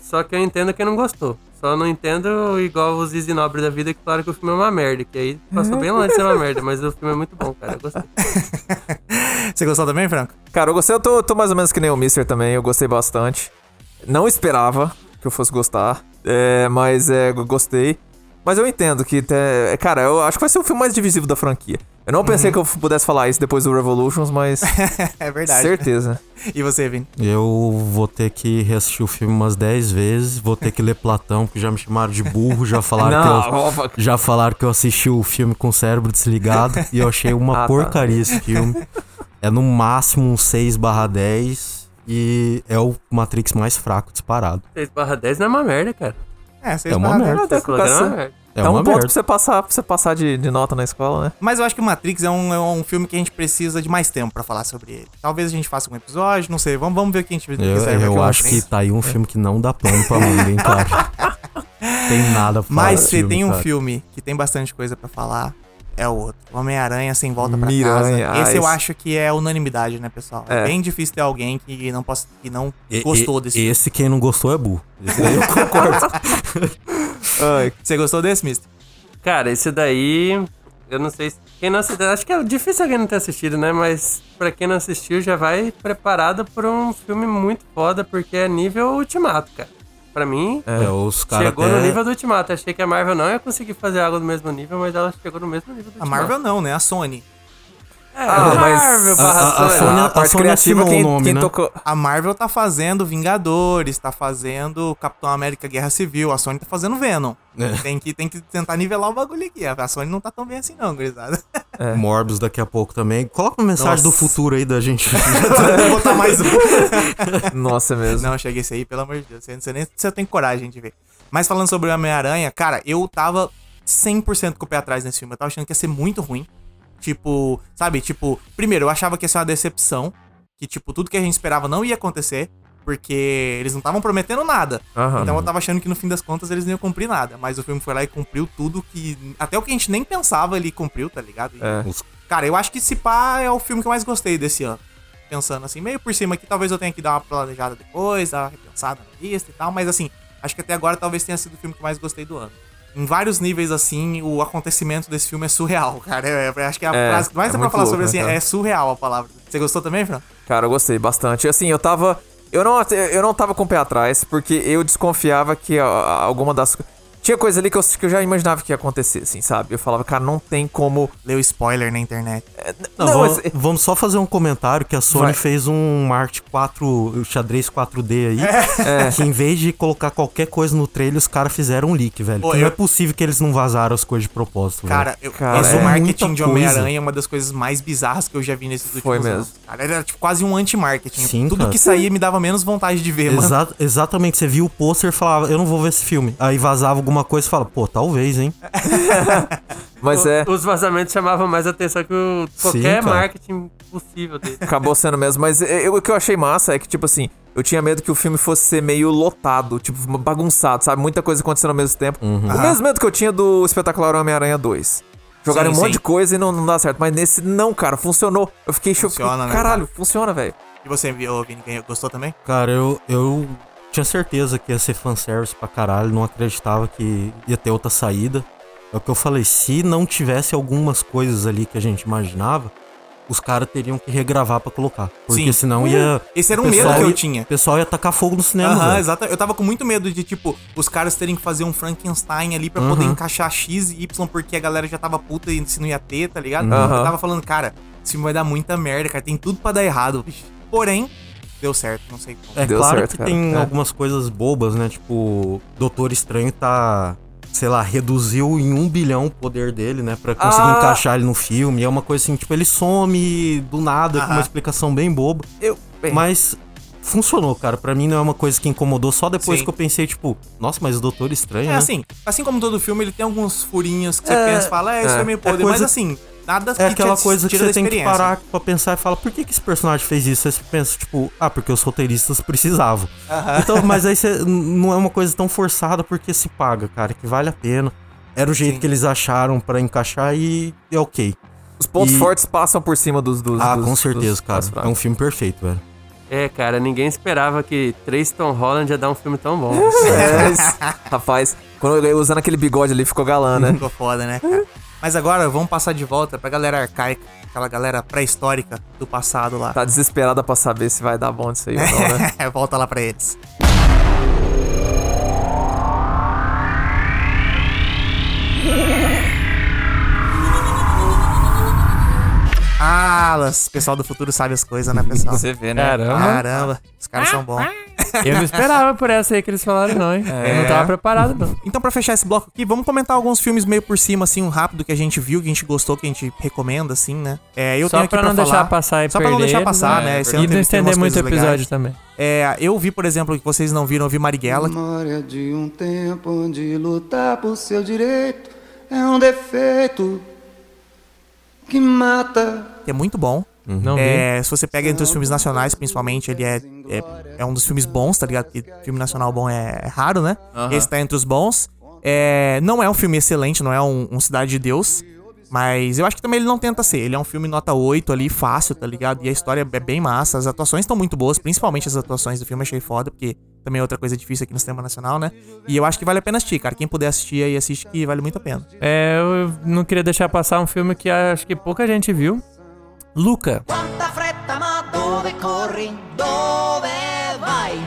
Speaker 3: só que eu entendo quem não gostou. Só não entendo igual os Easy Nobre da vida, que claro que o filme é uma merda, que aí passou bem longe de ser uma merda, mas o filme é muito bom, cara. Eu gostei.
Speaker 2: Você gostou também, Franco?
Speaker 5: Cara, eu gostei, eu tô, tô mais ou menos que nem o Mister também, eu gostei bastante. Não esperava que eu fosse gostar, é, mas é, eu gostei. Mas eu entendo que, te- cara, eu acho que vai ser o filme mais divisivo da franquia. Eu não pensei que eu f- pudesse falar isso depois do Revolutions, mas
Speaker 2: É verdade.
Speaker 5: certeza.
Speaker 2: E você, Vini?
Speaker 4: Eu vou ter que reassistir o filme umas 10 vezes, vou ter que ler Platão, porque já me chamaram de burro, já falaram, que, eu,
Speaker 5: ó,
Speaker 4: já falaram que eu assisti o filme com o cérebro desligado, e eu achei
Speaker 5: Ah,
Speaker 4: uma
Speaker 5: tá.
Speaker 4: porcaria esse filme. É no máximo um 6 barra 10, e é o Matrix mais fraco disparado.
Speaker 3: 6 barra 10 não é uma merda, cara.
Speaker 2: É, vocês
Speaker 4: É uma
Speaker 2: falaram.
Speaker 4: merda.
Speaker 5: Ah, deve
Speaker 3: Esse programa é uma
Speaker 5: ficar-
Speaker 3: merda.
Speaker 4: É
Speaker 5: Dá
Speaker 4: uma
Speaker 5: um ponto
Speaker 4: merda.
Speaker 5: pra você passar, pra você passar de, de nota na escola, né?
Speaker 2: Mas eu acho que Matrix é um, é um filme que a gente precisa de mais tempo pra falar sobre ele. Talvez a gente faça um episódio, não sei. Vamos, vamos ver o que a gente
Speaker 4: Eu,
Speaker 2: quiser ver
Speaker 4: eu
Speaker 2: pela
Speaker 4: acho que
Speaker 2: frente.
Speaker 4: tá aí um filme que não dá pano pra mim, bem claro. tem nada pra falar
Speaker 2: Mas
Speaker 4: desse
Speaker 2: se tem um
Speaker 4: cara.
Speaker 2: filme que tem bastante coisa pra falar, é o outro. Homem-Aranha sem volta pra
Speaker 5: Miranha,
Speaker 2: casa. Esse eu
Speaker 5: esse-
Speaker 2: acho que é unanimidade, né, pessoal? É,
Speaker 5: É.
Speaker 2: bem difícil ter alguém que não, possa, que não
Speaker 4: E-
Speaker 2: gostou
Speaker 4: e-
Speaker 2: desse filme.
Speaker 4: Esse quem não gostou é burro. Esse daí eu
Speaker 5: Ai,
Speaker 2: Você gostou desse, Mister?
Speaker 3: Cara, esse daí. Eu não sei se. Quem não assistiu. Acho que é difícil alguém não ter assistido, né? Mas pra quem não assistiu, já vai preparado pra um filme muito foda, porque é nível ultimato, cara. Pra mim,
Speaker 4: É, os caras
Speaker 3: chegou no
Speaker 4: até...
Speaker 3: nível do ultimato. Achei que a Marvel não ia conseguir fazer algo do mesmo nível, mas ela chegou no mesmo nível do
Speaker 4: Ah,
Speaker 2: A
Speaker 3: ultimato.
Speaker 2: Marvel não, né? A Sony.
Speaker 3: É,
Speaker 5: Ah, mas-
Speaker 3: Marvel,
Speaker 5: a-
Speaker 4: A,
Speaker 3: barra
Speaker 4: a, a
Speaker 3: Sony.
Speaker 4: Sony,
Speaker 5: a
Speaker 4: a
Speaker 5: parte
Speaker 4: Sony
Speaker 5: criativa,
Speaker 4: assinou
Speaker 5: quem,
Speaker 4: o nome,
Speaker 5: quem
Speaker 4: né?
Speaker 5: tocou...
Speaker 2: A Marvel tá fazendo Vingadores, tá fazendo Capitão América Guerra Civil, a Sony tá fazendo Venom.
Speaker 4: É.
Speaker 2: Tem, que, tem que tentar nivelar o bagulho aqui. A Sony não tá tão bem assim, não, gurizada. É.
Speaker 4: Morbius daqui a pouco também. Coloca uma mensagem do futuro aí da gente.
Speaker 2: Vou botar mais um.
Speaker 5: Nossa, é mesmo.
Speaker 2: Não, cheguei esse aí, pelo amor de Deus. Você, você nem você tem coragem de ver. Mas falando sobre o Homem-Aranha, cara, eu tava 100% com o pé atrás nesse filme. Eu tava achando que ia ser muito ruim. Tipo, sabe? Tipo, primeiro, eu achava que ia ser uma decepção. Que, tipo, tudo que a gente esperava não ia acontecer. Porque eles não estavam prometendo nada.
Speaker 5: Aham.
Speaker 2: Então eu tava achando que no fim das contas eles não iam cumprir nada. Mas o filme foi lá e cumpriu tudo que. Até o que a gente nem pensava ele cumpriu, tá ligado? E,
Speaker 5: É.
Speaker 2: Cara, eu acho que esse pá é o filme que eu mais gostei desse ano. Pensando assim, meio por cima aqui, talvez eu tenha que dar uma planejada depois, dar uma repensada na lista e tal, mas assim, acho que até agora talvez tenha sido o filme que eu mais gostei do ano. Em vários níveis, assim, o acontecimento desse filme é surreal, cara. Eu, eu acho que a
Speaker 5: É,
Speaker 2: frase que mais
Speaker 5: é
Speaker 2: dá pra
Speaker 5: muito
Speaker 2: falar
Speaker 5: louco,
Speaker 2: sobre
Speaker 5: né,
Speaker 2: assim,
Speaker 5: cara?
Speaker 2: é surreal a palavra. Você gostou também, Fran?
Speaker 5: Cara, eu gostei bastante. Assim, eu tava. Eu não, eu não tava com o pé atrás, porque eu desconfiava que ó, alguma das. Tinha coisa ali que eu, que eu já imaginava que ia acontecer, assim, sabe? Eu falava, cara, não tem como.
Speaker 2: Leu spoiler na internet.
Speaker 4: Não,
Speaker 5: Não,
Speaker 4: vamos,
Speaker 2: é-
Speaker 5: mas-
Speaker 4: vamos só fazer um comentário que a Sony
Speaker 5: Vai.
Speaker 4: fez um Marte 4, o xadrez 4D aí,
Speaker 2: É.
Speaker 4: que em vez de colocar qualquer coisa no trailer, os caras fizeram um leak, velho.
Speaker 2: Pô,
Speaker 4: Que
Speaker 2: eu-
Speaker 4: não é possível que eles não vazaram as coisas de propósito, velho.
Speaker 2: Cara, eu,
Speaker 5: Cara,
Speaker 2: mas
Speaker 5: é
Speaker 2: o marketing
Speaker 4: muita
Speaker 2: de Homem-Aranha é uma das coisas mais bizarras que eu já vi nesses últimos
Speaker 5: Foi mesmo.
Speaker 2: anos. Cara, era tipo quase um anti-marketing.
Speaker 4: Sim,
Speaker 2: Tudo
Speaker 4: cara.
Speaker 2: que saía me dava menos vontade de ver, mano.
Speaker 4: Exa- exatamente, você viu o pôster e falava, eu não vou ver esse filme. Aí vazava alguma coisa e fala, pô, talvez, hein?
Speaker 5: Mas é.
Speaker 3: Os vazamentos chamavam mais atenção que o- qualquer
Speaker 4: cara.
Speaker 3: marketing possível dele.
Speaker 5: Acabou sendo mesmo. Mas eu- o que eu achei massa é que, tipo assim, eu tinha medo que o filme fosse ser meio lotado, tipo, bagunçado, sabe? Muita coisa acontecendo ao mesmo tempo.
Speaker 2: Uhum.
Speaker 5: O mesmo medo que eu tinha do espetacular Homem-Aranha 2. Jogaram
Speaker 2: Sim,
Speaker 5: um monte
Speaker 2: sim.
Speaker 5: de coisa e não, não dá certo. Mas nesse, não, cara, funcionou. Eu fiquei
Speaker 2: Funciona,
Speaker 5: chocado.
Speaker 2: né,
Speaker 5: Caralho, funciona, velho.
Speaker 2: E você, ô, Vini, quem- gostou também?
Speaker 4: Cara, eu, eu tinha certeza que ia ser fanservice pra caralho, não acreditava que ia ter outra saída. É o que eu falei, se não tivesse algumas coisas ali que a gente imaginava, os caras teriam que regravar pra colocar. Porque
Speaker 2: Sim.
Speaker 4: senão ia.
Speaker 2: Esse era um
Speaker 4: o
Speaker 2: medo
Speaker 4: pessoal
Speaker 2: que eu
Speaker 4: ia-
Speaker 2: tinha.
Speaker 4: O pessoal ia tacar fogo no cinema.
Speaker 2: Aham,
Speaker 4: velho.
Speaker 2: exato. Eu tava com muito medo de, tipo, os caras terem que fazer um Frankenstein ali pra poder encaixar X e Y, porque a galera já tava puta e se não ia ter, tá ligado?
Speaker 5: Aham.
Speaker 2: Eu tava falando, cara, esse filme vai dar muita merda, cara. Tem tudo pra dar errado, bicho. Porém, deu certo, não sei como.
Speaker 4: É
Speaker 5: Deu
Speaker 4: claro
Speaker 5: certo,
Speaker 4: que
Speaker 5: cara.
Speaker 4: tem
Speaker 5: É.
Speaker 4: algumas coisas bobas, né? Tipo, Doutor Estranho tá. Sei lá, reduziu em um bilhão o poder dele, né? Pra conseguir
Speaker 5: Ah!
Speaker 4: encaixar ele no filme. É uma coisa assim, tipo, ele some do nada, com
Speaker 2: Aham.
Speaker 4: uma explicação bem boba.
Speaker 5: Ah! Eu. bem,
Speaker 4: Mas funcionou, cara. Pra mim não é uma coisa que incomodou. Só depois
Speaker 2: Sim.
Speaker 4: que eu pensei, tipo, nossa, mas o Doutor Estranho,
Speaker 2: É
Speaker 4: né?
Speaker 2: assim, assim como todo filme, ele tem alguns furinhos que você pensa e fala, é, isso é, meio podre,
Speaker 4: coisa-
Speaker 2: mas assim,
Speaker 5: Nada
Speaker 4: É aquela
Speaker 5: te
Speaker 4: coisa que
Speaker 5: tira
Speaker 4: você
Speaker 5: da
Speaker 4: tem que
Speaker 5: experiência.
Speaker 4: parar pra pensar e falar, por que, que esse personagem fez isso? Aí você pensa, tipo, ah, porque os roteiristas precisavam. Então, mas aí você n- não é uma coisa tão forçada porque se paga, cara, que vale a pena. Era o jeito que eles acharam pra encaixar e é ok.
Speaker 8: Os pontos
Speaker 4: E-
Speaker 8: fortes passam por cima dos. dos
Speaker 4: ah,
Speaker 8: dos-
Speaker 4: com
Speaker 8: dos-
Speaker 4: certeza,
Speaker 8: das
Speaker 4: cara. É
Speaker 8: fracas.
Speaker 4: um filme perfeito, velho.
Speaker 3: É, cara, ninguém esperava que Tristan Holland ia dar um filme tão bom.
Speaker 8: É, isso. Rapaz, quando eu usando aquele bigode ali, ficou galã, né?
Speaker 4: é
Speaker 2: Ficou foda, né, cara? Mas agora vamos passar de volta pra galera arcaica, aquela galera pré-histórica do passado lá.
Speaker 8: Tá desesperada pra saber se vai dar bom disso aí ou não, né?
Speaker 2: Volta lá pra eles. Ah, o pessoal do futuro sabe as coisas, né, pessoal?
Speaker 5: Você vê, né?
Speaker 3: Caramba,
Speaker 2: Caramba, os caras são bons.
Speaker 3: eu não esperava por essa aí que eles falaram, não, hein?
Speaker 2: É.
Speaker 3: Eu não tava preparado, não.
Speaker 2: Então, pra fechar esse bloco aqui, vamos comentar alguns filmes meio por cima, assim, um rápido que a gente viu, que a gente gostou, que a gente recomenda, assim, né? É, eu
Speaker 3: Só
Speaker 2: tenho aqui
Speaker 3: pra não
Speaker 2: falar-
Speaker 3: deixar passar e
Speaker 2: Só pra
Speaker 3: perder.
Speaker 2: não deixar passar,
Speaker 3: né?
Speaker 2: né? Esse ano
Speaker 3: E não
Speaker 2: teve- teve umas
Speaker 3: estender muito o
Speaker 2: coisas
Speaker 3: episódio
Speaker 2: legais.
Speaker 3: também.
Speaker 2: É, eu vi, por exemplo, que vocês não viram, eu vi Marighella.
Speaker 9: Memória de um tempo onde lutar por seu direito é um defeito que mata.
Speaker 2: que é muito bom.
Speaker 3: Não vi.
Speaker 2: É, se você pega entre os filmes nacionais, principalmente, ele é, é, é um dos filmes bons, tá ligado? Porque filme nacional bom é, é raro, né? Esse tá entre os bons. É, não é um filme excelente, não é um, um Cidade de Deus. Mas eu acho que também ele não tenta ser. Ele é um filme nota 8 ali, fácil, tá ligado? E a história é bem massa. As atuações estão muito boas, principalmente as atuações do filme, achei foda, porque também é outra coisa difícil aqui no cinema nacional, né? E eu acho que vale a pena assistir, cara. Quem puder assistir aí, assiste que vale muito a pena.
Speaker 3: É, eu não queria deixar passar um filme que acho que pouca gente viu. Luca.
Speaker 10: Quanta fretta, ma dove corri? Dove vai?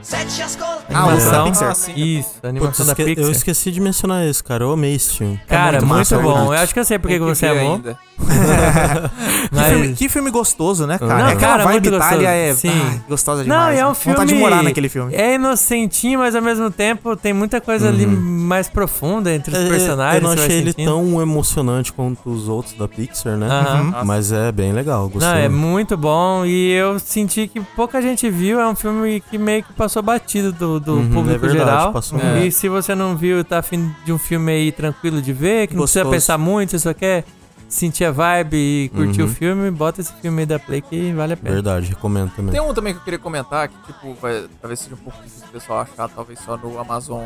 Speaker 10: Se ci ascolti,
Speaker 2: Ah, o Luca da
Speaker 3: Animação.
Speaker 2: Pixar.
Speaker 3: Isso,
Speaker 4: Putz,
Speaker 3: animação da
Speaker 4: esque- é eu
Speaker 3: Pixar.
Speaker 4: esqueci de mencionar esse, cara. Eu amei esse filme.
Speaker 3: Cara,
Speaker 2: muito
Speaker 3: muito,
Speaker 2: massa,
Speaker 3: bom.
Speaker 2: Luca.
Speaker 3: Eu acho que eu sei porque que você
Speaker 5: ver
Speaker 3: amou.
Speaker 5: ainda.
Speaker 2: Que filme,
Speaker 3: Mas...
Speaker 2: que filme gostoso, né, cara?
Speaker 3: Não,
Speaker 2: é aquela
Speaker 3: cara,
Speaker 2: vibe
Speaker 3: muito gostoso.
Speaker 2: Itália é
Speaker 3: Sim.
Speaker 2: ai, gostosa demais.
Speaker 3: Não, e é um
Speaker 2: né?
Speaker 3: filme.
Speaker 2: Vontade de morar naquele filme.
Speaker 3: É inocentinho, mas ao mesmo tempo tem muita coisa ali mais profunda entre os
Speaker 4: Uhum. É, é,
Speaker 3: personagens.
Speaker 4: Eu não
Speaker 3: você vai
Speaker 4: achei ele
Speaker 3: sentindo.
Speaker 4: tão emocionante quanto os outros da Pixar, né?
Speaker 3: Aham.
Speaker 4: Mas é bem legal, gostei.
Speaker 3: Não, é muito bom e eu senti que pouca gente viu. É um filme que meio que passou batido do, do
Speaker 4: Uhum,
Speaker 3: público
Speaker 4: é verdade,
Speaker 3: geral.
Speaker 4: passou
Speaker 3: É. E se você não viu, e tá afim de um filme aí tranquilo de ver, que não precisa
Speaker 2: Gostoso.
Speaker 3: pensar muito, você só quer sentir a vibe e curtir o filme, bota esse filme aí da Play que vale a pena.
Speaker 4: Verdade, recomendo também.
Speaker 5: Tem um também que eu queria comentar, que, tipo, vai, talvez seja um pouco difícil do pessoal achar, talvez só no Amazon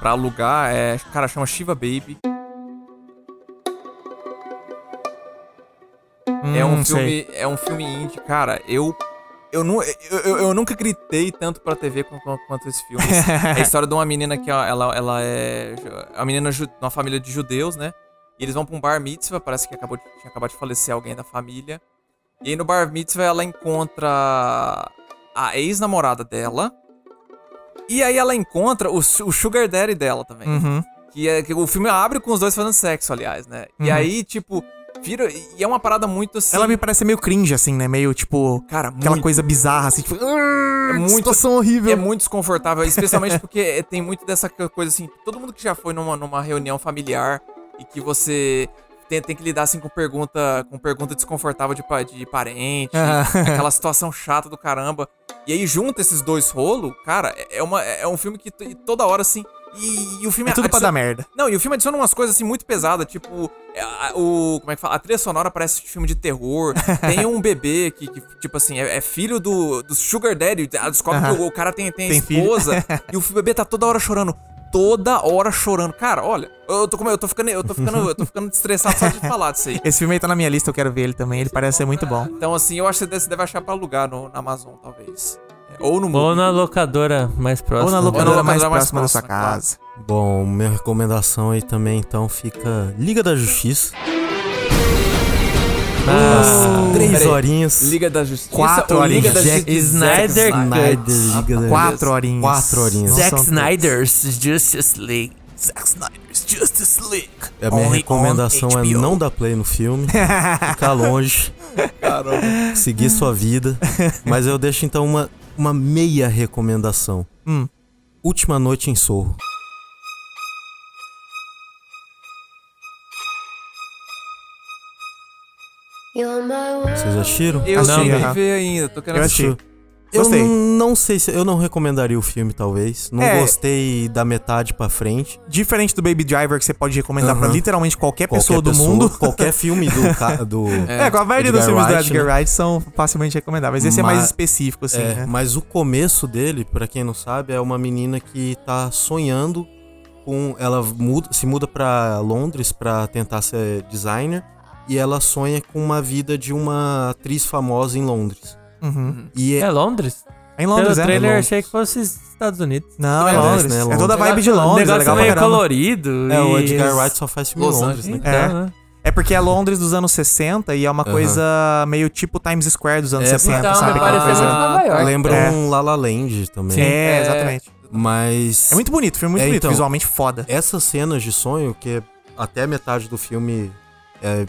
Speaker 5: pra alugar. É, cara, chama Shiva Baby. é um
Speaker 2: Hum, sei.
Speaker 5: filme, é um filme indie, cara. Eu eu, nu, eu, eu- eu nunca gritei tanto pra TV com- com- quanto, esse filme. é a história de uma menina que ó, ela, ela é ju- é uma menina ju- de uma família de judeus, né? E eles vão pra um bar mitzvah, parece que acabou de, tinha acabado de falecer alguém da família. E aí no bar mitzvah ela encontra a ex-namorada dela. E aí ela encontra o, su- o sugar daddy dela também.
Speaker 2: Uhum.
Speaker 5: Que, é, que o filme abre com os dois fazendo sexo, aliás, né? E
Speaker 2: Uhum.
Speaker 5: aí, tipo, vira. E é uma parada muito assim.
Speaker 2: Ela me parece meio cringe, assim, né? Meio, tipo,
Speaker 5: Cara,
Speaker 2: aquela
Speaker 5: muito,
Speaker 2: coisa bizarra, assim, tipo...
Speaker 5: é
Speaker 2: "Arr, que
Speaker 5: muito-
Speaker 2: situação horrível.
Speaker 5: É muito desconfortável, especialmente porque é, tem muito dessa co- coisa assim. Todo mundo que já foi numa, numa reunião familiar e que você tem, tem que lidar assim com pergunta, com pergunta desconfortável de, pa- de parente, aquela situação chata do caramba. E aí junta esses dois rolos, cara, é- é, uma, é um filme que t- toda hora assim. E, e o filme
Speaker 2: É tudo pra
Speaker 5: adiciona-
Speaker 2: dar merda.
Speaker 5: não, e o filme adiciona umas coisas assim muito pesadas, tipo, é, a- o. Como é que fala? A trilha sonora parece filme de terror. Tem um bebê que, que, tipo assim, é, é filho do, do Sugar Daddy. Ah, Descobre que o, o cara tem, tem, a
Speaker 2: Tem filho.
Speaker 5: esposa e o bebê tá toda hora chorando. Toda hora chorando. Cara, olha, eu eu tô, como- eu tô ficando. Eu tô ficando, eu tô ficando estressado só de falar disso aí.
Speaker 2: Esse filme aí tá na minha lista, eu quero ver ele também. Ele parece ser muito bom.
Speaker 5: Então, assim, eu acho que você deve achar pra alugar no, na Amazon, talvez. É, Ou no
Speaker 3: Ou
Speaker 5: Mubi.
Speaker 3: na locadora mais próxima.
Speaker 2: Ou na
Speaker 3: né?
Speaker 2: locadora mais
Speaker 5: locadora mais
Speaker 2: próxima da sua
Speaker 5: próxima, claro.
Speaker 2: casa.
Speaker 4: Bom, minha recomendação aí também então fica Liga da Justiça.
Speaker 3: Ah,
Speaker 4: Três
Speaker 5: peraí.
Speaker 4: horinhas.
Speaker 5: Liga da Justiça.
Speaker 2: Quatro
Speaker 5: ou Liga
Speaker 2: horinhas.
Speaker 5: da
Speaker 4: Jack
Speaker 5: Justiça.
Speaker 3: Snyder
Speaker 5: Zack
Speaker 4: Snyder, Liga da
Speaker 2: Quatro horinhas.
Speaker 4: Quatro horinhas.
Speaker 2: Não
Speaker 3: Zack
Speaker 2: são
Speaker 3: Snyder's Justice League.
Speaker 2: Zack Snyder's Justice League.
Speaker 4: A minha
Speaker 2: Only
Speaker 4: recomendação
Speaker 2: on
Speaker 4: é
Speaker 2: HBO.
Speaker 4: não dar play no filme, ficar longe, seguir sua vida. Mas eu deixo então uma, uma meia recomendação.
Speaker 2: Hum.
Speaker 4: Última Noite em Sorro.
Speaker 6: You're my world.
Speaker 4: Vocês assistiram?
Speaker 5: Eu
Speaker 2: Não,
Speaker 5: não,
Speaker 2: aham.
Speaker 5: ver ainda, tô querendo
Speaker 2: Eu assisti. Gostei.
Speaker 4: Eu n- não sei se. Eu não recomendaria o filme, talvez. Não
Speaker 2: É.
Speaker 4: gostei da metade pra frente.
Speaker 2: Diferente do Baby Driver, que você pode recomendar pra
Speaker 4: Aham.
Speaker 2: literalmente qualquer,
Speaker 4: Qualquer
Speaker 2: pessoa do
Speaker 4: pessoa,
Speaker 2: mundo.
Speaker 4: Qualquer filme do. ca- do
Speaker 2: É, com a maioria dos filmes do Edgar
Speaker 4: né?
Speaker 2: Wright são facilmente recomendáveis. Esse é mais
Speaker 4: Mas-
Speaker 2: específico, assim,
Speaker 4: É,
Speaker 2: né?
Speaker 4: Mas o começo dele, pra quem não sabe, é uma menina que tá sonhando com. Ela muda- se muda pra Londres pra tentar ser designer. E ela sonha com uma vida de uma atriz famosa em Londres.
Speaker 2: Uhum.
Speaker 4: E
Speaker 3: É Londres?
Speaker 2: É Em Londres,
Speaker 3: Pelo
Speaker 2: é?
Speaker 3: trailer
Speaker 2: É
Speaker 3: eu
Speaker 2: Londres.
Speaker 3: achei que fosse Estados Unidos.
Speaker 2: Não, é
Speaker 4: Parece,
Speaker 2: Londres.
Speaker 4: né,
Speaker 2: É
Speaker 4: Londres.
Speaker 2: toda a vibe de
Speaker 3: O
Speaker 2: Londres, é
Speaker 3: um negócio
Speaker 2: legal pra
Speaker 3: meio
Speaker 2: caramba.
Speaker 3: colorido.
Speaker 4: É, o
Speaker 3: e-
Speaker 4: Edgar Wright só faz filme em
Speaker 5: Los
Speaker 4: Londres, né?
Speaker 3: Então,
Speaker 2: É.
Speaker 3: né?
Speaker 2: É porque é Londres dos anos 60 e é uma coisa meio tipo Times Square dos anos
Speaker 4: É,
Speaker 2: 60,
Speaker 3: então,
Speaker 2: sabe?
Speaker 3: me
Speaker 2: Aquela
Speaker 3: pareceu
Speaker 2: coisa...
Speaker 3: muito Nova York.
Speaker 4: Lembra
Speaker 2: É.
Speaker 4: um La La Land também.
Speaker 2: É, exatamente.
Speaker 4: Mas.
Speaker 2: É muito bonito, filme muito
Speaker 4: É,
Speaker 2: bonito,
Speaker 4: então.
Speaker 2: visualmente foda.
Speaker 4: Essas cenas de sonho, que é até a metade do filme é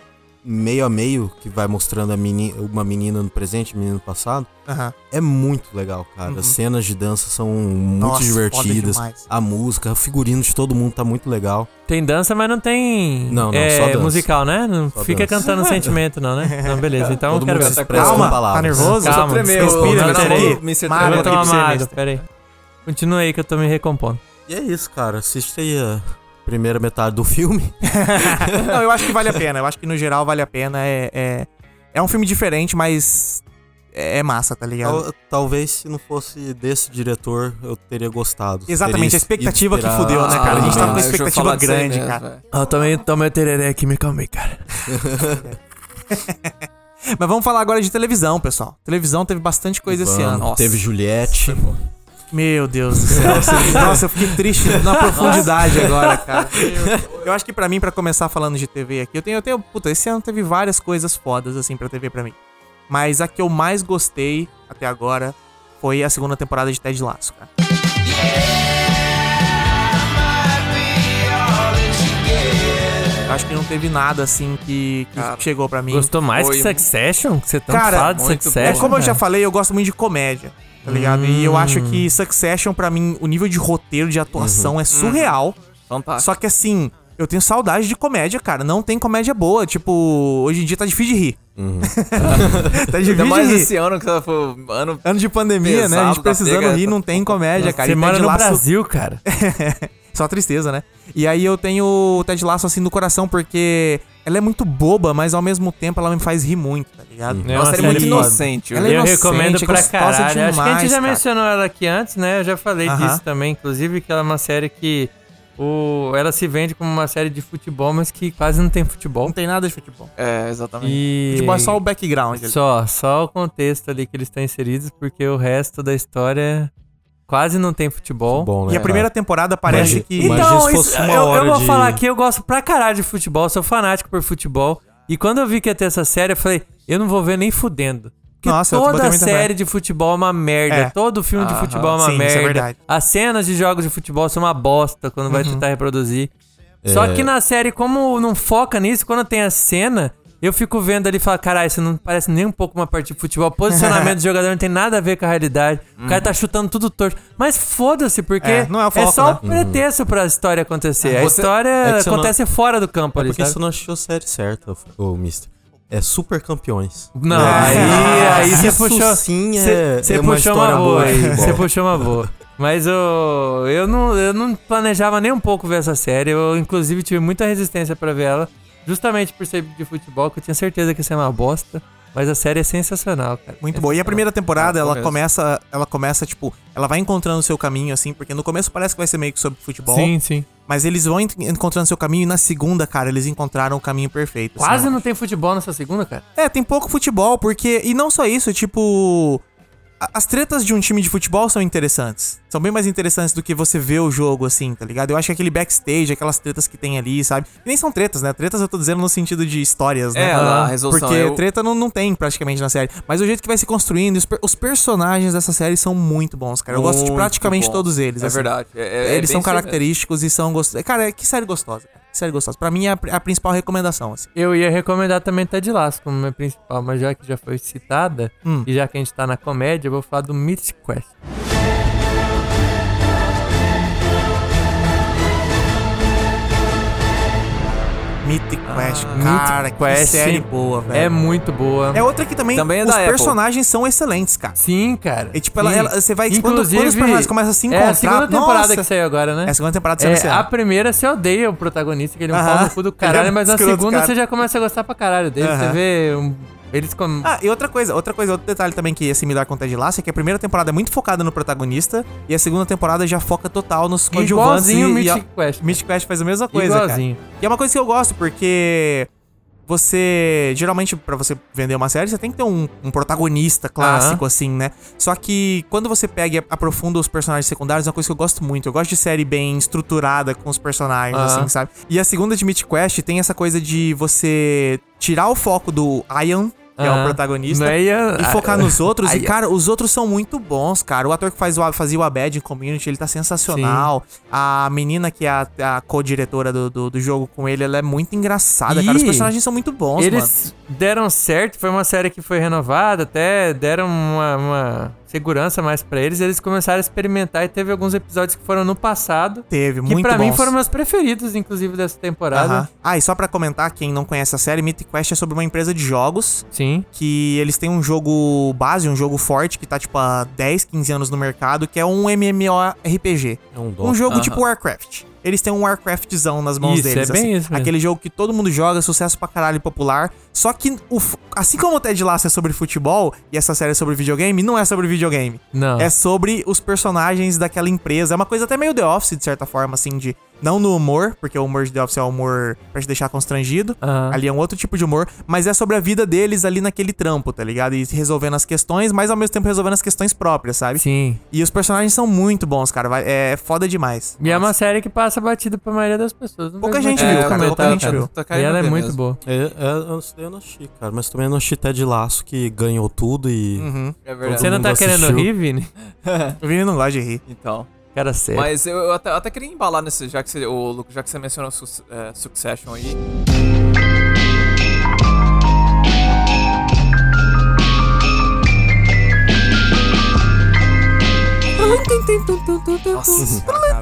Speaker 4: meio a meio, que vai mostrando a meni- uma menina no presente, menino no passado,
Speaker 2: Aham.
Speaker 4: é muito legal, cara. As cenas de dança são muito
Speaker 2: Uhum. Nossa,
Speaker 4: divertidas.
Speaker 2: foda demais.
Speaker 4: A música, o figurino de todo mundo tá muito legal.
Speaker 3: Tem dança, mas não tem
Speaker 4: Não, não,
Speaker 3: é,
Speaker 4: só dança.
Speaker 3: musical, né? Não
Speaker 4: Só
Speaker 3: fica
Speaker 4: dança.
Speaker 3: cantando sentimento, não, né? Não, beleza. Então eu
Speaker 4: todo
Speaker 3: quero
Speaker 4: mundo
Speaker 3: ver.
Speaker 4: se expressa
Speaker 2: Calma,
Speaker 4: com palavras.
Speaker 2: tá nervoso?
Speaker 3: Calma,
Speaker 8: Eu tremei,
Speaker 3: respira,
Speaker 8: eu-
Speaker 3: respira
Speaker 2: né?
Speaker 8: eu-
Speaker 3: aí.
Speaker 8: eu- Mr.
Speaker 2: Mário,
Speaker 8: Tremor
Speaker 3: Eu
Speaker 2: aqui
Speaker 3: tô
Speaker 2: pra você,
Speaker 3: amado,
Speaker 2: mister.
Speaker 3: pera aí. Continua aí que eu tô me recompondo.
Speaker 4: E é isso, cara. Assiste aí a primeira metade do filme.
Speaker 2: Não, eu acho que vale a pena. Eu acho que no geral vale a pena. É, é, é um filme diferente, mas é é massa, tá ligado?
Speaker 4: Tal- talvez se não fosse desse diretor, eu teria gostado.
Speaker 2: Exatamente, a
Speaker 4: Teria
Speaker 2: expectativa que
Speaker 4: esperado
Speaker 2: fudeu, né, cara? A gente tava com uma
Speaker 4: menos.
Speaker 5: deixa Ah, eu
Speaker 2: expectativa
Speaker 5: falar disso aí
Speaker 2: grande,
Speaker 5: mesmo,
Speaker 2: cara.
Speaker 5: né, velho.
Speaker 3: Eu também tomei tereré aqui, me calmei, cara.
Speaker 2: Mas vamos falar agora de televisão, pessoal. Televisão teve bastante coisa esse
Speaker 4: Vamos,
Speaker 2: ano. Nossa.
Speaker 4: Teve Juliette.
Speaker 2: Meu Deus do céu. você- Nossa, eu fiquei triste na profundidade agora, cara. Eu, eu acho que pra mim, pra começar falando de TV aqui, eu tenho, eu tenho. Puta, esse ano teve várias coisas fodas, assim, pra TV pra mim. Mas a que eu mais gostei até agora foi a segunda temporada de Ted Lasso, cara. Eu acho que não teve nada assim que, que
Speaker 5: Cara,
Speaker 2: chegou pra mim.
Speaker 3: Gostou mais
Speaker 5: Foi
Speaker 4: um-
Speaker 3: que Succession? Que você tá
Speaker 2: Cara,
Speaker 3: cansado de
Speaker 5: muito
Speaker 2: É
Speaker 3: Succession?
Speaker 2: como eu já
Speaker 3: cara?
Speaker 2: falei, eu gosto muito de comédia, tá ligado? E eu acho que Succession, pra mim, o nível de roteiro, de atuação é surreal.
Speaker 5: Fantástico.
Speaker 2: Só que assim, eu tenho saudade de comédia, cara. Não tem comédia boa. Tipo, hoje em dia tá difícil de rir. tá difícil de
Speaker 5: Ainda mais
Speaker 2: rir.
Speaker 5: esse ano que foi um ano
Speaker 2: Ano de pandemia, né? A
Speaker 5: Pesado
Speaker 2: gente
Speaker 5: da
Speaker 2: precisando
Speaker 5: pega,
Speaker 2: rir,
Speaker 5: tá-
Speaker 2: não tem comédia, cara.
Speaker 3: Você
Speaker 2: E
Speaker 3: mora
Speaker 2: Ted
Speaker 3: no
Speaker 2: Lasso-
Speaker 3: Brasil, cara.
Speaker 2: Só tristeza, né? E aí eu tenho o Ted Lasso assim no coração, porque ela é muito boba, mas ao mesmo tempo ela me faz rir muito, tá ligado?
Speaker 3: É
Speaker 5: Nossa,
Speaker 3: uma
Speaker 5: ele é muito
Speaker 3: série
Speaker 5: inocente.
Speaker 2: Ela
Speaker 5: viu?
Speaker 2: é
Speaker 3: eu
Speaker 2: inocente,
Speaker 3: recomendo
Speaker 2: é
Speaker 3: pra
Speaker 2: gostosa
Speaker 3: caralho. Acho que a gente
Speaker 2: demais,
Speaker 3: já
Speaker 2: cara.
Speaker 3: mencionou ela aqui antes, né? Eu já falei
Speaker 2: Aham.
Speaker 3: disso também, inclusive, que ela é uma série que. O, ela se vende como uma série de futebol, mas que quase não tem futebol.
Speaker 2: Não tem nada de futebol.
Speaker 5: É, exatamente.
Speaker 3: E...
Speaker 2: Futebol é só o background ali.
Speaker 3: Só, só o contexto ali que eles estão inseridos, porque o resto da história quase não tem futebol.
Speaker 4: Bom, né,
Speaker 2: E a primeira
Speaker 4: cara?
Speaker 2: temporada parece
Speaker 4: Mas-
Speaker 2: que.
Speaker 4: mas-
Speaker 3: Então,
Speaker 4: se
Speaker 3: isso-
Speaker 4: fosse uma
Speaker 3: eu, eu
Speaker 4: hora
Speaker 3: vou
Speaker 4: de-
Speaker 3: falar aqui, eu gosto pra caralho de futebol, sou fanático por futebol. E quando eu vi que ia ter essa série, eu falei, eu não vou ver nem fudendo. Porque
Speaker 2: Nossa, eu tô
Speaker 3: toda
Speaker 2: botando muita
Speaker 3: série de futebol é uma merda.
Speaker 2: É.
Speaker 3: Todo filme de
Speaker 5: Aham.
Speaker 3: futebol é uma
Speaker 2: Sim, isso é
Speaker 3: merda.
Speaker 2: verdade. Uhum.
Speaker 3: As cenas de jogos de futebol são uma bosta quando vai tentar reproduzir. Só
Speaker 4: É.
Speaker 3: que na série, como não foca nisso, quando tem a cena, eu fico vendo ali e falo, caralho, isso não parece nem um pouco uma partida de futebol. Posicionamento do jogador não tem nada a ver com a realidade. O
Speaker 4: Uhum.
Speaker 3: cara tá chutando tudo torto. Mas foda-se, porque
Speaker 2: É,
Speaker 3: é,
Speaker 2: não é o foco,
Speaker 3: só
Speaker 2: né?
Speaker 3: o pretexto pra história acontecer. a
Speaker 4: Você-
Speaker 3: história
Speaker 4: é que você não- É
Speaker 3: acontece fora do campo ali,
Speaker 4: Porque
Speaker 3: sabe?
Speaker 4: você não achou a série certa, ô, ô mister. É Super Campeões.
Speaker 3: Não,
Speaker 4: Ah,
Speaker 3: aí, aí você
Speaker 4: isso
Speaker 3: puxou.
Speaker 4: sim é-
Speaker 3: você- você
Speaker 4: é uma
Speaker 3: puxou uma
Speaker 4: história
Speaker 3: boa
Speaker 4: boa de
Speaker 3: aí.
Speaker 4: futebol.
Speaker 3: Você puxou uma boa. Mas eu, eu, não, eu não planejava nem um pouco ver essa série. Eu, inclusive, tive muita resistência pra ver ela. Justamente por ser de futebol, que eu tinha certeza que ia ser uma bosta. Mas a série é sensacional, cara.
Speaker 2: Muito boa. E a primeira temporada, ela começa, ela começa, tipo, ela vai encontrando o seu caminho, assim, porque no começo parece que vai ser meio que sobre futebol.
Speaker 3: Sim, sim.
Speaker 2: Mas eles vão en- encontrando seu caminho e na segunda, cara, eles encontraram o caminho perfeito. assim,
Speaker 3: Quase
Speaker 2: ó.
Speaker 3: não tem futebol nessa segunda, cara.
Speaker 2: É, tem pouco futebol, porque. E não só isso, tipo. a- As tretas de um time de futebol são interessantes. São bem mais interessantes do que você vê o jogo, assim, tá ligado? Eu acho que aquele backstage, aquelas tretas que tem ali, sabe? E nem são tretas, né? Tretas eu tô dizendo no sentido de histórias, né?
Speaker 5: É, a resolução
Speaker 2: Porque
Speaker 5: é o-
Speaker 2: treta não, não tem praticamente na série. Mas o jeito que vai se construindo, os, per- os personagens dessa série são muito bons, cara. Eu gosto de
Speaker 5: Muito
Speaker 2: praticamente
Speaker 5: bom.
Speaker 2: todos eles.
Speaker 5: É
Speaker 2: assim.
Speaker 5: verdade. É- é- é
Speaker 2: eles
Speaker 5: bem
Speaker 2: são
Speaker 5: isso mesmo.
Speaker 2: característicos e são gostosos. Cara, é que série gostosa. cara. Que série gostosa. Pra mim é a, pri- a principal recomendação, assim.
Speaker 3: Eu ia recomendar também Ted Lasso como minha principal, mas já que já foi citada,
Speaker 2: Hum.
Speaker 3: e já que a gente tá na comédia, eu vou falar do Mythic Quest.
Speaker 2: Ah, Mythic Quest. cara,
Speaker 3: Mythic
Speaker 2: que
Speaker 3: Quest
Speaker 2: série boa, velho.
Speaker 3: É muito boa.
Speaker 2: É outra que também,
Speaker 8: Também é
Speaker 2: os
Speaker 8: da Apple.
Speaker 2: personagens são excelentes, cara.
Speaker 3: Sim, cara.
Speaker 2: E, tipo, ela-
Speaker 3: Sim.
Speaker 2: ela- você vai- quando- quando os
Speaker 3: Inclusive,
Speaker 2: personagens começam a se
Speaker 3: É a
Speaker 2: encontrar,
Speaker 3: segunda temporada
Speaker 2: nossa.
Speaker 3: que saiu agora, né?
Speaker 2: É a segunda temporada
Speaker 3: É,
Speaker 2: sendo
Speaker 3: a primeira você odeia o protagonista, que ele é um
Speaker 2: Aham.
Speaker 3: pau no cu do
Speaker 2: Ele
Speaker 3: caralho,
Speaker 2: é
Speaker 3: mas na
Speaker 2: escroto,
Speaker 3: segunda
Speaker 2: cara.
Speaker 3: você já começa a gostar pra caralho dele. Você
Speaker 2: Aham.
Speaker 3: vê. um- eles com...
Speaker 2: Ah, e outra coisa, outra coisa, outro detalhe também que ia se me dar conta de laço é que a primeira temporada é muito focada no protagonista e a segunda temporada já foca total nos coadjuvantes.
Speaker 3: Igualzinho o
Speaker 2: e- e a-
Speaker 3: Mythic Quest.
Speaker 2: Mythic Quest faz a mesma coisa,
Speaker 3: Igualzinho.
Speaker 2: cara. E é uma coisa que eu gosto, porque você. Geralmente, pra você vender uma série, você tem que ter um, um protagonista clássico, assim, né? Só que quando você pega e aprofunda os personagens secundários, é uma coisa que eu gosto muito. Eu gosto de série bem estruturada com os personagens,
Speaker 3: Aham.
Speaker 2: assim, sabe? E a segunda de Mythic Quest tem essa coisa de você tirar o foco do Ion. Que é o
Speaker 3: Aham.
Speaker 2: protagonista.
Speaker 3: Não é Ian-
Speaker 2: e focar nos outros. e,
Speaker 3: Ian.
Speaker 2: cara, os outros são muito bons, cara. O ator que faz o, fazia o Abed em Community, ele tá sensacional. A menina que é a, a co-diretora do, do, do jogo com ele, ela é muito engraçada, cara. Os
Speaker 3: E
Speaker 2: personagens são muito bons, mano.
Speaker 3: Eles deram certo, foi uma série que foi renovada, até deram uma, uma segurança mais pra eles. Eles começaram a experimentar e teve alguns episódios que foram no passado.
Speaker 2: Teve,
Speaker 3: Que
Speaker 2: muito
Speaker 3: pra mim
Speaker 2: bons.
Speaker 3: foram meus preferidos, inclusive, dessa temporada.
Speaker 2: Aham. Ah, e só pra comentar, quem não conhece a série, Mythic Quest é sobre uma empresa de jogos
Speaker 3: Sim.
Speaker 2: que eles têm um jogo base, um jogo forte, que tá tipo há 10, 15 anos no mercado, que é um MMORPG.
Speaker 4: É um Dota.
Speaker 2: um jogo tipo Warcraft. Eles têm um Warcraftzão nas mãos
Speaker 3: Isso,
Speaker 2: deles.
Speaker 3: é bem
Speaker 2: assim.
Speaker 3: isso mesmo.
Speaker 2: Aquele jogo que todo mundo joga, sucesso pra caralho popular. Só que, o f- assim como o Ted Lasso é sobre futebol e essa série é sobre videogame, não é sobre videogame.
Speaker 3: Não.
Speaker 2: É sobre os personagens daquela empresa. É uma coisa até meio The Office, de certa forma, assim, de. Não no humor, porque o humor de The Office é o humor pra te deixar constrangido.
Speaker 3: Aham.
Speaker 2: Ali é um outro tipo de humor, mas é sobre a vida deles ali naquele trampo, tá ligado? E resolvendo as questões, mas ao mesmo tempo resolvendo as questões próprias, sabe?
Speaker 3: Sim.
Speaker 2: E os personagens são muito bons, cara. vai- É foda demais.
Speaker 3: E é uma série que passa batida pra maioria das pessoas. Não
Speaker 2: Pouca
Speaker 3: vejo
Speaker 2: gente
Speaker 5: É,
Speaker 3: muito
Speaker 2: viu,
Speaker 3: o que
Speaker 2: cara,
Speaker 3: comentar,
Speaker 2: pouca gente viu.
Speaker 5: Tá
Speaker 3: E
Speaker 5: caindo
Speaker 3: ela é
Speaker 5: bem
Speaker 3: muito
Speaker 5: mesmo.
Speaker 3: boa.
Speaker 4: É, é, eu eu não assisti, cara. Mas também não assisti Ted Laço, que ganhou tudo e.
Speaker 3: Uhum.
Speaker 5: É
Speaker 4: Todo
Speaker 3: Você
Speaker 5: verdade.
Speaker 3: não
Speaker 4: mundo
Speaker 3: tá querendo
Speaker 4: assistiu.
Speaker 3: rir, Vini? É.
Speaker 2: O Vini não gosta de rir. Tá
Speaker 5: Então.
Speaker 3: Cara,
Speaker 2: É.
Speaker 3: sério.
Speaker 5: Mas eu, eu até, eu até queria embalar nesse, já que você, ô, Luco, já que você mencionou Su- é, Succession aí. Nossa, cara.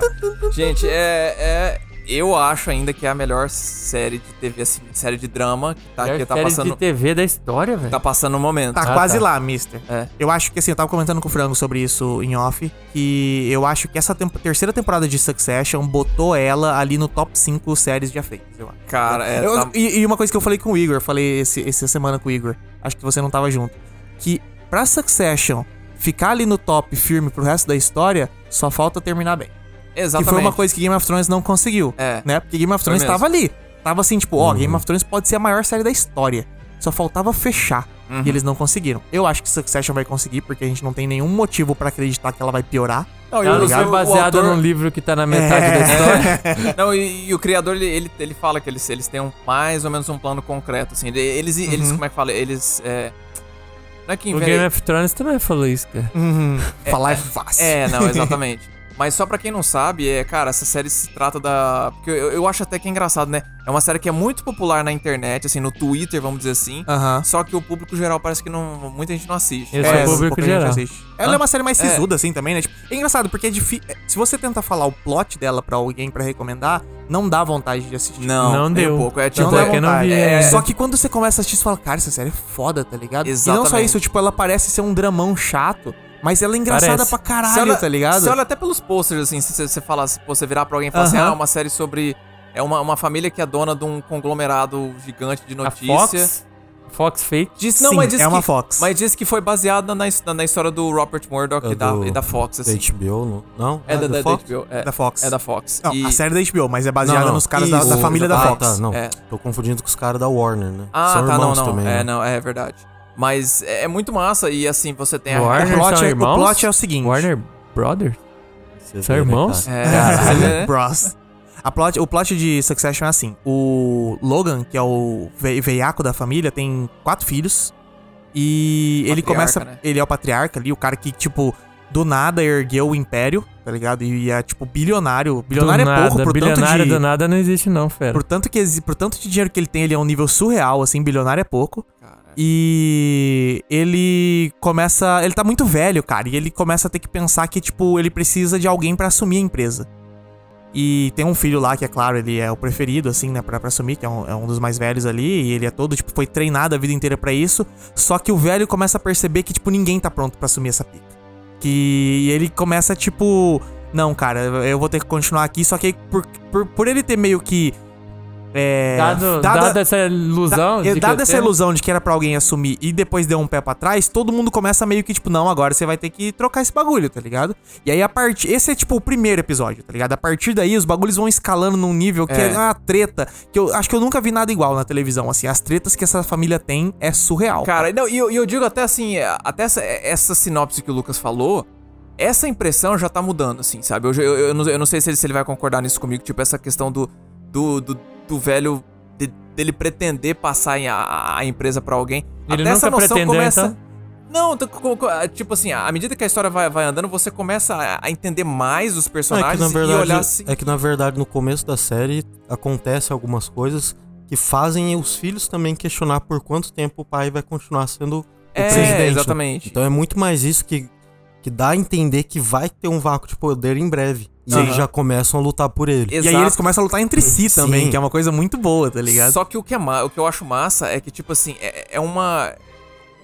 Speaker 5: Gente, é, é- Eu acho ainda que é a melhor série de TV, assim, série de drama que tá,
Speaker 3: Melhor
Speaker 5: que tá
Speaker 3: série
Speaker 5: passando.
Speaker 3: de TV da história, velho.
Speaker 5: Tá passando no momento.
Speaker 2: Tá
Speaker 3: Ah,
Speaker 2: quase
Speaker 3: tá.
Speaker 2: lá, mister.
Speaker 5: É.
Speaker 2: Eu acho que, assim, eu tava comentando com o Frango sobre isso em off, que eu acho que essa tempo- terceira temporada de Succession botou ela ali no top 5 séries já feitas, eu acho.
Speaker 5: Cara, é.
Speaker 2: Eu-
Speaker 5: tá-
Speaker 2: e, e uma coisa que eu falei com o Igor, eu falei esse- essa semana com o Igor, acho que você não tava junto, que pra Succession ficar ali no top firme pro resto da história, só falta terminar bem.
Speaker 5: Exatamente.
Speaker 2: Que foi uma coisa que Game of Thrones não conseguiu.
Speaker 5: É.
Speaker 2: Né? Porque Game of
Speaker 5: Foi
Speaker 2: Thrones
Speaker 5: mesmo. Uhum.
Speaker 2: tava ali. Tava assim, tipo, ó, Game of Thrones pode ser a maior série da história. Só faltava fechar.
Speaker 5: Uhum.
Speaker 2: E eles não conseguiram. Eu acho que Succession vai conseguir, porque a gente não tem nenhum motivo pra acreditar que ela vai piorar.
Speaker 5: Não, e
Speaker 3: Ela
Speaker 5: o-
Speaker 3: não foi
Speaker 5: o
Speaker 3: baseada
Speaker 5: autor-
Speaker 3: num livro que tá na metade da história.
Speaker 5: Não, e, e o criador, ele, ele, ele fala que eles, eles têm um, mais ou menos um plano concreto, assim. Ele- Eles, eles como é que fala? Eles, é... Não é que
Speaker 3: Uhum. O Game
Speaker 5: inventam...
Speaker 3: of Thrones também falou isso, cara.
Speaker 2: Falar é fácil.
Speaker 5: É, não, exatamente. Mas só pra quem não sabe, é, cara, essa série se trata da... Porque eu, eu acho até que é engraçado, né? É uma série que é muito popular na internet, assim, no Twitter, vamos dizer assim.
Speaker 2: Aham.
Speaker 5: Só que o público geral parece que não, muita gente não assiste.
Speaker 3: Esse
Speaker 2: É,
Speaker 3: é, o público
Speaker 2: pouca gente
Speaker 3: geral.
Speaker 2: assiste. Ela é uma série mais sisuda, assim, também, né? Tipo, é engraçado, porque é difícil. Se você tentar falar o plot dela pra alguém pra recomendar, não dá vontade de assistir.
Speaker 5: Não,
Speaker 3: Não
Speaker 5: nem
Speaker 3: deu.
Speaker 5: Um pouco. É,
Speaker 3: Não
Speaker 5: tipo,
Speaker 3: dá
Speaker 5: é-
Speaker 3: vontade. não vi
Speaker 5: é,
Speaker 3: ainda.
Speaker 2: Só que quando você começa a assistir, você fala, cara, essa série é foda, tá ligado? E não só
Speaker 5: Exatamente.
Speaker 2: isso, tipo, ela parece ser um dramão chato, mas ela é engraçada
Speaker 3: Parece.
Speaker 2: pra
Speaker 5: Você
Speaker 2: caralho,
Speaker 5: olha-
Speaker 2: tá ligado?
Speaker 5: Você olha até pelos posters, assim, se você- você fala, se você virar pra alguém e falar assim,
Speaker 2: Aham.
Speaker 5: ah, é uma série sobre. É uma, uma família que é dona de um conglomerado gigante de
Speaker 3: A
Speaker 5: notícia.
Speaker 3: Fox. Fox Fake.
Speaker 5: Diz,
Speaker 2: Sim, é uma
Speaker 5: que,
Speaker 2: Fox.
Speaker 5: Mas diz que foi baseada na, his- na, na história do Robert Murdoch
Speaker 4: É
Speaker 5: e, da,
Speaker 4: do-
Speaker 5: e da Fox,
Speaker 4: Da
Speaker 5: assim.
Speaker 4: HBO, não? Não? Ah,
Speaker 5: É da,
Speaker 4: do
Speaker 5: da,
Speaker 4: Fox?
Speaker 5: da HBO. É
Speaker 2: Da Fox.
Speaker 5: É da Fox.
Speaker 2: Não,
Speaker 5: E-
Speaker 2: a série da HBO, mas é baseada
Speaker 4: Não, não.
Speaker 2: nos caras da,
Speaker 4: Isso,
Speaker 2: da família da
Speaker 4: ah,
Speaker 2: Fox.
Speaker 4: tá, não.
Speaker 5: É.
Speaker 4: Tô confundindo com os caras da Warner, né?
Speaker 5: Ah,
Speaker 4: São
Speaker 5: tá, não,
Speaker 4: irmãos
Speaker 5: não.
Speaker 4: também.
Speaker 5: é,
Speaker 4: né?
Speaker 5: não, é verdade. Mas é, é muito massa e assim, você tem a.
Speaker 2: O
Speaker 3: Warner
Speaker 2: plot,
Speaker 3: são
Speaker 2: é, o
Speaker 3: irmãos?
Speaker 2: plot é o seguinte.
Speaker 3: Warner Brothers?
Speaker 4: Você
Speaker 3: São
Speaker 4: vê, né,
Speaker 3: irmãos?
Speaker 4: cara?
Speaker 5: É, você vê, né?
Speaker 2: Bros. A plot, o plot de Succession é assim: o Logan, que é o ve- veiaco da família, tem quatro filhos. E ele
Speaker 5: Patriarca,
Speaker 2: começa.
Speaker 5: né?
Speaker 2: Ele é o patriarca ali, o cara que, tipo, do nada ergueu o império, tá ligado? E é, tipo, bilionário. Bilionário
Speaker 3: do
Speaker 2: é
Speaker 3: nada,
Speaker 2: pouco, por tanto
Speaker 3: bilionário
Speaker 2: de.
Speaker 3: do nada não existe não, fera.
Speaker 2: Por tanto, que, exi- por tanto de dinheiro que ele tem, ele é um nível surreal, assim, bilionário é pouco. E ele começa. Ele tá muito velho, cara. E ele começa a ter que pensar que, tipo, ele precisa de alguém pra assumir a empresa. E tem um filho lá que, é claro, ele é o preferido, assim, né, pra, pra assumir, que é um, é um dos mais velhos ali, e ele é todo, tipo, foi treinado a vida inteira pra isso. Só que o velho começa a perceber que, tipo, ninguém tá pronto pra assumir essa pica. Que e ele começa, tipo, não, cara, eu vou ter que continuar aqui. Só que aí, por, por, por ele ter meio que. É,
Speaker 11: Dado,
Speaker 2: dada-
Speaker 11: dada essa ilusão.
Speaker 2: da-
Speaker 11: de que
Speaker 2: dada
Speaker 11: eu
Speaker 2: essa
Speaker 11: tenho-
Speaker 2: ilusão de que era pra alguém assumir e depois deu um pé pra trás, todo mundo começa meio que tipo, não, agora você vai ter que trocar esse bagulho, tá ligado? E aí a partir, esse é tipo o primeiro episódio, tá ligado? A partir daí os bagulhos vão escalando num nível que é,
Speaker 5: É.
Speaker 2: uma treta que eu acho que eu nunca vi nada igual na televisão, assim, as tretas que essa família tem é surreal.
Speaker 5: Cara, não, e eu, e eu digo até assim, é, até essa, essa sinopse que o Lucas falou, essa impressão já tá mudando, assim, sabe? Eu, já- eu, eu, não, eu não sei se ele, se ele vai concordar nisso comigo, tipo, essa questão do, do, do, do velho, de- dele pretender passar em a, a empresa pra alguém.
Speaker 11: Ele
Speaker 5: até essa
Speaker 11: nunca
Speaker 5: noção
Speaker 11: pretendeu,
Speaker 5: começa...
Speaker 11: então?
Speaker 5: Não, tô co- co- ah, tipo assim, à medida que a história vai, vai andando, você começa a- a entender mais os
Speaker 4: Não, é, que
Speaker 5: personagens
Speaker 4: na
Speaker 5: e
Speaker 4: verdade,
Speaker 5: olhar assim.
Speaker 4: é que na verdade no começo da série acontece algumas coisas que fazem os filhos também questionar por quanto tempo o pai vai continuar sendo o
Speaker 5: É,
Speaker 4: presidente. né?
Speaker 5: exatamente.
Speaker 4: Então é muito mais isso que, que dá a entender que vai ter um vácuo de poder em breve. E
Speaker 2: Sim.
Speaker 4: eles já começam a lutar por ele.
Speaker 2: E aí eles começam a lutar entre si
Speaker 4: Sim.
Speaker 2: também, que é uma coisa muito boa, tá ligado?
Speaker 5: Só que o que, é ma- o que eu acho massa é que, tipo assim, é, é uma.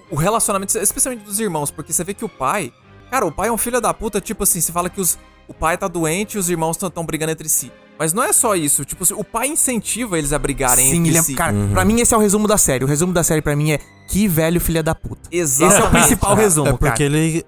Speaker 5: O relacionamento, especialmente dos irmãos, porque você vê que o pai. Cara, o pai é um filho da puta, tipo assim, você fala que os, o pai tá doente e os irmãos estão brigando entre si. Mas não é só isso, tipo, o pai incentiva eles a brigarem
Speaker 2: Sim,
Speaker 5: entre
Speaker 2: ele é,
Speaker 5: si.
Speaker 2: cara, pra mim esse é o resumo da série. O resumo da série pra mim é que velho filha da puta.
Speaker 5: Exatamente.
Speaker 2: Esse é o principal resumo,
Speaker 4: É
Speaker 2: cara.
Speaker 4: porque ele,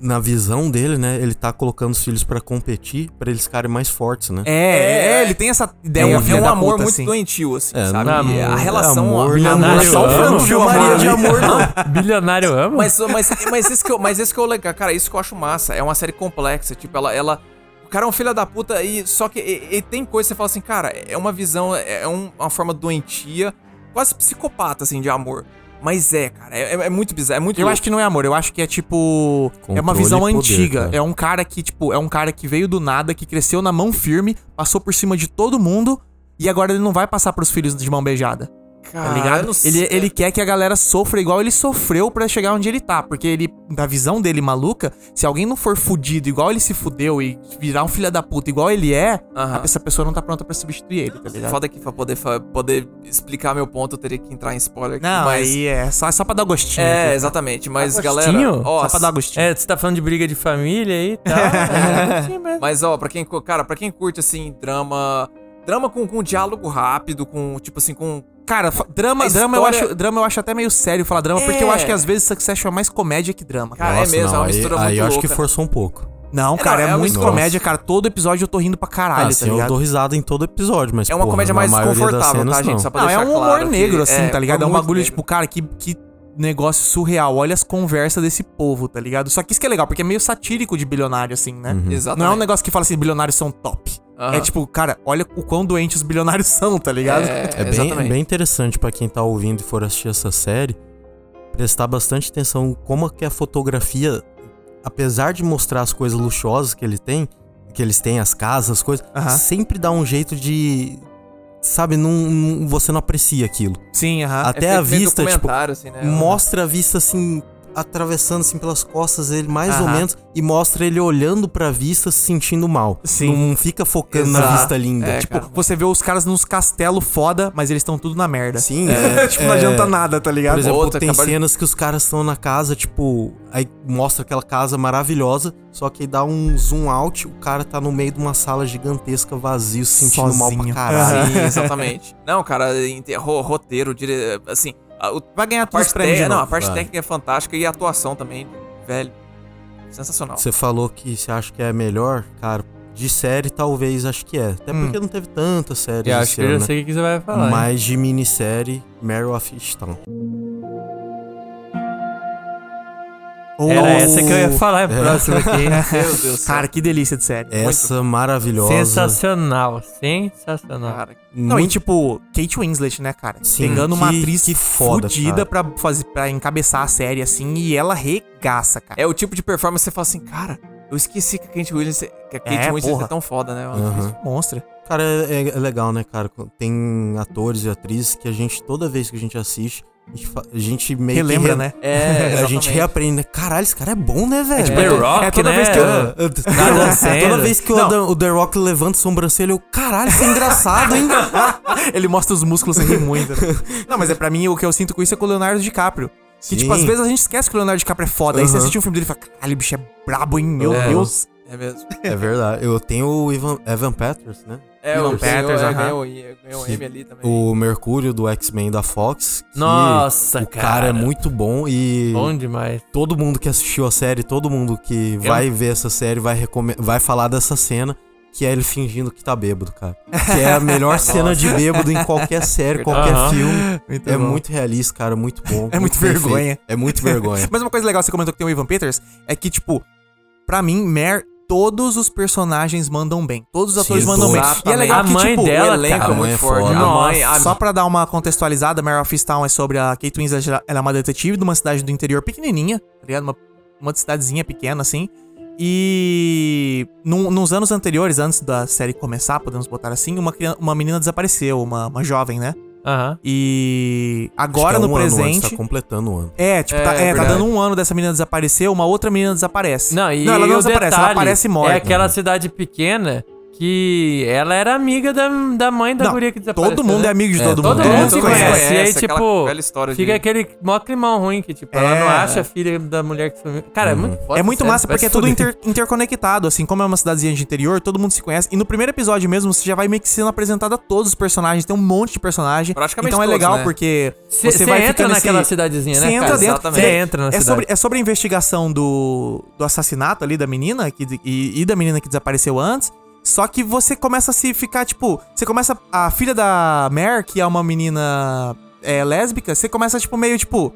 Speaker 4: na visão dele, né, ele tá colocando os filhos pra competir, pra eles ficarem mais fortes, né?
Speaker 2: É, é, ele tem essa
Speaker 5: É
Speaker 2: ideia.
Speaker 5: um,
Speaker 2: filha
Speaker 5: é um
Speaker 2: da
Speaker 5: amor
Speaker 2: puta,
Speaker 5: muito
Speaker 2: assim.
Speaker 5: doentio, assim,
Speaker 4: É,
Speaker 5: sabe?
Speaker 4: não-
Speaker 5: a relação.
Speaker 4: amor,
Speaker 5: a,
Speaker 4: não-
Speaker 5: a
Speaker 2: um
Speaker 5: relação
Speaker 11: eu amo.
Speaker 5: filmaria de amor, não.
Speaker 11: Bilionário ama?
Speaker 5: Mas, mas, mas, esse que eu, mas esse que eu legal, cara, isso que eu acho massa. É uma série complexa, tipo, ela. ela o cara é um filho da puta e só que e, e tem coisa que você fala assim, cara, é uma visão, é um- uma forma doentia, quase psicopata, assim, de amor. Mas é, cara, é, é muito bizarro, é muito
Speaker 2: Eu
Speaker 5: louco.
Speaker 2: acho que não é amor, eu acho que é tipo. é uma
Speaker 4: Controle
Speaker 2: visão
Speaker 4: e poder,
Speaker 2: antiga.
Speaker 4: cara.
Speaker 2: É um cara que, tipo, é um cara que veio do nada, que cresceu na mão firme, passou por cima de todo mundo e agora ele não vai passar pros filhos de mão beijada. Tá
Speaker 5: Cara, eu
Speaker 2: ligado?
Speaker 5: não sei.
Speaker 2: Ele, ele quer que a galera sofra igual ele sofreu pra chegar onde ele tá. Porque ele, na visão dele maluca, se alguém não for fudido igual ele se fudeu e virar um filho da puta igual ele é,
Speaker 5: Aham.
Speaker 2: essa pessoa não tá pronta pra substituir ele, tá ligado?
Speaker 5: Foda que pra poder, fa- poder explicar meu ponto, eu teria que entrar em spoiler aqui,
Speaker 2: Não,
Speaker 5: mas.
Speaker 2: aí é só, só pra dar gostinho.
Speaker 5: É,
Speaker 2: aqui.
Speaker 5: exatamente, mas
Speaker 11: Agostinho?
Speaker 5: galera. Ó,
Speaker 2: Só pra dar gostinho.
Speaker 11: É, você tá falando de briga de família aí e tal. É, sim, mas-
Speaker 5: Mas ó, pra quem, cu- cara, pra quem curte assim drama, drama com, com diálogo rápido, com tipo assim, com
Speaker 2: Cara, fa- drama,
Speaker 5: A
Speaker 2: drama, eu
Speaker 5: história-
Speaker 2: acho, drama eu acho até meio sério falar drama, porque eu
Speaker 5: É.
Speaker 2: acho que às vezes Succession é mais comédia que drama.
Speaker 5: Cara, é mesmo, é uma
Speaker 4: aí,
Speaker 5: mistura
Speaker 4: aí
Speaker 5: muito
Speaker 4: eu acho que
Speaker 5: louca.
Speaker 4: forçou um pouco.
Speaker 2: Não,
Speaker 5: É,
Speaker 2: cara, é,
Speaker 5: não, é uma
Speaker 2: muito
Speaker 5: história-
Speaker 2: comédia, cara. Todo episódio eu tô rindo pra
Speaker 4: Ah,
Speaker 2: caralho, tá
Speaker 4: assim, eu
Speaker 2: ligado?
Speaker 4: dou risada em todo episódio, mas
Speaker 5: É uma
Speaker 4: porra,
Speaker 5: comédia
Speaker 4: na
Speaker 5: mais
Speaker 4: maioria das
Speaker 5: desconfortável,
Speaker 4: cenas,
Speaker 5: tá, gente?
Speaker 4: não.
Speaker 5: Só pra
Speaker 2: Não, é um
Speaker 5: deixar
Speaker 2: humor
Speaker 5: claro que-
Speaker 2: negro, assim,
Speaker 5: é,
Speaker 2: tá ligado? É um
Speaker 5: muito
Speaker 2: bagulho,
Speaker 5: negro.
Speaker 2: tipo, cara, que, que negócio surreal. Olha as conversas desse povo, tá ligado? Só que isso que é legal, porque é meio satírico de bilionário, assim, né? Não é um
Speaker 5: Exatamente.
Speaker 2: negócio que fala assim, bilionários são top.
Speaker 5: Aham.
Speaker 2: É tipo, cara, olha o quão doentes os bilionários são, tá ligado?
Speaker 4: É bem,
Speaker 5: exatamente.
Speaker 4: bem interessante pra quem tá ouvindo e for assistir essa série prestar bastante atenção em como é que a fotografia, apesar de mostrar as coisas luxuosas que ele tem, que eles têm as casas, as coisas,
Speaker 2: Aham.
Speaker 4: sempre dá um jeito de sabe, não, não- você não aprecia aquilo.
Speaker 2: Sim, aham.
Speaker 4: Até
Speaker 5: Ah, É feito
Speaker 4: a
Speaker 5: meio
Speaker 4: vista, tipo,
Speaker 5: documentário, assim, né?
Speaker 4: mostra a vista assim atravessando assim pelas costas dele mais ou
Speaker 2: Aham.
Speaker 4: menos e mostra ele olhando pra vista se sentindo mal.
Speaker 2: Sim.
Speaker 4: Não fica focando
Speaker 5: Exato.
Speaker 4: na vista linda.
Speaker 5: É,
Speaker 4: tipo,
Speaker 2: Tipo, você vê os caras nos castelos foda, mas eles estão tudo na merda.
Speaker 4: sim, é,
Speaker 2: tipo, não adianta nada, tá ligado?
Speaker 4: Por exemplo,
Speaker 5: Outra,
Speaker 4: tem
Speaker 5: acabaram de-
Speaker 4: cenas que os caras estão na casa, tipo, aí mostra aquela casa maravilhosa, só que aí dá um zoom out, o cara tá no meio de uma sala gigantesca, vazio, se sentindo mal pra
Speaker 2: Sozinho.
Speaker 4: caralho.
Speaker 5: Sim, exatamente. Não, cara, inte- ro- roteiro, dire... assim, a, o-
Speaker 2: vai ganhar
Speaker 5: a
Speaker 2: todos os
Speaker 5: parte,
Speaker 2: prêmios.
Speaker 5: técnica,
Speaker 2: de
Speaker 5: não,
Speaker 2: novo.
Speaker 5: a parte
Speaker 4: vai.
Speaker 5: técnica é fantástica e a atuação também, velho. Sensacional.
Speaker 4: Você falou que você acha que é melhor, cara, de série talvez acho que é. Até
Speaker 2: Hum.
Speaker 4: porque não teve tanta série
Speaker 11: Eu acho
Speaker 4: esse
Speaker 11: que eu
Speaker 4: ano,
Speaker 11: já
Speaker 4: né?
Speaker 11: sei o que você vai
Speaker 2: Ah, é.
Speaker 11: falar. hein?
Speaker 4: Mas de minissérie, Meryl of Easttown.
Speaker 11: Era essa que eu ia falar, é
Speaker 4: É.
Speaker 11: próxima aqui.
Speaker 5: Meu Deus do céu.
Speaker 2: né? Cara, que delícia de série.
Speaker 5: É, assim,
Speaker 4: Essa maravilhosa.
Speaker 11: Sensacional, sensacional.
Speaker 5: Cara,
Speaker 2: Não, e
Speaker 4: muito-
Speaker 2: tipo, Kate Winslet, né, cara?
Speaker 4: Sim,
Speaker 2: Pegando uma
Speaker 4: que-
Speaker 2: atriz
Speaker 4: que foda,
Speaker 2: fudida
Speaker 4: cara.
Speaker 2: pra, fazer, pra encabeçar a série, assim, e ela regaça, cara.
Speaker 5: é o tipo de performance que você fala assim, cara, eu esqueci que a Kate Williams, que a Kate
Speaker 2: É,
Speaker 5: Winslet
Speaker 2: porra.
Speaker 5: é tão foda, né? mano?
Speaker 4: Aham.
Speaker 2: Monstra.
Speaker 4: Cara, é, é legal, né, cara? Tem atores e atrizes que a gente, toda vez que a gente assiste, A gente fa- A gente meio que
Speaker 2: Relembra,
Speaker 4: re-
Speaker 2: né?
Speaker 4: É, a
Speaker 2: Exatamente.
Speaker 4: gente reaprende, né? Caralho, esse cara é bom, né, velho?
Speaker 2: É tipo The Rock,
Speaker 4: toda
Speaker 2: né?
Speaker 4: Vez que eu,
Speaker 2: Ah.
Speaker 4: eu-
Speaker 2: Tá dançando.
Speaker 4: toda vez que o,
Speaker 2: Não.
Speaker 4: Adam- o The Rock levanta o sobrancelho, eu, caralho, isso é engraçado, hein?
Speaker 2: Ele mostra os músculos sem rir muito. Não, mas é pra mim o que eu sinto com isso é com o Leonardo DiCaprio. Que,
Speaker 4: Sim.
Speaker 2: tipo, às vezes a gente esquece que o Leonardo DiCaprio é foda. Aí você
Speaker 4: Aham.
Speaker 2: assiste um filme dele e fala, caralho, o bicho é brabo, hein? Meu
Speaker 4: É.
Speaker 2: Deus.
Speaker 5: É mesmo.
Speaker 4: É verdade. Eu tenho o Ivan, Evan Peters, né?
Speaker 5: É,
Speaker 2: Ivan
Speaker 5: o
Speaker 2: Peters,
Speaker 5: Peters,
Speaker 2: aham.
Speaker 5: ganhou ganhou o M ali também.
Speaker 4: O Mercúrio do X-Men da Fox. que
Speaker 11: Nossa,
Speaker 4: o cara.
Speaker 11: cara.
Speaker 4: é muito bom e.
Speaker 11: Bom demais.
Speaker 4: Todo mundo que assistiu a série, todo mundo que
Speaker 11: Eu-
Speaker 4: vai ver essa série vai, recome- vai falar dessa cena, que é ele fingindo que tá bêbado, cara. Que é a melhor cena de bêbado em qualquer série, qualquer
Speaker 2: Aham.
Speaker 4: filme.
Speaker 2: Muito
Speaker 4: é
Speaker 2: bom.
Speaker 4: muito realista, cara, muito bom.
Speaker 2: É muito
Speaker 4: bem
Speaker 2: vergonha.
Speaker 4: feito. É muito vergonha.
Speaker 2: Mas uma coisa legal que você comentou que tem o Ivan Peters é que, tipo, pra mim, Mare, todos os personagens mandam bem. Todos os
Speaker 4: Sim,
Speaker 2: atores mandam bem. E é
Speaker 4: exatamente.
Speaker 2: legal
Speaker 4: A
Speaker 2: que,
Speaker 4: mãe
Speaker 2: tipo,
Speaker 4: dela,
Speaker 2: o elenco
Speaker 4: cara,
Speaker 2: é
Speaker 4: a mãe é
Speaker 2: muito forte.
Speaker 4: foda.
Speaker 2: A mãe,
Speaker 4: Nossa.
Speaker 2: Só pra dar uma contextualizada, Mare of Easttown é sobre a Kate Winslet, ela ela é uma detetive de uma cidade do interior pequenininha, tá ligado? Uma, uma cidadezinha pequena, assim. E num- nos anos anteriores, antes da série começar, podemos botar assim, uma, crian- uma menina desapareceu, uma, uma jovem, né?
Speaker 11: Aham.
Speaker 2: E
Speaker 4: Acho que
Speaker 2: agora
Speaker 4: é
Speaker 2: no
Speaker 4: um ano antes,
Speaker 2: presente.
Speaker 4: tá completando o ano.
Speaker 2: É, tipo,
Speaker 11: É,
Speaker 2: tá, é, tá
Speaker 11: verdade.
Speaker 2: dando um ano dessa menina desaparecer, uma outra menina desaparece.
Speaker 11: Não, e
Speaker 2: ela
Speaker 11: o
Speaker 2: não desaparece,
Speaker 11: detalhe
Speaker 2: ela aparece morta.
Speaker 11: É aquela cidade pequena que ela era amiga da, da mãe da
Speaker 2: Não,
Speaker 11: guria que desapareceu.
Speaker 2: todo mundo
Speaker 11: né?
Speaker 2: é amigo de todo mundo.
Speaker 11: Todo,
Speaker 2: Todo
Speaker 11: mundo
Speaker 2: mundo
Speaker 11: se
Speaker 2: conhece.
Speaker 11: conhece. E aí,
Speaker 5: Conhece, aquela
Speaker 11: tipo,
Speaker 5: velha história
Speaker 11: fica
Speaker 5: de-
Speaker 11: aquele mó climão ruim que, tipo, ela
Speaker 2: É.
Speaker 11: não acha a filha da mulher que sumiu. Cara, é muito foda.
Speaker 2: É muito
Speaker 11: sério,
Speaker 2: massa
Speaker 11: vai
Speaker 2: porque é
Speaker 11: se
Speaker 2: tudo
Speaker 11: fuder.
Speaker 2: inter- interconectado, assim, como é uma cidadezinha de interior, todo mundo se conhece. E no primeiro episódio mesmo, você já vai meio que sendo apresentado a todos os personagens, tem um monte de personagem.
Speaker 5: Praticamente
Speaker 2: Então é
Speaker 5: todos,
Speaker 2: legal
Speaker 5: né?
Speaker 2: porque
Speaker 11: Cê-
Speaker 2: você
Speaker 11: cê
Speaker 2: vai
Speaker 11: entra
Speaker 2: ficando nesse-
Speaker 11: naquela cidadezinha, né,
Speaker 2: Você entra
Speaker 11: cara?
Speaker 2: dentro.
Speaker 11: Exatamente. Cê entra na
Speaker 2: é
Speaker 11: cidade.
Speaker 2: sobre É sobre a investigação do, do assassinato ali da menina que, de- e, e da menina que desapareceu antes. Só que você começa a se ficar, tipo, você começa. A filha da Mare, que é uma menina é, lésbica, você começa, tipo, meio tipo.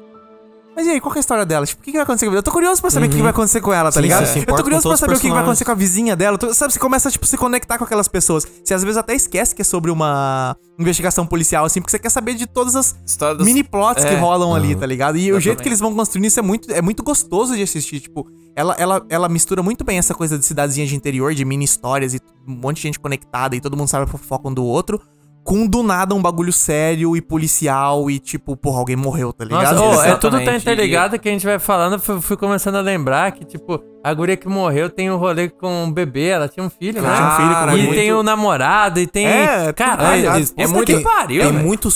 Speaker 2: Mas e aí, qual que é a história dela? Tipo, o que, que vai acontecer com ela? Eu tô curioso pra saber o que, que vai acontecer com ela, tá
Speaker 4: Uhum. Sim,
Speaker 2: ligado?
Speaker 4: você se
Speaker 2: Eu
Speaker 4: importa
Speaker 2: tô
Speaker 4: com
Speaker 2: curioso pra
Speaker 4: todos os
Speaker 2: saber o que, que vai
Speaker 4: personagens.
Speaker 2: acontecer com a vizinha dela. Tu- sabe, você começa, tipo, se conectar com aquelas pessoas. Você às vezes até esquece que é sobre uma investigação policial, assim, porque você quer saber de todas as
Speaker 5: História dos-
Speaker 2: mini plots que
Speaker 5: É.
Speaker 2: rolam ali,
Speaker 4: Uhum.
Speaker 2: tá ligado? E o jeito
Speaker 5: Exatamente.
Speaker 2: que eles vão construindo isso é muito, é muito gostoso de assistir. Tipo, ela, ela, ela mistura muito bem essa coisa de cidadezinha de interior, de mini histórias e um monte de gente conectada e todo mundo sabe a fofoca um do outro. Com do nada um bagulho sério e policial e tipo, porra, alguém morreu, tá ligado?
Speaker 11: Nossa, ô, é tudo tá
Speaker 5: Exatamente.
Speaker 11: interligado que a gente vai falando. eu Fui, fui começando a lembrar que, tipo, a guria que morreu tem um rolê com um bebê, ela tinha um filho, né?
Speaker 2: Ela tinha um filho, cara,
Speaker 11: E
Speaker 2: muito-
Speaker 11: tem o namorado, e tem.
Speaker 2: É,
Speaker 11: Caralho,
Speaker 2: tudo
Speaker 11: é,
Speaker 2: ligado.
Speaker 11: é muito
Speaker 4: tem,
Speaker 11: que pariu,
Speaker 4: Tem
Speaker 11: velho.
Speaker 4: muito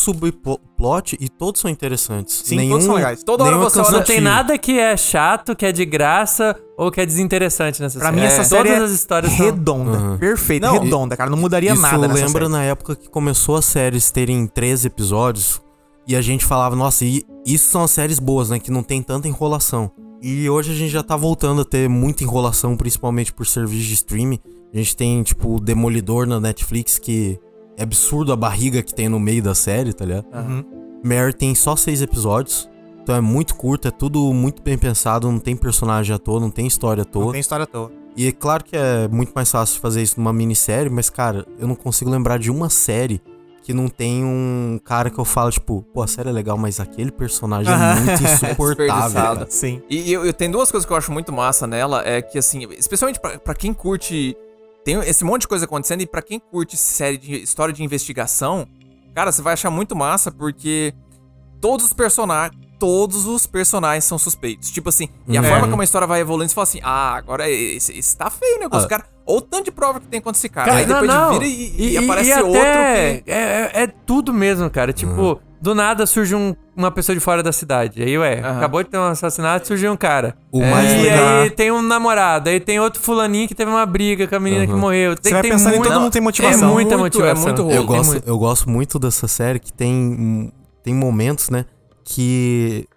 Speaker 4: subplot e todos são interessantes.
Speaker 2: Sim, todos são legais.
Speaker 5: Toda hora
Speaker 4: nenhum é
Speaker 5: você olha-
Speaker 2: assim,
Speaker 11: Não tem
Speaker 4: cansativo.
Speaker 11: nada que é chato, que é de graça ou que é desinteressante nessa
Speaker 2: Pra
Speaker 11: série.
Speaker 2: mim, essa
Speaker 11: É.
Speaker 2: série
Speaker 11: Todas
Speaker 2: é
Speaker 11: as histórias são.
Speaker 2: redonda, perfeita,
Speaker 4: Não,
Speaker 2: redonda, cara. Não mudaria
Speaker 4: Uhum. Isso
Speaker 2: nada nessa
Speaker 4: lembra
Speaker 2: série.
Speaker 4: na época que começou as séries terem 13 episódios e a gente falava, nossa, e isso são as séries boas, né? Que não tem tanta enrolação. E hoje a gente já tá voltando a ter muita enrolação, principalmente por serviço de streaming. A gente tem, tipo, o Demolidor na Netflix, que é absurdo a barriga que tem no meio da série, tá ligado? Mare tem só seis episódios, então é muito curto, é tudo muito bem pensado, não tem personagem à toa, não tem história à toa.
Speaker 2: Não tem história à toa.
Speaker 4: E é claro que é muito mais fácil fazer isso numa minissérie, mas, cara, eu não consigo lembrar de uma série que não tem um cara que eu falo, tipo, pô, a série é legal, mas aquele personagem é muito insuportável.
Speaker 5: desperdiçado.
Speaker 4: cara.
Speaker 2: Sim.
Speaker 5: E eu, eu tenho duas coisas que eu acho muito massa nela, é que assim, especialmente pra pra quem curte tem esse monte de coisa acontecendo e pra quem curte série de história de investigação, cara, você vai achar muito massa porque todos os personagens, todos os personagens são suspeitos. Tipo assim, e a
Speaker 4: Uhum.
Speaker 5: forma como a história vai evoluindo, você fala assim: "Ah, agora esse, esse tá feio o negócio,
Speaker 4: Ah.
Speaker 5: cara. Ou o tanto de prova que tem contra esse cara.
Speaker 11: Cara,
Speaker 5: Aí depois vira e, e aparece
Speaker 11: até
Speaker 5: outro
Speaker 11: É,
Speaker 5: que
Speaker 11: é- é tudo mesmo, cara. Tipo, do nada surge um- uma pessoa de fora da cidade. Aí, ué,
Speaker 5: Aham.
Speaker 11: acabou de ter um assassinato, surgiu um cara.
Speaker 4: O
Speaker 5: É.
Speaker 11: E
Speaker 4: mais legal.
Speaker 11: aí tem um namorado, aí tem outro fulaninho que teve uma briga com a menina que morreu. Tem,
Speaker 2: Uhum. Você vai
Speaker 11: tem
Speaker 2: pensando em
Speaker 11: muito-
Speaker 2: todo mundo tem motivação.
Speaker 11: É muita
Speaker 5: Muito,
Speaker 11: motivação.
Speaker 5: é muito
Speaker 4: Eu
Speaker 5: Tem
Speaker 4: gosto, eu gosto muito dessa série que tem, tem momentos, né, que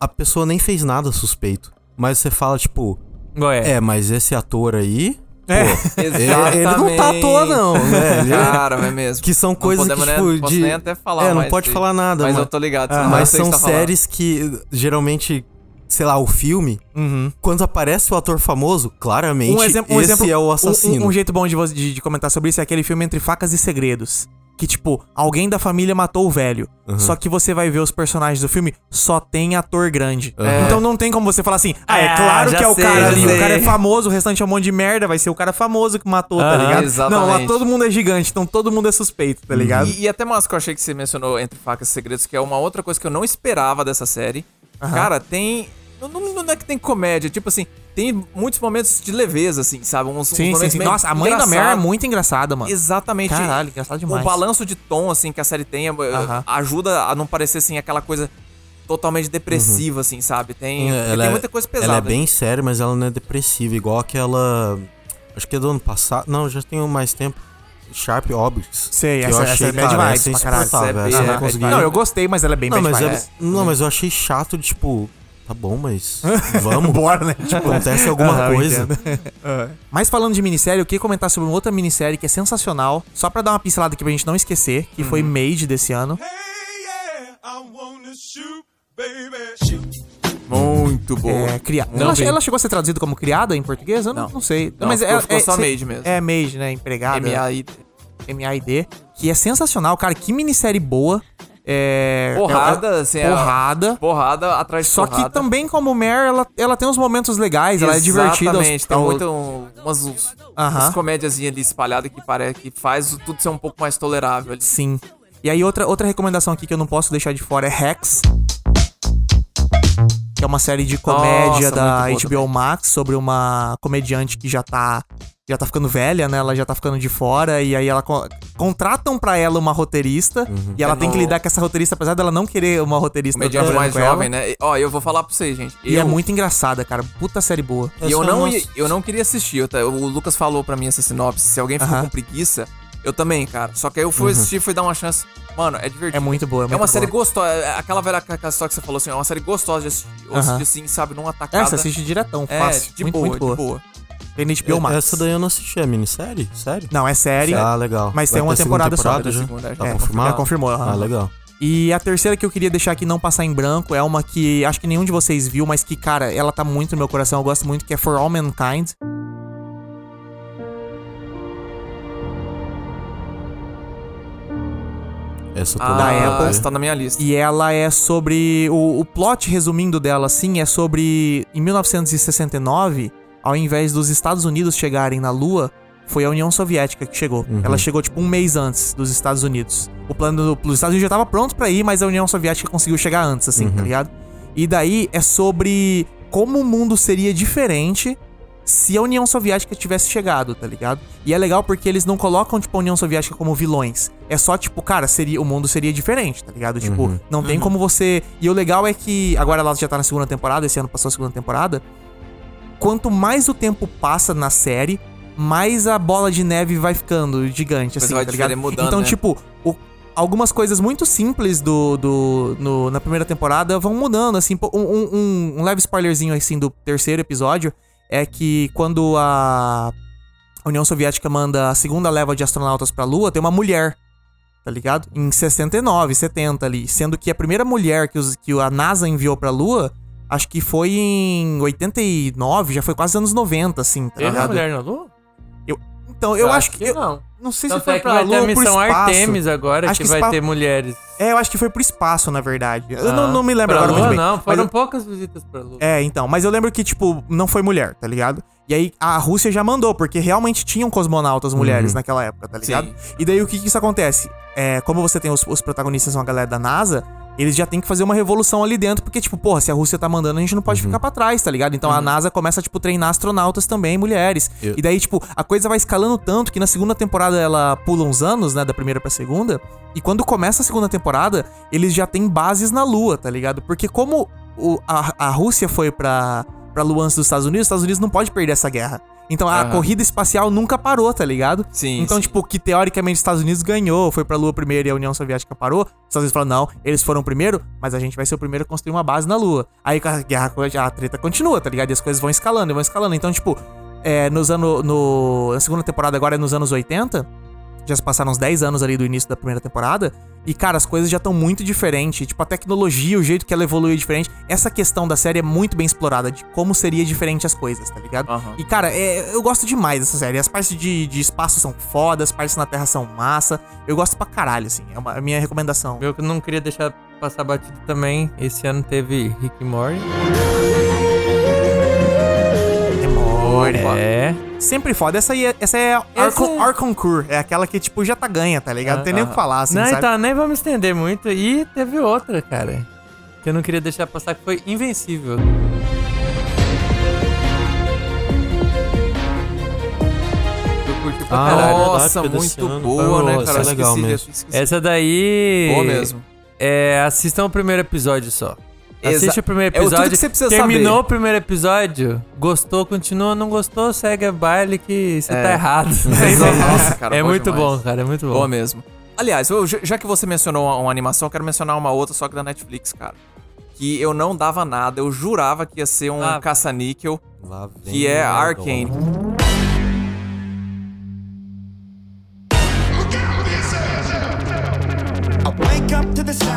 Speaker 4: a pessoa nem fez nada suspeito. Mas você fala, tipo,
Speaker 11: Igual é.
Speaker 4: é, mas esse ator aí.
Speaker 5: É.
Speaker 4: Pô, ele,
Speaker 5: Exatamente.
Speaker 4: ele não tá à toa, não, né? Ele-
Speaker 5: Cara, mas mesmo.
Speaker 4: que são coisas que,
Speaker 5: podemos nem-
Speaker 4: tipo,
Speaker 5: posso
Speaker 4: de...
Speaker 5: nem até falar,
Speaker 4: é, não
Speaker 5: mas
Speaker 4: pode
Speaker 5: se-
Speaker 4: falar nada,
Speaker 5: Mas
Speaker 4: mas,
Speaker 5: eu tô ligado. você
Speaker 2: Ah,
Speaker 5: não
Speaker 4: mas
Speaker 5: sei o que
Speaker 4: são
Speaker 5: você tá falando.
Speaker 4: séries que, geralmente, sei lá, o filme,
Speaker 2: Uhum.
Speaker 4: quando aparece o ator famoso, claramente,
Speaker 2: Um exemplo, um
Speaker 4: esse
Speaker 2: exemplo-
Speaker 4: é
Speaker 2: um-
Speaker 4: o
Speaker 2: Um,
Speaker 4: assassino.
Speaker 2: um jeito bom de, você- de- de comentar sobre isso é aquele filme Entre Facas e Segredos. que, tipo, alguém da família matou o velho.
Speaker 11: Uhum.
Speaker 2: Só que você vai ver os personagens do filme, só tem ator grande.
Speaker 11: É.
Speaker 2: Então não tem como você falar assim, ah, é
Speaker 11: Ah,
Speaker 2: claro
Speaker 11: já
Speaker 2: que é o
Speaker 11: sei,
Speaker 2: cara
Speaker 11: já
Speaker 2: ali,
Speaker 11: sei.
Speaker 2: o cara é famoso, o restante é um monte de merda, vai ser o cara famoso que matou, tá
Speaker 5: Aham,
Speaker 2: ligado? Não, lá
Speaker 5: exatamente.
Speaker 2: todo mundo é gigante, então todo mundo é suspeito, tá ligado?
Speaker 4: Uhum.
Speaker 5: E, e até mais que eu achei que você mencionou entre facas e segredos, que é uma outra coisa que eu não esperava dessa série.
Speaker 2: Aham.
Speaker 5: Cara, tem. Não, não- não é que tem comédia, tipo assim, tem muitos momentos de leveza, assim, sabe? Uns, uns
Speaker 2: Sim, sim,
Speaker 5: momentos
Speaker 2: sim.
Speaker 5: meio
Speaker 2: Nossa, a mãe da Mary é
Speaker 5: engraçados.
Speaker 2: muito engraçada, mano.
Speaker 5: Exatamente.
Speaker 2: Caralho, engraçado demais.
Speaker 5: O balanço de tom, assim, que a série tem eh, ajuda a não parecer, assim, aquela coisa totalmente depressiva,
Speaker 2: Uhum.
Speaker 5: assim, sabe? Tem,
Speaker 4: É,
Speaker 5: tem
Speaker 4: é-
Speaker 5: muita coisa pesada.
Speaker 4: Ela é bem séria, mas ela não é depressiva, igual aquela. Acho que é do ano passado. Não, já tem mais tempo. Sharp Objects.
Speaker 2: Sei,
Speaker 4: que
Speaker 2: essa-
Speaker 4: eu
Speaker 2: essa
Speaker 4: achei,
Speaker 2: é bad
Speaker 4: cara,
Speaker 2: vibes
Speaker 4: essa é
Speaker 2: pra caralho.
Speaker 4: insuportável,
Speaker 2: Essa é
Speaker 4: essa eu
Speaker 2: bad-
Speaker 4: não consegui.
Speaker 2: Não, eu gostei, mas ela é bem
Speaker 4: não,
Speaker 2: bad
Speaker 4: mas
Speaker 2: vibes.
Speaker 4: eu- Não, mas eu achei chato, de, tipo. Tá bom, mas. Vamos.
Speaker 2: Bora, né? Tipo,
Speaker 4: Acontece alguma
Speaker 2: aham, eu
Speaker 4: coisa.
Speaker 2: entendo. Mas falando de minissérie, eu queria comentar sobre uma outra minissérie que é sensacional, só pra dar uma pincelada aqui pra gente não esquecer, que
Speaker 5: Uhum.
Speaker 2: foi Made desse ano.
Speaker 5: Muito boa.
Speaker 2: É, cria...
Speaker 5: Não
Speaker 2: ela,
Speaker 5: vi.
Speaker 2: ela chegou a ser traduzida como criada em português? Eu não, não sei.
Speaker 5: Não,
Speaker 2: Mas
Speaker 5: ficou-
Speaker 2: é,
Speaker 5: ficou
Speaker 2: é-
Speaker 5: só
Speaker 2: se-
Speaker 5: Maid mesmo.
Speaker 2: É Made, né? Empregada.
Speaker 5: M.A.I.D..
Speaker 2: M.A.I.D. Que é sensacional, cara. Que minissérie boa. É,
Speaker 5: Porrada,
Speaker 2: ela-
Speaker 5: assim,
Speaker 2: Porrada.
Speaker 5: Porrada atrás de
Speaker 2: Só
Speaker 5: porrada.
Speaker 2: que também como Mare, ela, ela tem uns momentos legais, ela é divertida. aos-
Speaker 5: Exatamente, tem
Speaker 2: ao-
Speaker 5: muito um- umas, uns-
Speaker 2: Aham.
Speaker 5: umas comédiazinhas ali espalhadas que, pare, que faz o- tudo ser um pouco mais tolerável. Ali.
Speaker 2: Sim. E aí outra, outra recomendação aqui que eu não posso deixar de fora é Rex. Que é uma série de comédia
Speaker 5: Nossa,
Speaker 2: da
Speaker 5: muito
Speaker 2: HBO Max sobre uma comediante que já tá já tá ficando velha, né? Ela já tá ficando de fora e aí ela co- contratam pra ela uma roteirista e ela
Speaker 5: É
Speaker 2: tem que
Speaker 5: no-
Speaker 2: lidar com essa roteirista apesar dela não querer uma roteirista
Speaker 5: Comediante
Speaker 2: trabalhando
Speaker 5: mais
Speaker 2: com ela.
Speaker 5: jovem, né? E, Ó, eu vou falar pra vocês, gente.
Speaker 2: E
Speaker 5: eu,
Speaker 2: é muito engraçada, cara. Puta série boa.
Speaker 5: E eu não, ia- eu não queria assistir. eu tá- o Lucas falou pra mim essa sinopse. Se alguém ficou
Speaker 2: Aham.
Speaker 5: com preguiça, eu também, cara. Só que aí eu fui
Speaker 2: Uhum.
Speaker 5: assistir, fui dar uma chance. Mano, é divertido.
Speaker 2: É muito boa, é
Speaker 5: É
Speaker 2: muito
Speaker 5: uma série
Speaker 2: boa.
Speaker 5: gostosa. é Aquela velha ca- ca- história que você falou assim, é uma série gostosa de assistir. Eu
Speaker 2: Aham.
Speaker 5: assisti assim, sabe, numa tacada.
Speaker 2: É, você assiste diretão,
Speaker 5: É,
Speaker 2: fácil.
Speaker 5: de
Speaker 2: muito,
Speaker 5: boa,
Speaker 2: muito boa. Tipo,
Speaker 5: de boa.
Speaker 2: Tem na HBO Max.
Speaker 4: Essa daí eu não assisti, é minissérie? Sério?
Speaker 2: Não, é série.
Speaker 4: Ah, legal.
Speaker 2: Mas
Speaker 4: Vai
Speaker 2: tem uma
Speaker 4: ter segunda
Speaker 2: temporada,
Speaker 4: temporada
Speaker 5: né,
Speaker 2: só.
Speaker 4: já?
Speaker 2: Segunda,
Speaker 4: Tá
Speaker 2: é,
Speaker 4: confirmado?
Speaker 2: Já confirmou. aham.
Speaker 4: Ah, legal.
Speaker 2: E a terceira que eu queria deixar aqui não passar em branco é uma que acho que nenhum de vocês viu, mas que, cara, ela tá muito no meu coração, eu gosto muito, que é For All Mankind.
Speaker 4: Essa eu tô
Speaker 5: Ah,
Speaker 4: na-
Speaker 5: é,
Speaker 2: Apple.
Speaker 5: tá na minha lista.
Speaker 2: E ela é sobre. O, o plot, resumindo dela, assim, é sobre. Em 1969, ao invés dos Estados Unidos chegarem na Lua, foi a União Soviética que chegou. Ela chegou, tipo, um mês antes dos Estados Unidos. O plano dos Estados Unidos já tava pronto pra ir, mas a União Soviética conseguiu chegar antes, assim, tá ligado? E daí é sobre como o mundo seria diferente se a União Soviética tivesse chegado, tá ligado? E é legal porque eles não colocam, tipo, a União Soviética como vilões. É só, tipo, cara, seria, o mundo seria diferente, tá ligado? Tipo, não
Speaker 5: Uhum.
Speaker 2: tem como você. E o legal é que. Agora ela já tá na segunda temporada, esse ano passou a segunda temporada. Quanto mais o tempo passa na série, mais a bola de neve vai ficando gigante,
Speaker 5: Mas
Speaker 2: assim,
Speaker 5: vai
Speaker 2: tá ligado?
Speaker 5: diferen- mudando,
Speaker 2: então,
Speaker 5: né?
Speaker 2: tipo, o- algumas coisas muito simples do, do no- na primeira temporada vão mudando, assim, pô, um, um- um- um leve spoilerzinho, assim, do terceiro episódio é que quando a União Soviética manda a segunda leva de astronautas pra Lua, tem uma mulher, tá ligado? Em 69, 70 ali, sendo que a primeira mulher que, os- que a NASA enviou pra Lua, acho que foi em 89, já foi quase anos 90, assim, tá
Speaker 11: Teve uma
Speaker 2: ligado?
Speaker 11: é mulher na Lua?
Speaker 2: Eu- então, eu acho que. eu-
Speaker 11: não.
Speaker 2: Não sei
Speaker 11: Tanto
Speaker 2: se foi
Speaker 11: é que
Speaker 2: pra
Speaker 11: vai
Speaker 2: Lua
Speaker 11: ter a
Speaker 2: ou pro
Speaker 11: missão
Speaker 2: espaço.
Speaker 11: Artemis agora,
Speaker 2: Acho
Speaker 11: que,
Speaker 2: que
Speaker 11: vai
Speaker 2: espa-
Speaker 11: ter mulheres.
Speaker 2: É, eu acho que foi pro espaço, na verdade. Eu não,
Speaker 11: Ah,
Speaker 2: não me lembro
Speaker 11: pra
Speaker 2: agora
Speaker 11: Lua,
Speaker 2: muito bem.
Speaker 11: Não,
Speaker 2: Mas
Speaker 11: foram
Speaker 2: eu-
Speaker 11: poucas visitas pra Lua.
Speaker 2: É, então, mas eu lembro que, tipo, não foi mulher, tá ligado? E aí a Rússia já mandou, porque realmente tinham
Speaker 11: Uhum.
Speaker 2: cosmonautas mulheres naquela época, tá ligado? E daí o que que isso acontece? É, como você tem os, os protagonistas, são a galera da NASA, eles já tem que fazer uma revolução ali dentro, porque, tipo, porra, se a Rússia tá mandando, a gente não pode
Speaker 11: Uhum.
Speaker 2: ficar pra trás, tá ligado? Então a NASA começa, tipo, treinar astronautas também, mulheres.
Speaker 4: Eu-
Speaker 2: E daí, tipo, a coisa vai escalando tanto que na segunda temporada ela pula uns anos, né, da primeira pra segunda. E quando começa a segunda temporada, eles já têm bases na Lua, tá ligado? Porque como o- a, a Rússia foi pra, pra Lua antes dos Estados Unidos, os Estados Unidos não pode perder essa guerra. Então a
Speaker 5: Aham.
Speaker 2: corrida espacial nunca parou, tá ligado?
Speaker 5: Sim,
Speaker 2: Então,
Speaker 5: sim.
Speaker 2: tipo, que teoricamente os Estados Unidos ganhou, foi pra Lua primeiro e a União Soviética parou. Os Estados Unidos falaram, não, eles foram primeiro, mas a gente vai ser o primeiro a construir uma base na Lua. Aí a guerra, a treta continua, tá ligado? E as coisas vão escalando e vão escalando. Então, tipo, é, nos anos. No, na segunda temporada agora é nos anos 80. já se passaram uns 10 anos ali do início da primeira temporada. E, cara, as coisas já estão muito diferentes. Tipo, a tecnologia, o jeito que ela evoluiu é diferente. Essa questão da série é muito bem explorada, de como seria diferente as coisas, tá ligado? E, cara, é- eu gosto demais dessa série. As partes de, de espaço são fodas, as partes na Terra são massa. Eu gosto pra caralho, assim. É uma- a minha recomendação.
Speaker 11: Eu não queria deixar passar batido também. Esse ano teve Rick and Morty.
Speaker 2: Demora.
Speaker 11: É.
Speaker 2: Sempre foda. Essa, aí é, essa é a Arcon, Arconcourt. É aquela que, tipo, já tá ganha, tá ligado? Não tem nem o que falar, assim,
Speaker 11: Não,
Speaker 2: sabe?
Speaker 11: então, nem vamos estender muito. E teve outra, cara. Que eu não queria deixar passar, que foi Invencível.
Speaker 5: Eu curti pra
Speaker 11: Ah,
Speaker 5: caralho. tá
Speaker 11: é
Speaker 5: Nossa,
Speaker 11: verdade,
Speaker 5: muito
Speaker 11: desse ano.
Speaker 5: boa, né,
Speaker 11: Nossa,
Speaker 5: cara?
Speaker 11: é legal
Speaker 5: Esqueci de-
Speaker 11: mesmo.
Speaker 5: esqueci.
Speaker 11: Essa daí.
Speaker 5: Boa mesmo.
Speaker 11: É, assistam o primeiro episódio só.
Speaker 5: Exa-
Speaker 11: Assiste o primeiro
Speaker 5: É o tudo
Speaker 11: episódio.
Speaker 5: que você precisa
Speaker 11: terminou
Speaker 5: saber.
Speaker 11: o primeiro episódio, gostou, continua, não gostou, segue a baile que você
Speaker 5: É.
Speaker 11: tá errado.
Speaker 5: Nossa, cara,
Speaker 11: é
Speaker 5: bom
Speaker 11: muito
Speaker 5: demais.
Speaker 11: bom, cara, é muito bom.
Speaker 5: Boa mesmo. Aliás, eu- já já que você mencionou uma, uma animação, eu quero mencionar uma outra, só que é da Netflix, cara. Que eu não dava nada, eu jurava que ia ser um
Speaker 11: Ah.
Speaker 5: caça-níquel,
Speaker 4: Lá vem
Speaker 5: que é
Speaker 4: o
Speaker 5: Arcane.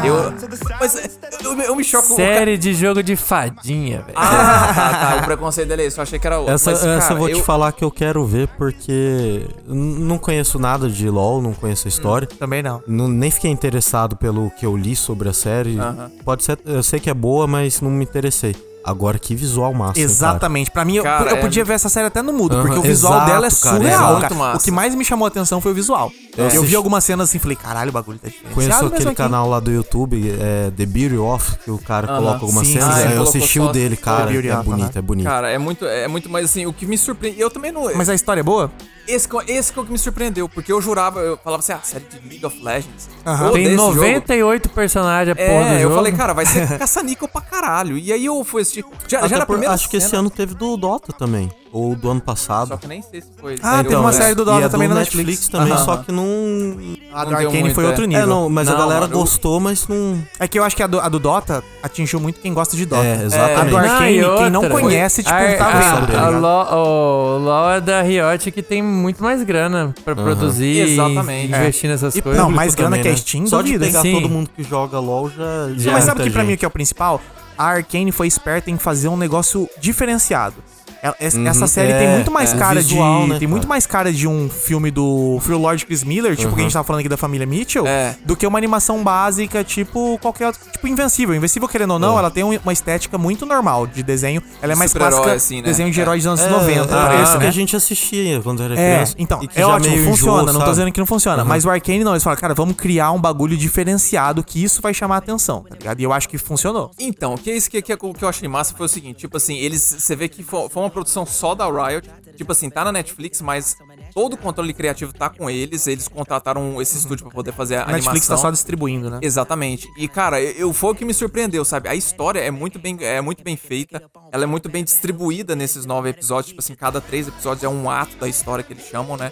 Speaker 5: Eu, mas é, eu, eu me choco. o ca-
Speaker 11: Série de jogo de fadinha, velho.
Speaker 5: Ah, tá, tá, o preconceito dele é isso. Eu achei que era o.
Speaker 4: Essa,
Speaker 5: mas,
Speaker 4: essa
Speaker 5: cara,
Speaker 4: eu vou te falar que eu quero ver porque n- não conheço nada de LoL, não
Speaker 5: Hum.
Speaker 4: conheço a história.
Speaker 2: também não.
Speaker 4: Nem fiquei interessado pelo que eu li sobre a série.
Speaker 5: Aham.
Speaker 4: Pode ser, eu sei que é boa, mas não me interessei. Agora que visual massa. hein, cara?
Speaker 2: Exatamente. Pra mim, eu-
Speaker 5: Cara,
Speaker 2: eu,
Speaker 5: é
Speaker 2: podia ver essa série até no mudo,
Speaker 4: Aham.
Speaker 2: porque o visual
Speaker 4: Exato,
Speaker 2: dela é
Speaker 4: cara,
Speaker 2: surreal,
Speaker 4: exato.
Speaker 2: cara.
Speaker 5: Muito massa.
Speaker 2: O que mais me chamou a atenção foi o visual. Eu,
Speaker 4: assisti-
Speaker 2: vi algumas cenas assim e falei, caralho, o bagulho tá diferente.
Speaker 4: Conheço aquele canal lá do YouTube, é, The Beauty Off, que o cara
Speaker 5: Aham.
Speaker 4: coloca algumas
Speaker 2: Sim, sim.
Speaker 4: cenas. é,
Speaker 5: Ah, ele
Speaker 4: eu
Speaker 5: colocou
Speaker 4: assisti
Speaker 5: só
Speaker 4: o dele, cara.
Speaker 2: The Beauty
Speaker 4: É
Speaker 2: Off,
Speaker 4: bonito, é bonito.
Speaker 5: Cara, é muito, é muito mais assim. O que me surpreende. Eu também não.
Speaker 2: Mas a história é boa?
Speaker 5: Esse, co- esse que é o que me surpreendeu, porque eu jurava, eu falava assim, ah, série de League of Legends.
Speaker 2: Aham.
Speaker 5: eu odeio
Speaker 11: Tem
Speaker 5: esse jogo.
Speaker 11: 98 personagens, a
Speaker 5: É,
Speaker 11: porra do
Speaker 5: eu
Speaker 11: jogo.
Speaker 5: falei, cara, vai ser caça-níquel pra caralho. E aí eu fui assistir. Já,
Speaker 4: Até
Speaker 5: já na
Speaker 4: por-
Speaker 5: primeira
Speaker 4: acho que esse
Speaker 5: cena-
Speaker 4: ano teve do Dota também. Ou do ano passado.
Speaker 5: Só que nem sei se foi.
Speaker 2: Ah,
Speaker 5: sério
Speaker 2: teve
Speaker 5: ou
Speaker 2: uma
Speaker 5: não.
Speaker 2: série do
Speaker 4: e
Speaker 2: Dota
Speaker 4: é
Speaker 2: também
Speaker 4: do
Speaker 2: na
Speaker 4: Netflix,
Speaker 2: Netflix.
Speaker 4: também,
Speaker 5: Aham.
Speaker 4: só que não.
Speaker 2: A do
Speaker 5: Não deu
Speaker 2: Arcane
Speaker 5: muito,
Speaker 2: foi
Speaker 5: é.
Speaker 2: outro nível.
Speaker 4: É, não, mas a
Speaker 5: Não,
Speaker 4: galera
Speaker 5: mano, eu-
Speaker 4: gostou, mas não.
Speaker 2: É que eu acho que a do, a do Dota atingiu muito quem gosta de Dota.
Speaker 4: É,
Speaker 2: A
Speaker 4: exatamente.
Speaker 2: do Arcane,
Speaker 11: e
Speaker 2: quem não
Speaker 11: outra.
Speaker 2: conhece, tipo,
Speaker 11: Ar-
Speaker 2: não tá
Speaker 11: a-
Speaker 2: vendo. tá
Speaker 11: a
Speaker 2: ligado?
Speaker 11: Lo- o LoL é da Riot que tem muito mais grana pra produzir
Speaker 5: Exatamente.
Speaker 11: e investir nessas
Speaker 4: E
Speaker 11: coisas.
Speaker 2: Não, mais
Speaker 4: também,
Speaker 2: grana que a
Speaker 4: né?
Speaker 2: Steam,
Speaker 4: Só de
Speaker 2: duvido, hein?
Speaker 4: pegar
Speaker 11: Sim.
Speaker 4: todo mundo que joga LOL já. já
Speaker 2: Mas
Speaker 4: é
Speaker 2: sabe
Speaker 4: muita
Speaker 2: que pra mim o
Speaker 4: gente.
Speaker 2: que é o principal? A Arkane foi esperta em fazer um negócio diferenciado. Ela- es- Essa série tem
Speaker 4: é,
Speaker 2: muito mais
Speaker 4: é.
Speaker 2: cara
Speaker 4: Visual,
Speaker 2: de.
Speaker 4: né,
Speaker 2: tem muito
Speaker 4: cara?
Speaker 2: mais cara de um filme do Phil Lord Chris Miller, tipo que a gente tava falando aqui da família Mitchell,
Speaker 5: É.
Speaker 2: do que uma animação básica, tipo qualquer outro. Tipo Invencível. Invencível, querendo ou não, ela tem um- uma estética muito normal de desenho. Ela é mais
Speaker 5: Super-herói,
Speaker 2: clássica
Speaker 5: assim, né?
Speaker 2: desenho de
Speaker 5: É.
Speaker 2: herói dos anos
Speaker 4: É,
Speaker 2: 90.
Speaker 4: era
Speaker 2: parece,
Speaker 4: isso que
Speaker 2: né?
Speaker 4: a gente assistia quando era
Speaker 2: É,
Speaker 4: criança.
Speaker 2: então,
Speaker 4: e que
Speaker 2: é
Speaker 4: já
Speaker 2: ótimo,
Speaker 4: meio
Speaker 2: funciona,
Speaker 4: enjoou,
Speaker 2: não tô
Speaker 4: sabe?
Speaker 2: dizendo que não funciona, mas o Arkane não, eles falaram, cara, vamos criar um bagulho diferenciado que isso vai chamar a atenção, tá ligado? E eu acho que funcionou.
Speaker 5: Então, o que é isso que, que, é o que eu achei massa foi o seguinte, tipo assim, eles. Você vê que fo- foi uma produção só da Riot. Tipo assim, tá na Netflix, mas todo o controle criativo tá com eles. Eles contrataram esse estúdio pra poder fazer a
Speaker 2: A Netflix tá
Speaker 5: animação.
Speaker 2: só distribuindo, né?
Speaker 5: Exatamente. E, cara, eu, eu- foi o que me surpreendeu, sabe? A história é muito, bem, é muito bem feita, ela é muito bem distribuída nesses nove episódios. Tipo assim, cada três episódios é um ato da história que eles chamam, né?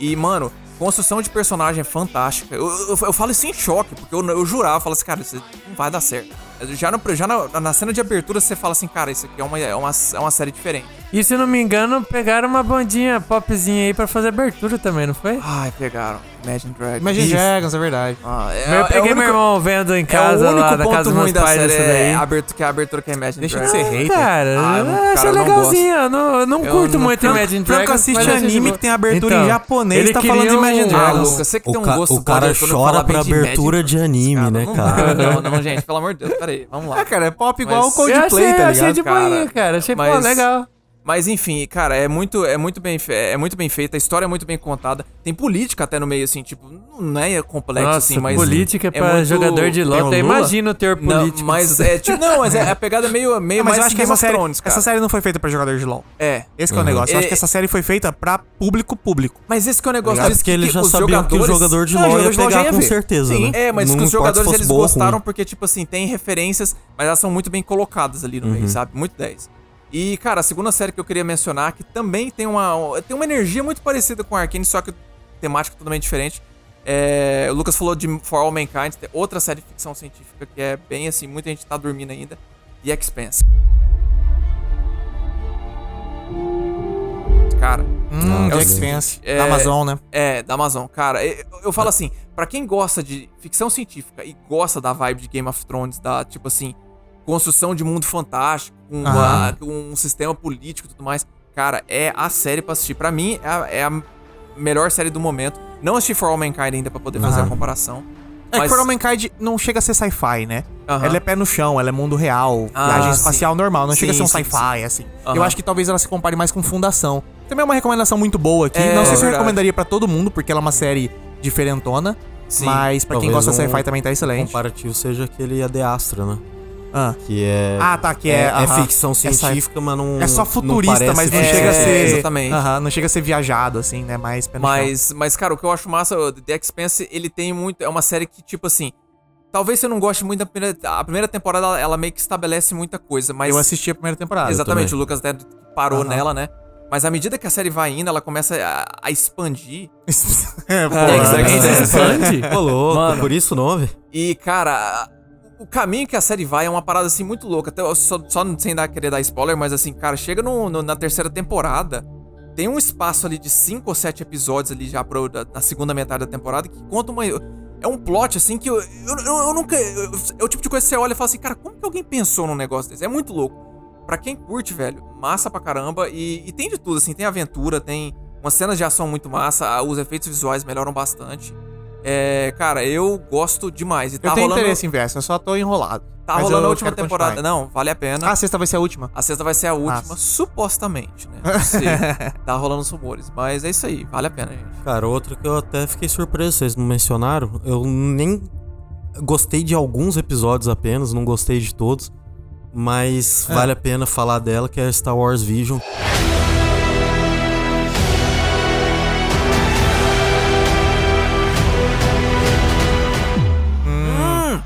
Speaker 5: E, mano, construção de personagem é fantástica. Eu, eu, eu falo isso em choque, porque eu, eu jurava, eu falo assim, cara, isso não vai dar certo. Já, no, já na, na cena de abertura você fala assim, cara, isso aqui é uma, é uma, é uma série diferente.
Speaker 11: E se não me engano, pegaram uma bandinha popzinha aí pra fazer abertura também, não foi?
Speaker 5: Ai, pegaram. Imagine Dragons.
Speaker 2: Imagine Dragons, é verdade.
Speaker 5: Ah, é,
Speaker 11: eu peguei
Speaker 5: é o
Speaker 11: meu
Speaker 5: único,
Speaker 11: irmão vendo em
Speaker 5: é o
Speaker 11: casa
Speaker 5: único
Speaker 11: lá da
Speaker 5: ponto
Speaker 11: casa dos
Speaker 5: ruim
Speaker 11: meus
Speaker 5: da
Speaker 11: pais
Speaker 5: série,
Speaker 11: essa
Speaker 5: é
Speaker 11: daí.
Speaker 5: a abertura, que é a abertura que é Imagine
Speaker 2: Deixa de
Speaker 5: Dragons.
Speaker 2: ser hater.
Speaker 11: Cara,
Speaker 5: Ah, eu não-
Speaker 11: eu acho
Speaker 5: cara, eu não
Speaker 11: legalzinha. Eu não, eu não
Speaker 5: Eu
Speaker 11: curto
Speaker 5: não-
Speaker 11: muito
Speaker 5: Franco-
Speaker 11: Imagine Dragons.
Speaker 2: Franco assiste
Speaker 11: mas eu acho
Speaker 2: anime
Speaker 3: tipo-
Speaker 11: bom.
Speaker 2: que tem abertura em japonês,
Speaker 11: ele
Speaker 2: tá falando
Speaker 11: queria
Speaker 2: de Imagine
Speaker 5: Ah,
Speaker 2: Dragos.
Speaker 5: Lucas, você que
Speaker 4: O,
Speaker 5: tem um
Speaker 4: ca-
Speaker 5: gosto
Speaker 4: o cara
Speaker 5: poder, quando eu
Speaker 4: chora
Speaker 5: falar
Speaker 4: pra
Speaker 5: bem de
Speaker 4: abertura de anime, né,
Speaker 5: Magic,
Speaker 4: cara?
Speaker 5: Não, não, não, gente, pelo amor de Deus, peraí, vamos lá.
Speaker 2: cara, é pop igual
Speaker 5: Mas-
Speaker 2: o
Speaker 11: Eu
Speaker 2: Coldplay,
Speaker 11: achei,
Speaker 2: tá
Speaker 11: eu achei
Speaker 2: ligado?
Speaker 11: de boinha, cara. Achei, pô,
Speaker 5: mas- é
Speaker 11: legal.
Speaker 5: Mas enfim, cara, é muito, é muito bem, fe- é muito bem feita, a história é muito bem contada, tem política até no meio, assim, tipo, não é complexo
Speaker 11: Nossa,
Speaker 5: assim, mas
Speaker 11: política
Speaker 5: é
Speaker 11: pra
Speaker 5: muito-
Speaker 11: jogador de
Speaker 5: Tem
Speaker 11: lota.
Speaker 5: o Lula?
Speaker 11: Imagina o teor
Speaker 5: Não,
Speaker 11: político.
Speaker 5: mas é tipo, não, mas é a pegada é meio, meio
Speaker 2: É, mas
Speaker 5: mais
Speaker 2: eu acho que
Speaker 5: Game
Speaker 2: essa
Speaker 5: of
Speaker 2: série,
Speaker 5: Thrones, cara.
Speaker 2: essa série não foi feita pra jogador de LoL.
Speaker 5: É.
Speaker 2: Esse que é o negócio. Eu acho
Speaker 5: É-
Speaker 2: que essa série foi feita pra público público.
Speaker 5: Mas esse que é o negócio
Speaker 4: É
Speaker 5: diz
Speaker 4: porque eles já
Speaker 5: os
Speaker 4: sabiam que o
Speaker 5: jogadores-
Speaker 4: jogador de
Speaker 5: Não,
Speaker 4: LoL ia
Speaker 5: jogador de já
Speaker 4: pegar com
Speaker 5: ver.
Speaker 4: certeza,
Speaker 5: Sim,
Speaker 4: né?
Speaker 5: É, mas
Speaker 4: Não
Speaker 5: que os
Speaker 4: importa se
Speaker 5: jogadores
Speaker 4: fosse
Speaker 5: eles
Speaker 4: bom ou
Speaker 5: gostaram
Speaker 4: ruim.
Speaker 5: porque, tipo assim, tem referências, mas elas são muito bem colocadas ali no
Speaker 4: Uhum.
Speaker 5: meio, sabe? Muito 10. E, cara, a segunda série que eu queria mencionar, que também tem uma, tem uma energia muito parecida com Arkane, só que temática totalmente diferente. É, o Lucas falou de For All Mankind, tem outra série de ficção científica que é bem assim, muita gente tá dormindo ainda. The Expanse. Cara,
Speaker 2: Hum, Jack Spence. Da Amazon, né?
Speaker 5: É, da Amazon. Cara, eu, eu falo assim, pra quem gosta de ficção científica e gosta da vibe de Game of Thrones, da, tipo assim, construção de mundo fantástico, com uma-
Speaker 2: Aham.
Speaker 5: com um sistema político e tudo mais, cara, é a série pra assistir. Pra mim, é a, é a melhor série do momento. Não assisti For All Mankind ainda pra poder fazer a
Speaker 2: Aham.
Speaker 5: comparação.
Speaker 2: É que
Speaker 5: mas-
Speaker 2: For All Mankind não chega a ser sci-fi, né?
Speaker 5: Aham.
Speaker 2: Ela é pé no chão, ela é mundo real,
Speaker 5: Ah,
Speaker 2: viagem
Speaker 5: sim.
Speaker 2: espacial normal, não chega a ser um
Speaker 5: Sim, sim,
Speaker 2: sci-fi,
Speaker 5: sim.
Speaker 2: assim.
Speaker 5: Aham.
Speaker 2: Eu acho que talvez ela se compare mais com Fundação. Também é uma recomendação muito boa aqui.
Speaker 5: É,
Speaker 2: não sei se eu
Speaker 5: verdade.
Speaker 2: recomendaria pra todo mundo, porque ela é uma série diferentona.
Speaker 5: Sim.
Speaker 2: mas pra quem
Speaker 4: Talvez
Speaker 2: gosta de
Speaker 4: um
Speaker 2: sci-fi também tá excelente.
Speaker 4: comparativo seja aquele A The Astra, né?
Speaker 2: Ah.
Speaker 4: Que é.
Speaker 2: Ah, tá, que é. aham.
Speaker 4: ficção
Speaker 2: É sci-
Speaker 4: científica, mas não.
Speaker 2: É só futurista, mas não
Speaker 4: parece
Speaker 2: chega a
Speaker 4: ficção
Speaker 2: ser.
Speaker 4: científica.
Speaker 5: exatamente.
Speaker 2: Aham, não chega a ser viajado, assim, né? Mais pé no chão.
Speaker 5: Mas, mas, cara, o que eu acho massa, o The Expanse, ele tem muito. É uma série que, tipo assim. Talvez você não goste muito da primeira. A primeira temporada, ela, ela meio que estabelece muita coisa, mas.
Speaker 2: Eu assisti a primeira temporada.
Speaker 5: Exatamente, o
Speaker 2: também.
Speaker 5: Lucas até parou
Speaker 2: Aham.
Speaker 5: nela, né? Mas à medida que a série vai indo, ela começa a, a expandir.
Speaker 2: É,
Speaker 5: É, exatamente.
Speaker 4: Ô, louco,
Speaker 11: Mano.
Speaker 4: por isso nove.
Speaker 5: E, cara, a- o caminho que a série vai é uma parada assim muito louca. Até eu só, só não- sem dar, querer dar spoiler, mas assim, cara, chega no- no- na terceira temporada. Tem um espaço ali de cinco ou sete episódios ali já pro, da- na segunda metade da temporada que conta uma. É um plot assim que eu, eu, eu- eu nunca. eu- é o tipo de coisa que você olha e fala assim, cara, como que alguém pensou num negócio desse? É muito louco. Pra quem curte, velho, massa pra caramba. E, e tem de tudo, assim, tem aventura, tem umas cenas de ação muito massa, ah, os efeitos visuais melhoram bastante. É, cara, eu gosto demais. E tá
Speaker 2: Eu tenho
Speaker 5: rolando,
Speaker 2: interesse em ver, essa, eu só tô enrolado.
Speaker 5: Tá
Speaker 2: Mas
Speaker 5: rolando
Speaker 2: eu
Speaker 5: a última
Speaker 2: quero
Speaker 5: temporada.
Speaker 2: continuar.
Speaker 5: Não, vale a pena.
Speaker 2: Ah, a sexta vai ser a última.
Speaker 5: A sexta vai ser a última,
Speaker 2: Nossa.
Speaker 5: supostamente, né? Não sei. tá rolando os rumores. Mas é isso aí, vale a pena, gente.
Speaker 4: Cara, outra que eu até fiquei surpreso, vocês não mencionaram. Eu nem gostei de alguns episódios apenas, não gostei de todos.
Speaker 5: É.
Speaker 4: Mas vale a pena falar dela, que é Star Wars Vision.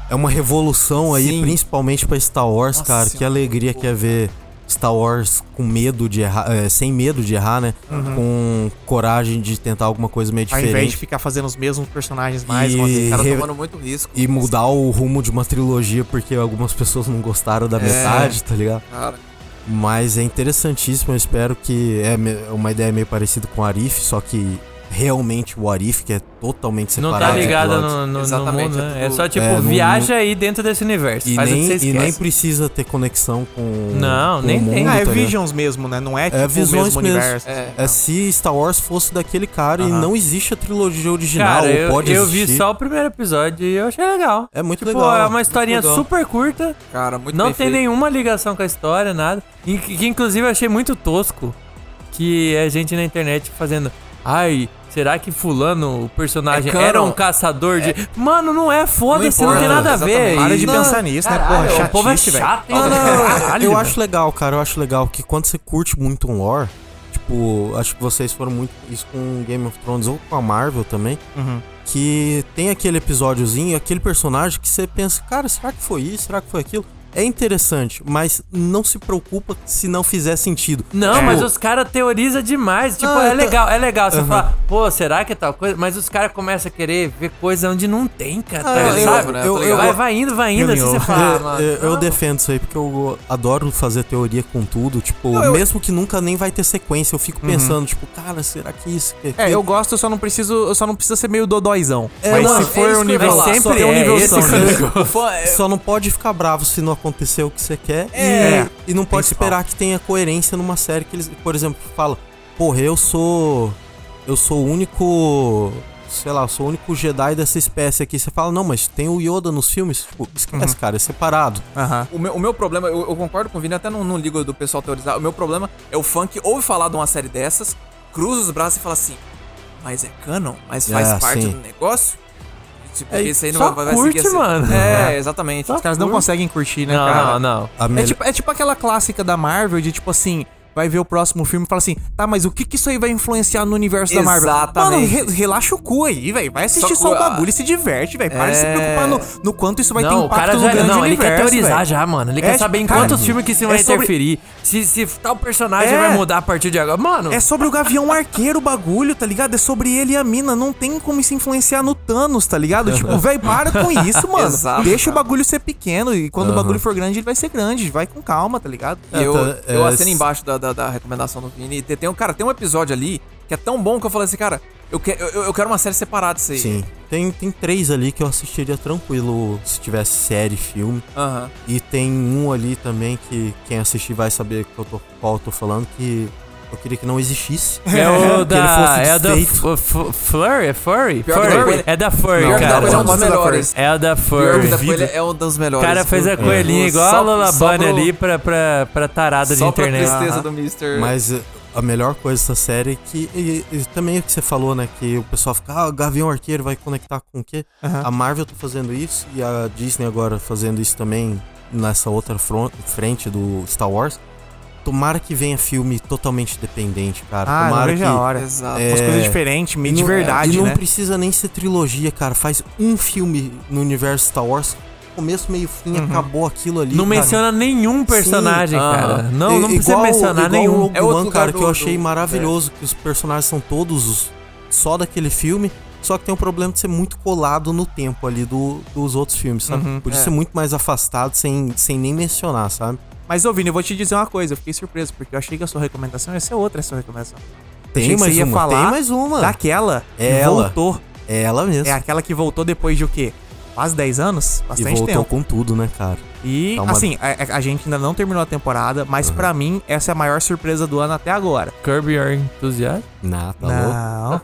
Speaker 4: É uma revolução aí,
Speaker 5: Hum. Sim.
Speaker 4: principalmente pra Star Wars,
Speaker 5: Nossa
Speaker 4: cara. Que
Speaker 5: Senhora.
Speaker 4: alegria que é ver Star Wars com medo de errar, é, sem medo de errar, né? Com coragem de tentar alguma coisa meio
Speaker 2: Uhum. Ao invés de
Speaker 4: diferente.
Speaker 2: ficar fazendo os mesmos personagens mais,
Speaker 4: E-
Speaker 2: uma
Speaker 5: O cara
Speaker 4: Re-
Speaker 5: tomando muito risco.
Speaker 4: E mudar o rumo de uma trilogia porque algumas pessoas não gostaram
Speaker 2: É.
Speaker 4: da metade, tá ligado?
Speaker 5: Cara,
Speaker 4: Mas é interessantíssimo, eu espero que é me- uma ideia meio parecida com o Arif, só que realmente o Arif, que é totalmente
Speaker 11: Não
Speaker 4: separado.
Speaker 11: tá
Speaker 4: de
Speaker 11: ligada
Speaker 4: episódios.
Speaker 11: no, no- no
Speaker 5: Exatamente,
Speaker 11: mundo, né?
Speaker 5: é
Speaker 11: É,
Speaker 5: tudo-
Speaker 11: só tipo,
Speaker 4: É, não-
Speaker 11: viaja aí dentro desse universo.
Speaker 4: E
Speaker 11: faz o que
Speaker 4: nem,
Speaker 11: você
Speaker 4: e
Speaker 11: esquece.
Speaker 4: nem precisa ter conexão com.
Speaker 11: Não,
Speaker 4: com
Speaker 11: nem
Speaker 4: o mundo,
Speaker 11: tem.
Speaker 2: Ah, é
Speaker 4: tá ligado?
Speaker 2: Visions mesmo, né? Não é tipo
Speaker 4: É
Speaker 2: o
Speaker 4: visões
Speaker 2: mesmo
Speaker 4: mesmo.
Speaker 2: universo.
Speaker 5: é.
Speaker 4: É se Star Wars fosse daquele cara e
Speaker 2: Aham.
Speaker 4: não existe a trilogia original,
Speaker 11: Cara,
Speaker 4: ou
Speaker 11: eu,
Speaker 4: pode
Speaker 11: eu vi
Speaker 4: existir.
Speaker 11: só o primeiro episódio e eu achei legal.
Speaker 4: É muito
Speaker 11: Tipo,
Speaker 4: legal.
Speaker 11: é uma historinha
Speaker 4: muito legal.
Speaker 11: super curta,
Speaker 5: cara muito
Speaker 11: não
Speaker 5: bem
Speaker 11: tem
Speaker 5: feito.
Speaker 11: nenhuma ligação com a história, nada. E que, que, inclusive eu achei muito tosco que é gente na internet fazendo. Ai, será que fulano, o personagem,
Speaker 5: É canon.
Speaker 11: era um caçador de. Mano, não é, foda-se, não,
Speaker 5: importa,
Speaker 11: tem nada a ver.
Speaker 5: exatamente.
Speaker 2: Para de
Speaker 11: Não,
Speaker 2: pensar nisso, né? Porra,
Speaker 11: o povo é
Speaker 2: chatice, velho.
Speaker 11: chato, hein?
Speaker 4: Não, não, não,
Speaker 11: Caralho,
Speaker 4: eu
Speaker 11: velho.
Speaker 4: acho legal, cara. Eu acho legal que quando você curte muito um lore, tipo, acho que vocês foram muito isso com Game of Thrones ou com a Marvel também,
Speaker 2: Uhum.
Speaker 4: que tem aquele episódiozinho, aquele personagem que você pensa, cara, será que foi isso? Será que foi aquilo? É interessante, mas não se preocupa se não fizer sentido.
Speaker 11: Não,
Speaker 4: Tipo,
Speaker 11: mas os caras teorizam demais. Tipo,
Speaker 4: Ah,
Speaker 11: é
Speaker 4: tá.
Speaker 11: legal, é legal. Você
Speaker 4: Aham.
Speaker 11: fala, pô, será que é tal coisa? Mas os caras começam a querer ver coisa onde não tem, cara.
Speaker 4: Ah,
Speaker 11: tá
Speaker 4: eu-
Speaker 11: ligado?
Speaker 5: eu-
Speaker 11: Sabe?
Speaker 5: eu-
Speaker 11: Vai- vai, vai indo, vai indo. Assim
Speaker 2: Eu-
Speaker 11: você fala, ah, mano.
Speaker 4: Eu, É, eu- eu defendo isso aí porque eu adoro fazer teoria com tudo. Tipo, mesmo que nunca nem vai ter sequência, eu fico pensando, tipo, cara, será que isso? que
Speaker 2: Uhum. É,
Speaker 4: aquilo?"
Speaker 2: eu gosto, eu só não preciso, eu só não preciso ser meio dodóizão.
Speaker 4: É,
Speaker 2: mas
Speaker 4: não,
Speaker 2: se
Speaker 4: é
Speaker 2: for
Speaker 5: isso
Speaker 2: um
Speaker 5: que eu ia
Speaker 2: nível
Speaker 5: falar,
Speaker 2: só
Speaker 11: sempre
Speaker 2: tem um
Speaker 11: é,
Speaker 2: nível
Speaker 11: esse que
Speaker 2: só, né?
Speaker 5: O fã- é-
Speaker 4: Só não pode ficar bravo se não acontecer o que você quer. e-
Speaker 2: É.
Speaker 4: E, não pode
Speaker 2: Principal.
Speaker 4: esperar que tenha coerência numa série que eles, por exemplo, fala, porra, eu sou. Eu sou o único. Sei lá, eu sou o único Jedi dessa espécie aqui. Você fala, não, mas tem o Yoda nos filmes. Tipo, esquece,
Speaker 2: Uhum.
Speaker 4: cara, é separado.
Speaker 2: Aham.
Speaker 5: O meu, o meu problema, eu, eu concordo com o Vini, até não, não ligo do pessoal teorizar. O meu problema é o fã que ouve falar de uma série dessas, cruza os braços e fala assim: Mas é canon? Mas faz
Speaker 2: Ah,
Speaker 4: É,
Speaker 5: parte
Speaker 4: sim.
Speaker 5: do negócio? Tipo,
Speaker 11: É,
Speaker 5: porque isso aí não
Speaker 11: só
Speaker 5: vai, vai
Speaker 11: curte,
Speaker 5: seguir assim.
Speaker 11: mano.
Speaker 5: É, exatamente.
Speaker 2: Os caras não conseguem curtir, né,
Speaker 11: Não,
Speaker 2: cara?
Speaker 11: não, não.
Speaker 4: A
Speaker 2: É
Speaker 4: melhor-
Speaker 2: tipo, é tipo aquela clássica da Marvel de tipo assim. Vai ver o próximo filme e fala assim: tá, mas o que que isso aí vai influenciar no universo da Marvel?
Speaker 5: Exatamente.
Speaker 2: Mano, re- relaxa o cu aí, velho. Vai assistir
Speaker 5: Só
Speaker 2: só,
Speaker 5: cu-
Speaker 2: o bagulho e se diverte, velho. Para de se
Speaker 5: É.
Speaker 2: preocupar no, no quanto isso vai ter
Speaker 11: Não, o
Speaker 2: impacto
Speaker 11: cara
Speaker 2: no
Speaker 11: já.
Speaker 2: grande
Speaker 11: Não, ele quer
Speaker 2: universo,
Speaker 11: teorizar
Speaker 2: velho.
Speaker 11: já, mano. Ele
Speaker 2: É,
Speaker 11: quer saber em
Speaker 2: cara,
Speaker 11: quantos filmes que isso vai
Speaker 2: é sobre-
Speaker 11: interferir. Se, se tal personagem
Speaker 2: É.
Speaker 11: vai mudar a partir de agora. Mano,
Speaker 2: É sobre o Gavião Arqueiro o bagulho, tá ligado? É sobre ele e a mina. Não tem como se influenciar no Thanos, tá ligado? Tipo, velho, para com isso, mano.
Speaker 5: Exato,
Speaker 2: Deixa o
Speaker 5: cara.
Speaker 2: bagulho ser pequeno e quando o bagulho for grande, ele vai ser grande. Vai com calma, tá ligado?
Speaker 5: E eu,
Speaker 4: tá,
Speaker 5: eu
Speaker 4: é,
Speaker 5: assino embaixo da, da, da recomendação do Vini. E tem, tem um, cara, tem um episódio ali que é tão bom que eu falei assim, cara, eu, que, eu, eu quero uma série separada disso aí.
Speaker 4: Sim. Tem, tem três ali que eu assistiria tranquilo se tivesse série, filme.
Speaker 5: Aham.
Speaker 4: E tem um ali também que quem assistir vai saber que eu tô, qual eu tô falando, que eu queria que não existisse.
Speaker 3: É o
Speaker 4: Que ele
Speaker 3: da.
Speaker 4: fosse
Speaker 3: É o da.
Speaker 4: desfeito.
Speaker 3: F- F- Flurry? É Furry?
Speaker 4: Pior que da
Speaker 3: Furry?
Speaker 4: coelha-
Speaker 3: É da Furry,
Speaker 4: Pior que da
Speaker 3: cara.
Speaker 4: coelha é
Speaker 3: É
Speaker 4: um dos
Speaker 3: o da É.
Speaker 4: melhores.
Speaker 3: Furry. É o da
Speaker 5: Pior que
Speaker 3: Furry.
Speaker 5: da coelha é um dos
Speaker 3: O
Speaker 5: melhores.
Speaker 3: cara fez
Speaker 5: do-
Speaker 3: a coelhinha
Speaker 5: do-
Speaker 3: igual
Speaker 5: só
Speaker 3: a
Speaker 5: pro-
Speaker 3: Lola
Speaker 5: só
Speaker 3: Bunny
Speaker 5: pro-
Speaker 3: ali pra, pra, pra tarada de
Speaker 5: Só pra
Speaker 3: internet.
Speaker 5: tristeza
Speaker 3: Aham.
Speaker 5: do Mr.
Speaker 4: Mas eh, a melhor coisa dessa série é que. E, e também o que você falou, né? Que o pessoal fica, ah, o Gavião Arqueiro vai conectar com o quê?
Speaker 2: Aham.
Speaker 4: A Marvel tá fazendo isso e a Disney agora fazendo isso também nessa outra fron- frente do Star Wars. Tomara que venha filme totalmente dependente, cara.
Speaker 2: Ah, não
Speaker 4: Tomara
Speaker 2: vejo
Speaker 4: que,
Speaker 2: a hora. É.
Speaker 5: Exato.
Speaker 2: Umas coisas diferentes, meio de
Speaker 4: não- é,
Speaker 2: verdade,
Speaker 4: E não
Speaker 2: né?
Speaker 4: precisa nem ser trilogia, cara. Faz um filme no universo Star Wars, começo, meio, fim,
Speaker 2: Uhum.
Speaker 4: acabou aquilo ali.
Speaker 3: Não
Speaker 4: cara.
Speaker 3: menciona nenhum personagem,
Speaker 4: Sim.
Speaker 3: cara.
Speaker 4: Aham.
Speaker 3: Não, não
Speaker 4: E-
Speaker 3: precisa
Speaker 4: igual-
Speaker 3: mencionar
Speaker 4: igual
Speaker 3: nenhum.
Speaker 4: O Rogue
Speaker 3: É outro
Speaker 4: One, cara,
Speaker 3: lugar
Speaker 4: que eu
Speaker 3: do-
Speaker 4: achei
Speaker 3: do-
Speaker 4: maravilhoso,
Speaker 2: é.
Speaker 4: que os personagens são todos os- só daquele filme, só que tem o problema de ser muito colado no tempo ali do- dos outros filmes, sabe?
Speaker 2: Uhum.
Speaker 4: Por
Speaker 2: É.
Speaker 4: isso é muito mais afastado, sem, sem nem mencionar, sabe?
Speaker 2: Mas, ô Vini, eu vou te dizer uma coisa. Eu fiquei surpreso, porque eu achei que a sua recomendação ia ser outra, essa recomendação.
Speaker 4: Tem
Speaker 2: Achei que
Speaker 4: mais
Speaker 2: você ia
Speaker 4: uma,
Speaker 2: falar
Speaker 4: tem mais uma.
Speaker 2: Daquela que
Speaker 4: É Ah, ela.
Speaker 2: voltou.
Speaker 4: É ela mesmo.
Speaker 2: É aquela que voltou depois de o quê? Quase 10 anos?
Speaker 4: E
Speaker 2: Bastante
Speaker 4: voltou
Speaker 2: tempo.
Speaker 4: com tudo, né, cara?
Speaker 2: E,
Speaker 4: Tá uma-
Speaker 2: assim, a, a- a gente ainda não terminou a temporada, mas pra mim, essa é a maior surpresa do ano até agora.
Speaker 3: Kirby Your Enthusiasm?
Speaker 4: Não, tá louco?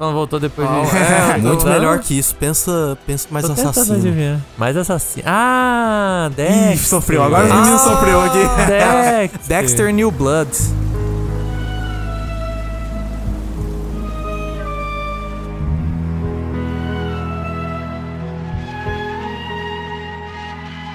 Speaker 2: Não.
Speaker 3: Ela voltou depois
Speaker 2: Não,
Speaker 3: de.
Speaker 2: é,
Speaker 3: Tô
Speaker 4: Muito
Speaker 3: dando-
Speaker 4: melhor que isso. Pensa, pensa mais
Speaker 3: Tô tentando
Speaker 4: assassino.
Speaker 3: adivinhar. Mais assassino. Ah, Dexter. Ah,
Speaker 2: Ih, sofreu. Agora o menino sofreu aqui.
Speaker 3: Dexter.
Speaker 2: Dexter New Blood.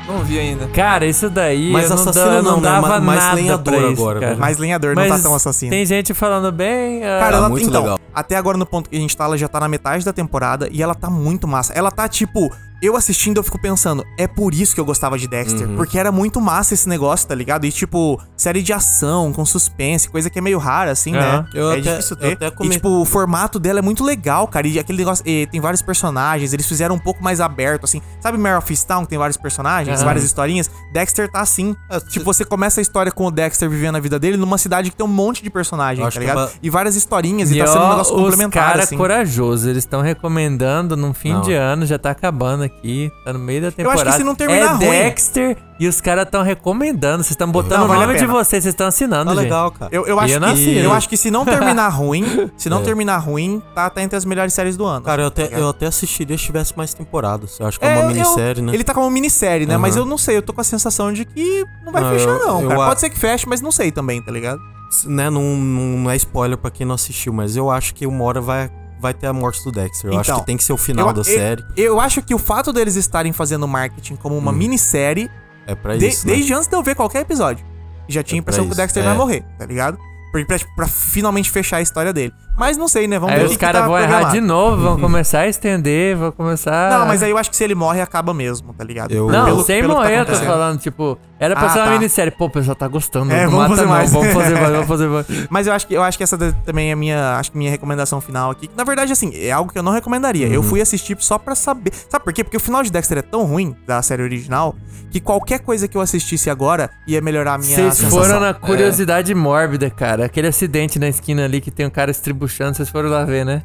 Speaker 5: Não vi ainda.
Speaker 3: Cara, isso daí.
Speaker 4: Mas
Speaker 3: eu não
Speaker 4: assassino
Speaker 3: dava- eu
Speaker 4: não,
Speaker 3: não
Speaker 4: né?
Speaker 3: dava
Speaker 4: Ma- mais
Speaker 3: nada
Speaker 4: lenhador
Speaker 3: pra isso,
Speaker 4: agora,
Speaker 3: cara.
Speaker 4: né?
Speaker 2: Mas lenhador não tá tão assassino.
Speaker 3: Tem gente falando bem. ah,
Speaker 2: Cara,
Speaker 4: Tá
Speaker 2: ela,
Speaker 4: muito
Speaker 2: então,
Speaker 4: legal.
Speaker 2: até agora no ponto que a gente tá, ela já tá na metade da temporada e ela tá muito massa. Ela tá tipo, eu assistindo, eu fico pensando, é por isso que eu gostava de Dexter.
Speaker 4: Uhum.
Speaker 2: Porque era muito massa esse negócio, tá ligado? E tipo, série de ação, com suspense, coisa que é meio rara, assim, né?
Speaker 4: Eu
Speaker 2: é
Speaker 4: até-
Speaker 2: difícil
Speaker 4: eu
Speaker 2: ter.
Speaker 4: até
Speaker 2: E
Speaker 4: comentei-
Speaker 2: tipo, o formato dela é muito legal, cara. E aquele negócio, e tem vários personagens, eles fizeram um pouco mais aberto, assim. Sabe Mare of Easttown, que tem vários personagens,
Speaker 3: Aham.
Speaker 2: várias historinhas? Dexter tá assim. tipo, você começa a história com o Dexter vivendo a vida dele numa cidade que tem um monte de personagem,
Speaker 4: Eu
Speaker 2: tá
Speaker 4: acho que
Speaker 2: ligado?
Speaker 4: é uma-
Speaker 2: E várias historinhas
Speaker 3: E
Speaker 2: e tá sendo um
Speaker 3: ó,
Speaker 2: negócio
Speaker 3: os
Speaker 2: complementar,
Speaker 3: caras
Speaker 2: assim.
Speaker 3: corajosos, eles estão recomendando num fim
Speaker 4: Não.
Speaker 3: de ano, já tá acabando aqui, tá no meio da temporada.
Speaker 2: se não terminar
Speaker 3: é
Speaker 2: ruim.
Speaker 3: Dexter e os caras estão recomendando, vocês estão botando
Speaker 2: Não,
Speaker 3: o
Speaker 2: vale a
Speaker 3: nome de
Speaker 2: pena.
Speaker 3: vocês, vocês estão assinando,
Speaker 4: Tá
Speaker 3: gente.
Speaker 4: legal, cara.
Speaker 2: Eu, eu,
Speaker 3: E
Speaker 2: acho
Speaker 3: eu nasci,
Speaker 2: que, eu
Speaker 3: né?
Speaker 2: acho que se não terminar ruim, se não terminar ruim, tá, tá entre as melhores séries do ano.
Speaker 4: É. Cara, eu até, eu até assistiria se tivesse mais temporadas. Eu acho que é, uma
Speaker 2: Tá eu-
Speaker 4: minissérie, né?
Speaker 2: Ele tá como minissérie, né? Mas
Speaker 4: Aham.
Speaker 2: eu não sei, eu tô com a sensação de que não vai
Speaker 4: Não,
Speaker 2: fechar,
Speaker 4: eu-
Speaker 2: não,
Speaker 4: eu
Speaker 2: cara.
Speaker 4: a-
Speaker 2: Pode ser que feche, mas não sei também, tá ligado?
Speaker 4: né, não, não é spoiler pra quem não assistiu, mas eu acho que uma hora vai, vai ter a morte do Dexter. Eu acho
Speaker 2: Então,
Speaker 4: que tem que ser o final
Speaker 2: eu,
Speaker 4: da
Speaker 2: eu-
Speaker 4: série. Hum.
Speaker 2: Eu, acho que o fato deles estarem fazendo marketing como uma minissérie,
Speaker 4: É pra
Speaker 2: de-
Speaker 4: isso. né?
Speaker 2: desde antes de eu ver qualquer episódio, já tinha a
Speaker 4: É pra
Speaker 2: impressão que o
Speaker 4: isso,
Speaker 2: Dexter
Speaker 4: é.
Speaker 2: vai morrer, tá ligado? Pra, pra- pra finalmente fechar a história dele. Mas não sei, né? Vamos
Speaker 3: Aí
Speaker 2: ver o
Speaker 3: os
Speaker 2: que, que
Speaker 3: caras
Speaker 2: tá
Speaker 3: vão errar
Speaker 2: programado. Uhum.
Speaker 3: de novo, vão começar a estender, vão começar...
Speaker 2: Não, mas aí eu acho que se ele morre, acaba mesmo, tá ligado?
Speaker 4: Eu-
Speaker 3: Não,
Speaker 4: pelo-
Speaker 3: sem
Speaker 2: que tá
Speaker 3: morrer, eu tô
Speaker 2: acontecendo.
Speaker 3: falando, tipo, era pra
Speaker 2: Ah,
Speaker 3: ser uma
Speaker 2: tá.
Speaker 3: minissérie. Pô, o pessoal tá gostando,
Speaker 2: É,
Speaker 3: não
Speaker 2: vamos
Speaker 3: mata
Speaker 2: fazer
Speaker 3: não,
Speaker 2: mais.
Speaker 3: vamos fazer mais, vamos fazer mais.
Speaker 2: Mas eu acho que eu acho que essa da- também é a minha, acho que minha recomendação final aqui. Que, na verdade, assim, é algo que eu não recomendaria.
Speaker 3: Uhum.
Speaker 2: Eu fui assistir só pra saber. Sabe por quê? Porque o final de Dexter é tão ruim da série original que qualquer coisa que eu assistisse agora ia melhorar a minha
Speaker 3: Vocês
Speaker 2: sensação.
Speaker 3: foram na curiosidade mórbida, cara. Aquele acidente na esquina ali que tem um cara estribuchando, vocês foram lá ver, né?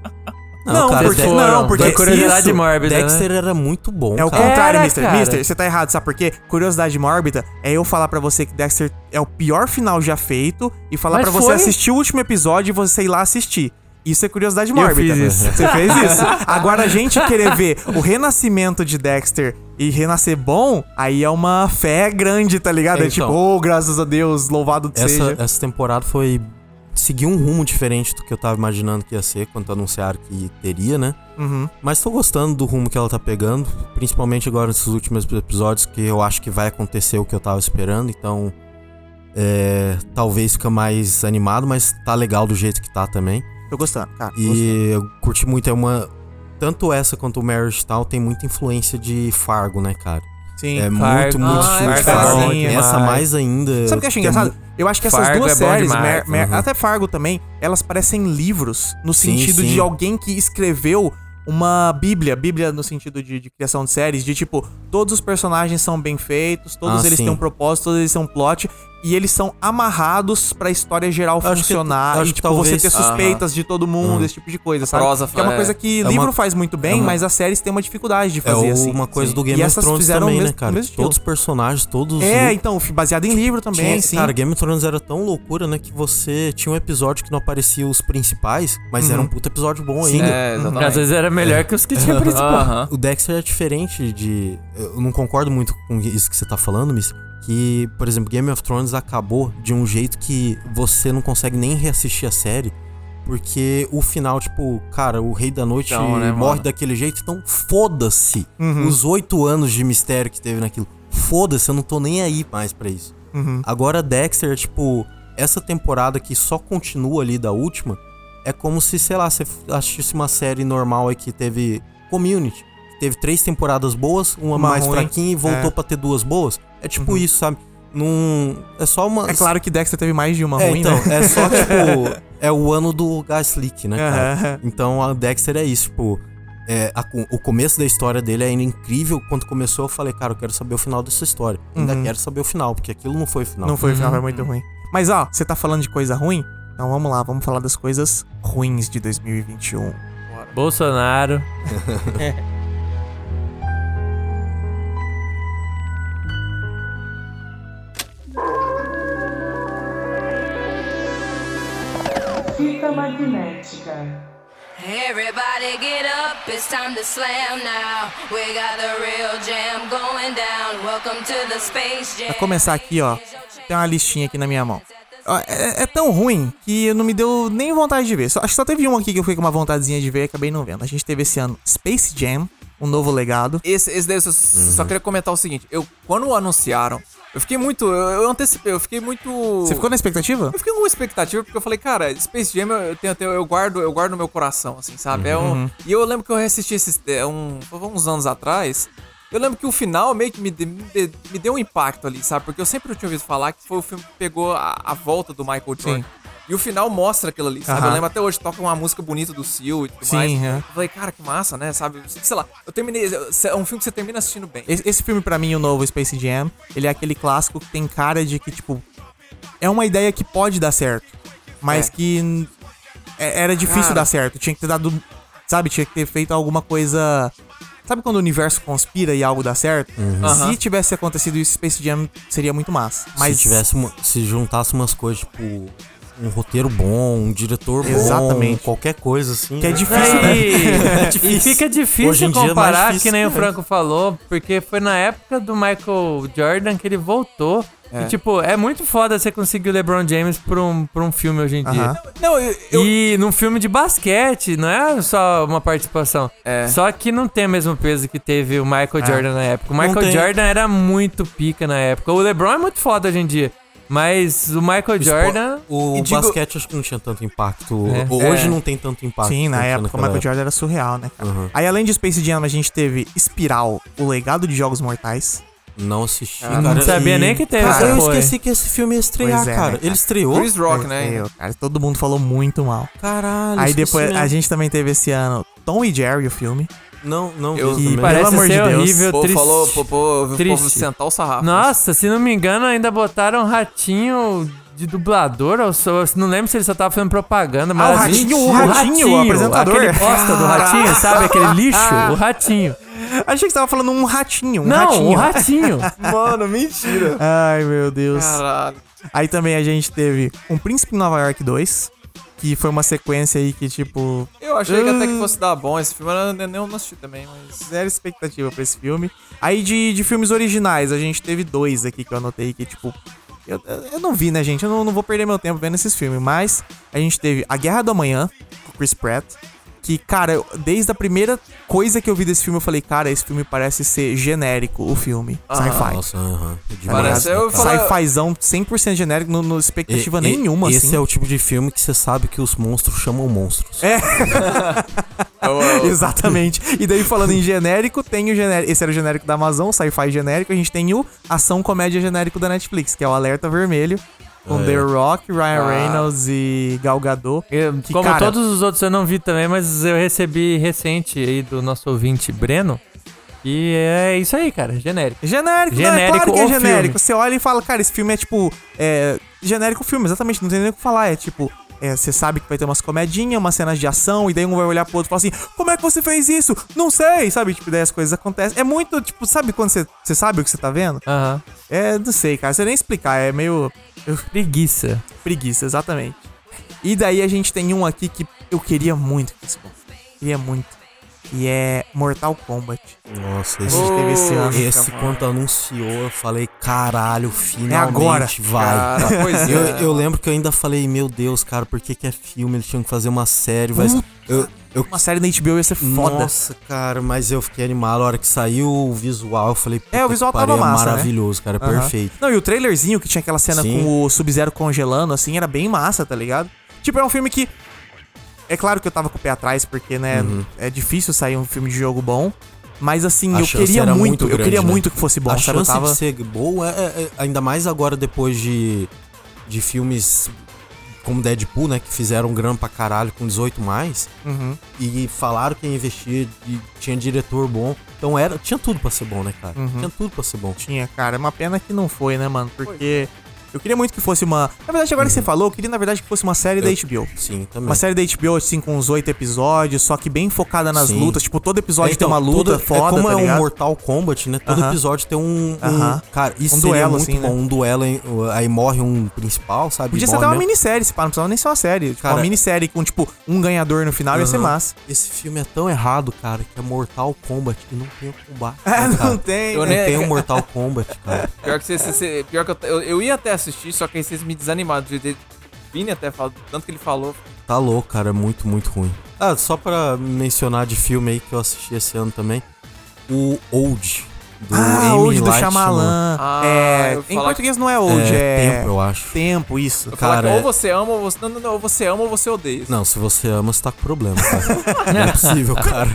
Speaker 2: Não,
Speaker 4: cara,
Speaker 2: porque,
Speaker 4: vocês
Speaker 2: não,
Speaker 3: foram.
Speaker 2: porque
Speaker 3: Foi curiosidade
Speaker 2: isso
Speaker 3: mórbida, né?
Speaker 4: Dexter era muito bom,
Speaker 2: É o
Speaker 4: Um cara.
Speaker 2: contrário,
Speaker 3: Era,
Speaker 2: Mister.
Speaker 3: cara.
Speaker 2: Mister, você tá errado, sabe por quê? Curiosidade mórbida é eu falar pra você que Dexter é o pior final já feito e falar
Speaker 3: Mas
Speaker 2: pra você
Speaker 3: foi?
Speaker 2: assistir o último episódio e você ir lá assistir. Isso é curiosidade
Speaker 3: fiz
Speaker 2: mórbida.
Speaker 3: isso.
Speaker 2: Você fez isso. Agora a gente querer ver o renascimento de Dexter e renascer bom, aí é uma fé grande, tá ligado? É,
Speaker 4: É, então.
Speaker 2: tipo, oh, graças a Deus, louvado
Speaker 4: Essa,
Speaker 2: seja.
Speaker 4: essa temporada foi. Seguiu um rumo diferente do que eu tava imaginando que ia ser quando anunciaram que teria, né?
Speaker 2: Uhum.
Speaker 4: Mas tô gostando do rumo que ela tá pegando, principalmente agora nesses últimos episódios, que eu acho que vai acontecer o que eu tava esperando, então. é, talvez fica mais animado, mas tá legal do jeito que tá também.
Speaker 2: Tô gostando, cara. tô gostando.
Speaker 4: E eu curti muito, é uma. Tanto essa quanto o Marriage Town tem muita influência de Fargo, né, cara?
Speaker 2: Sim.
Speaker 4: É muito,
Speaker 3: Fargo.
Speaker 4: muito
Speaker 3: Ah,
Speaker 4: estilo de
Speaker 2: Fargo é
Speaker 4: Fargo.
Speaker 2: bom demais.
Speaker 4: Essa mais ainda.
Speaker 2: Sabe o que eu achei
Speaker 4: é
Speaker 2: engraçado?
Speaker 4: mu-
Speaker 2: Eu acho que essas
Speaker 3: Fargo
Speaker 2: duas
Speaker 3: é bom
Speaker 2: séries,
Speaker 3: demais.
Speaker 2: Mer- Mer-
Speaker 4: Uhum.
Speaker 2: até Fargo também, elas parecem livros no
Speaker 4: Sim,
Speaker 2: sentido
Speaker 4: sim.
Speaker 2: de alguém que escreveu uma bíblia, bíblia no sentido de, de criação de séries, de tipo, todos os personagens são bem feitos, todos
Speaker 4: Ah,
Speaker 2: eles
Speaker 4: sim.
Speaker 2: têm um propósito, todos eles têm um plot. E eles são amarrados pra história geral
Speaker 4: Acho que-
Speaker 2: funcionar.
Speaker 4: acho
Speaker 2: e,
Speaker 4: que
Speaker 2: tipo, você
Speaker 4: talvez-
Speaker 2: ter suspeitas
Speaker 4: Aham.
Speaker 2: de todo mundo,
Speaker 4: Hum.
Speaker 2: esse tipo de coisa,
Speaker 4: A
Speaker 2: sabe?
Speaker 4: prosa
Speaker 2: que é uma
Speaker 4: é-
Speaker 2: coisa que
Speaker 4: é
Speaker 2: livro
Speaker 4: uma-
Speaker 2: faz muito bem,
Speaker 4: é uma-
Speaker 2: mas as séries têm uma dificuldade de fazer,
Speaker 4: é
Speaker 2: assim.
Speaker 4: uma coisa
Speaker 2: Sim.
Speaker 4: do Game
Speaker 2: e
Speaker 4: of
Speaker 2: essas
Speaker 4: Thrones
Speaker 2: fizeram o
Speaker 4: também, né,
Speaker 2: mesmo-
Speaker 4: cara?
Speaker 2: mesmo estilo.
Speaker 4: Todos os personagens, todos
Speaker 2: É,
Speaker 4: os...
Speaker 2: então, baseado em livro também,
Speaker 4: Tinha-
Speaker 2: sim.
Speaker 4: Cara, Game of Thrones era tão loucura, né? Que você tinha um episódio que não aparecia os principais, mas
Speaker 3: Uhum.
Speaker 4: era um puta episódio bom
Speaker 3: Sim,
Speaker 4: ainda.
Speaker 3: é, exatamente. Às vezes era melhor que os que tinha principal. Aham.
Speaker 4: O Dexter é diferente de. Eu não concordo muito com isso que você tá falando, Miss. Que, por exemplo, Game of Thrones acabou de um jeito que você não consegue nem reassistir a série. Porque o final, tipo, cara, o Rei da Noite
Speaker 5: Então, né,
Speaker 4: morre
Speaker 5: mano?
Speaker 4: daquele jeito, então foda-se.
Speaker 5: Uhum.
Speaker 4: Os oito anos de mistério que teve naquilo. Foda-se, eu não tô nem aí mais pra isso.
Speaker 5: Uhum.
Speaker 4: Agora, Dexter, tipo, essa temporada que só continua ali da última, é como se, sei lá, você assistisse uma série normal aí que teve Community. que Teve três temporadas boas, uma
Speaker 2: Uma
Speaker 4: mais
Speaker 2: ruim.
Speaker 4: fraquinha e voltou
Speaker 2: É.
Speaker 4: pra ter duas boas. É tipo isso, sabe? Num. É só uma.
Speaker 2: É claro que Dexter teve mais de uma
Speaker 4: é,
Speaker 2: ruim,
Speaker 4: então,
Speaker 2: né?
Speaker 4: é só, tipo, é o ano do Gaslick, né,
Speaker 2: Aham.
Speaker 4: cara? Então, a Dexter é isso, tipo, é, a co- o começo da história dele é ainda incrível. Quando começou, eu falei, cara, eu quero saber o final dessa história. Ainda
Speaker 2: Uhum.
Speaker 4: quero saber o final, porque aquilo não foi o final.
Speaker 2: Não foi o final, foi muito ruim. Mas ó, você tá falando de coisa ruim? Então vamos lá, vamos falar das coisas ruins de 2021.
Speaker 3: Bolsonaro.
Speaker 1: Fita magnética.
Speaker 6: Everybody get up, it's time to slam now. We got the real jam going down. Welcome to the space jam.
Speaker 2: Pra começar aqui, ó, tem uma listinha aqui na minha mão. Ó, É, é tão ruim que não me deu nem vontade de ver. Só- acho que só teve um aqui que eu fiquei com uma vontadezinha de ver e acabei não vendo. A gente teve esse ano Space Jam, um novo legado.
Speaker 5: Esse, esse daí eu só, só queria comentar o seguinte: eu, quando anunciaram, eu fiquei muito. Eu, eu antecipei, eu fiquei muito.
Speaker 2: Você ficou na expectativa?
Speaker 5: Eu fiquei com uma expectativa, porque eu falei, cara, Space Jam eu, eu tenho, eu, tenho- eu guardo, eu guardo no meu coração, assim, sabe? É um-
Speaker 2: Uhum.
Speaker 5: e eu lembro que eu assisti esses, é, um, uns anos atrás. Eu lembro que o final meio que me, de- me, de- me deu um impacto ali, sabe? Porque eu sempre tinha ouvido falar que foi o filme que pegou a, a volta do Michael Jordan. E o final mostra aquilo ali, sabe?
Speaker 2: Aham.
Speaker 5: Eu lembro até hoje, toca uma música bonita do Seal e tudo
Speaker 2: Sim,
Speaker 5: mais.
Speaker 2: é.
Speaker 5: Eu falei, cara, que massa, né? Sabe? Sei lá, eu terminei. É um filme que você termina assistindo bem.
Speaker 2: Esse, esse filme, pra mim, o novo Space Jam, ele é aquele clássico que tem cara de que, tipo, é uma ideia que pode dar certo, mas
Speaker 5: É.
Speaker 2: que hum, é- era difícil
Speaker 5: Cara.
Speaker 2: dar certo. Tinha que ter dado, sabe, tinha que ter feito alguma coisa. Sabe quando o universo conspira e algo dá certo?
Speaker 4: Uhum.
Speaker 2: Se
Speaker 4: Aham.
Speaker 2: tivesse acontecido isso, Space Jam seria muito massa. Mas
Speaker 4: Se tivesse uma- se juntasse umas coisas, tipo, um roteiro bom, um diretor bom,
Speaker 2: Exatamente.
Speaker 4: qualquer coisa assim.
Speaker 2: Que é
Speaker 4: né?
Speaker 2: difícil,
Speaker 3: E,
Speaker 4: É difícil.
Speaker 3: e fica difícil
Speaker 4: Hoje em dia é mais
Speaker 3: comparar,
Speaker 4: difícil,
Speaker 3: que nem o
Speaker 4: cara.
Speaker 3: Franco falou, porque foi na época do Michael Jordan que ele voltou.
Speaker 5: É.
Speaker 3: E, tipo, é muito foda você conseguir o LeBron James pra um, pra um filme hoje em dia.
Speaker 5: Não, eu,
Speaker 3: E num filme de basquete, não é só uma participação. Só que não tem o mesmo peso que teve o Michael
Speaker 2: É.
Speaker 3: Jordan na época. O
Speaker 2: Não
Speaker 3: Michael
Speaker 2: tem.
Speaker 3: Jordan era muito pica na época. O LeBron é muito foda hoje em dia. Mas o Michael
Speaker 4: O espo-
Speaker 3: Jordan.
Speaker 4: O
Speaker 3: E digo-
Speaker 4: basquete acho que não tinha tanto impacto.
Speaker 3: É.
Speaker 4: Ho- Hoje
Speaker 3: É.
Speaker 4: não tem tanto impacto.
Speaker 2: Sim, na
Speaker 4: quanto tinha
Speaker 2: época o
Speaker 4: naquela
Speaker 2: Michael Jordan era surreal, né? cara?
Speaker 4: Uhum.
Speaker 2: Aí além de Space Jam, a gente teve Espiral, o legado de Jogos Mortais.
Speaker 4: Não assisti,
Speaker 2: Ah,
Speaker 4: cara.
Speaker 2: não sabia nem que teve
Speaker 4: Cara,
Speaker 2: essa
Speaker 4: eu
Speaker 2: porra,
Speaker 4: esqueci
Speaker 2: hein?
Speaker 4: que esse filme ia estrear,
Speaker 2: Pois é,
Speaker 4: cara. Ele estreou?
Speaker 5: Chris Rock, né?
Speaker 2: Estreou, cara. Todo mundo falou muito mal.
Speaker 4: Caralho,
Speaker 5: é
Speaker 2: Aí
Speaker 4: esqueci
Speaker 2: depois a
Speaker 4: mesmo.
Speaker 2: gente também teve esse ano Tom e Jerry, o filme.
Speaker 4: Não, não.
Speaker 2: Eu-
Speaker 4: vi
Speaker 2: E
Speaker 4: também.
Speaker 2: parece Pelo amor ser de Deus. horrível,
Speaker 5: Pô,
Speaker 2: triste.
Speaker 5: falou, pô, pô, o povo
Speaker 3: Triste.
Speaker 5: sentar o sarrafo.
Speaker 3: Nossa, se não me engano, ainda botaram um ratinho de dublador. Ou só, eu não lembro se ele só tava fazendo propaganda, mas.
Speaker 2: Ah, o ratinho, o ratinho, o apresentador. né? Ah.
Speaker 3: Aquele bosta do ratinho, sabe? Aquele lixo, o ratinho.
Speaker 2: Achei que você tava falando um ratinho. Um
Speaker 3: Não,
Speaker 2: ratinho.
Speaker 3: o ratinho.
Speaker 12: Mano, mentira.
Speaker 2: Ai, meu Deus.
Speaker 5: Caralho.
Speaker 2: Aí também a gente teve Um Príncipe em Nova York 2, que foi uma sequência aí que, tipo.
Speaker 5: Eu achei que até
Speaker 2: ah,
Speaker 5: que fosse dar bom esse filme, eu não- eu não assisti também, mas.
Speaker 2: Zero expectativa pra esse filme. Aí de, de filmes originais, a gente teve dois aqui que eu anotei que, tipo. Eu, eu não vi, né, gente? Eu não, não vou perder meu tempo vendo esses filmes. Mas a gente teve A Guerra do Amanhã, com Chris Pratt. Que, cara, eu- desde a primeira coisa que eu vi desse filme, eu falei, cara, esse filme parece ser genérico, o filme. Sci-fi.
Speaker 4: Ah, Nossa, aham. Demais,
Speaker 2: Parece,
Speaker 4: né,
Speaker 2: eu
Speaker 4: cara?
Speaker 2: falo... Sci-fizão 100% genérico, não É, não expectativa
Speaker 4: E- e-
Speaker 2: nenhuma,
Speaker 4: esse
Speaker 2: assim.
Speaker 4: é o tipo de filme que você sabe que os monstros chamam monstros.
Speaker 2: É. Exatamente. E daí, falando em genérico, tem o genérico. Esse era o genérico da Amazon, sci-fi genérico. A gente tem o ação comédia genérico da Netflix, que é o Alerta Vermelho, com
Speaker 3: É.
Speaker 2: The Rock, Ryan
Speaker 3: Ah.
Speaker 2: Reynolds e Gal Gadot. que,
Speaker 3: Como
Speaker 2: cara,
Speaker 3: todos os outros eu não vi também, mas eu recebi recente aí do nosso ouvinte Breno.
Speaker 11: E é isso aí, cara. Genérico.
Speaker 2: Genérico, não, é claro que é genérico. Você olha e fala, cara, esse filme é tipo. É, genérico filme, exatamente, não tem nem o que falar. É tipo. é, você sabe que vai ter umas comedinhas, umas cenas de ação, e daí um vai olhar pro outro e fala assim: Como é que você fez isso? Não sei, sabe? Tipo, daí as coisas acontecem. É muito, tipo, sabe quando você, você sabe o que você tá vendo?
Speaker 11: Aham.
Speaker 2: É, não sei, cara. Você nem explicar, é meio.
Speaker 11: Preguiça.
Speaker 2: Preguiça, exatamente. E daí a gente tem um aqui que eu queria muito que fosse bom. Queria muito. E é Mortal Kombat.
Speaker 4: Nossa,
Speaker 2: A
Speaker 4: esse,
Speaker 2: gente teve esse ano,
Speaker 4: Oh, esse
Speaker 2: então.
Speaker 4: quanto anunciou, eu falei, caralho, finalmente
Speaker 2: É agora.
Speaker 4: vai.
Speaker 2: Cara, pois é.
Speaker 4: eu, eu lembro que eu ainda falei, meu Deus, cara, por que, que é filme? Eles tinham que fazer uma série. Vai...
Speaker 2: Puta,
Speaker 4: uma
Speaker 2: série da HBO ia ser foda.
Speaker 4: Nossa, cara, mas eu fiquei animado. A hora que saiu o visual, eu falei,
Speaker 2: É, o
Speaker 4: puta
Speaker 2: visual
Speaker 4: que
Speaker 2: tava
Speaker 4: pariu, é
Speaker 2: massa. né?
Speaker 4: maravilhoso, cara,
Speaker 2: Aham.
Speaker 4: perfeito.
Speaker 2: Não, e o trailerzinho que tinha aquela cena
Speaker 4: Sim.
Speaker 2: com o Sub-Zero congelando, assim, era bem massa, tá ligado? Tipo, é um filme que. É claro que eu tava com o pé atrás, porque, né,
Speaker 4: Uhum.
Speaker 2: é difícil sair um filme de jogo bom. Mas assim,
Speaker 4: A
Speaker 2: eu
Speaker 4: chance
Speaker 2: queria
Speaker 4: era
Speaker 2: muito, eu
Speaker 4: grande,
Speaker 2: queria
Speaker 4: né?
Speaker 2: muito que fosse bom,
Speaker 4: A
Speaker 2: sabe? Eu
Speaker 4: chance
Speaker 2: tava.
Speaker 4: de ser boa, é- é- é- ainda mais agora depois de, de filmes como Deadpool, né? Que fizeram grana pra caralho com 18 mais.
Speaker 2: Uhum.
Speaker 4: E falaram que ia investir, e tinha diretor bom. Então era, tinha tudo pra ser bom, né, cara?
Speaker 2: Uhum.
Speaker 4: Tinha tudo pra ser bom.
Speaker 2: Tinha, cara. É uma pena que não foi, né, mano? Porque eu queria muito que fosse uma. Na verdade, agora que você falou, eu queria, na verdade, que fosse uma série da HBO.
Speaker 4: Sim, também.
Speaker 2: Uma série da HBO, assim, com uns oito episódios, só que bem focada nas
Speaker 4: Sim.
Speaker 2: lutas. Tipo, todo episódio
Speaker 4: Então,
Speaker 2: tem uma luta
Speaker 4: todo-
Speaker 2: foda,
Speaker 4: É como
Speaker 2: tá
Speaker 4: é um
Speaker 2: ligado?
Speaker 4: Mortal Kombat, né? Todo
Speaker 2: Aham.
Speaker 4: episódio tem um. um-
Speaker 2: Aham.
Speaker 4: Cara, isso
Speaker 2: Um
Speaker 4: seria
Speaker 2: duelo,
Speaker 4: muito
Speaker 2: assim, né?
Speaker 4: bom. Um duelo, em- aí morre um principal, sabe?
Speaker 2: Podia ser
Speaker 4: Morre
Speaker 2: até uma
Speaker 4: mesmo.
Speaker 2: minissérie, se pá, não precisava nem ser uma série. Tipo, uma
Speaker 4: né? Cara,
Speaker 2: minissérie com, tipo, um ganhador no final ia ser
Speaker 4: Aham.
Speaker 2: massa.
Speaker 4: Esse filme é tão errado, cara, que é Mortal Kombat e não tem o combate.
Speaker 2: É,
Speaker 4: né,
Speaker 2: não
Speaker 4: cara?
Speaker 2: tem,
Speaker 4: Não
Speaker 5: né?
Speaker 4: tem o Mortal Kombat, cara.
Speaker 5: Pior que, você, você- você- pior que eu, eu, eu ia até assistir, só que aí vocês me desanimaram. do jeito dele. Vini até falou, tanto que ele falou.
Speaker 4: Tá louco, cara, é muito, muito ruim. Ah, só pra mencionar de filme aí que eu assisti esse ano também, o Old. Do
Speaker 2: Ah,
Speaker 4: M.
Speaker 2: hoje do
Speaker 4: Night
Speaker 2: Shyamalan.
Speaker 4: Shyamalan.
Speaker 2: é,
Speaker 5: eu ia
Speaker 2: em
Speaker 5: falar
Speaker 2: português não é hoje, é...
Speaker 4: Tempo, eu acho.
Speaker 2: Tempo, isso.
Speaker 5: Eu falar que
Speaker 4: Cara,
Speaker 5: ou você ama ou você. Não, não, não, ou você ama ou você odeia.
Speaker 4: Não, se você ama, você tá com problema, cara. não é possível, cara.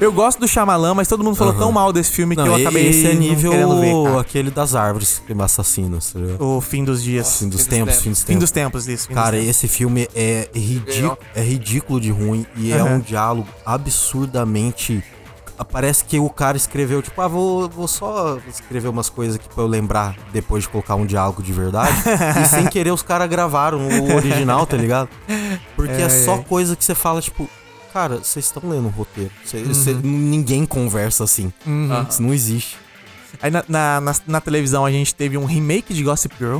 Speaker 2: Eu gosto do Shyamalan, mas todo mundo falou
Speaker 4: Aham.
Speaker 2: tão mal desse filme que
Speaker 4: Não,
Speaker 2: eu
Speaker 4: e-
Speaker 2: acabei
Speaker 4: esse é
Speaker 2: não
Speaker 4: nível
Speaker 2: querendo ver, cara.
Speaker 4: aquele das árvores assassinas. tá ligado?
Speaker 2: O Fim dos Dias.
Speaker 4: Fim dos tempos, fim dos tempos.
Speaker 2: Fim dos tempos, isso. fim dos
Speaker 4: Cara,
Speaker 2: tempos.
Speaker 4: esse filme é, ridículo, é ridículo de ruim e é
Speaker 2: Aham.
Speaker 4: um diálogo absurdamente. ah, Parece que o cara escreveu, tipo, ah, vou, vou só escrever umas coisas aqui pra eu lembrar depois de colocar um diálogo de verdade. e sem querer os caras gravaram o original, tá ligado? Porque é,
Speaker 2: Ai,
Speaker 4: só
Speaker 2: ai.
Speaker 4: coisa que você fala, tipo, cara, vocês estão lendo o roteiro. Cê- cê-
Speaker 2: Uhum.
Speaker 4: ninguém conversa assim.
Speaker 2: Uhum.
Speaker 4: Isso não existe.
Speaker 2: Aí na, na, na- na televisão a gente teve um remake de Gossip Girl.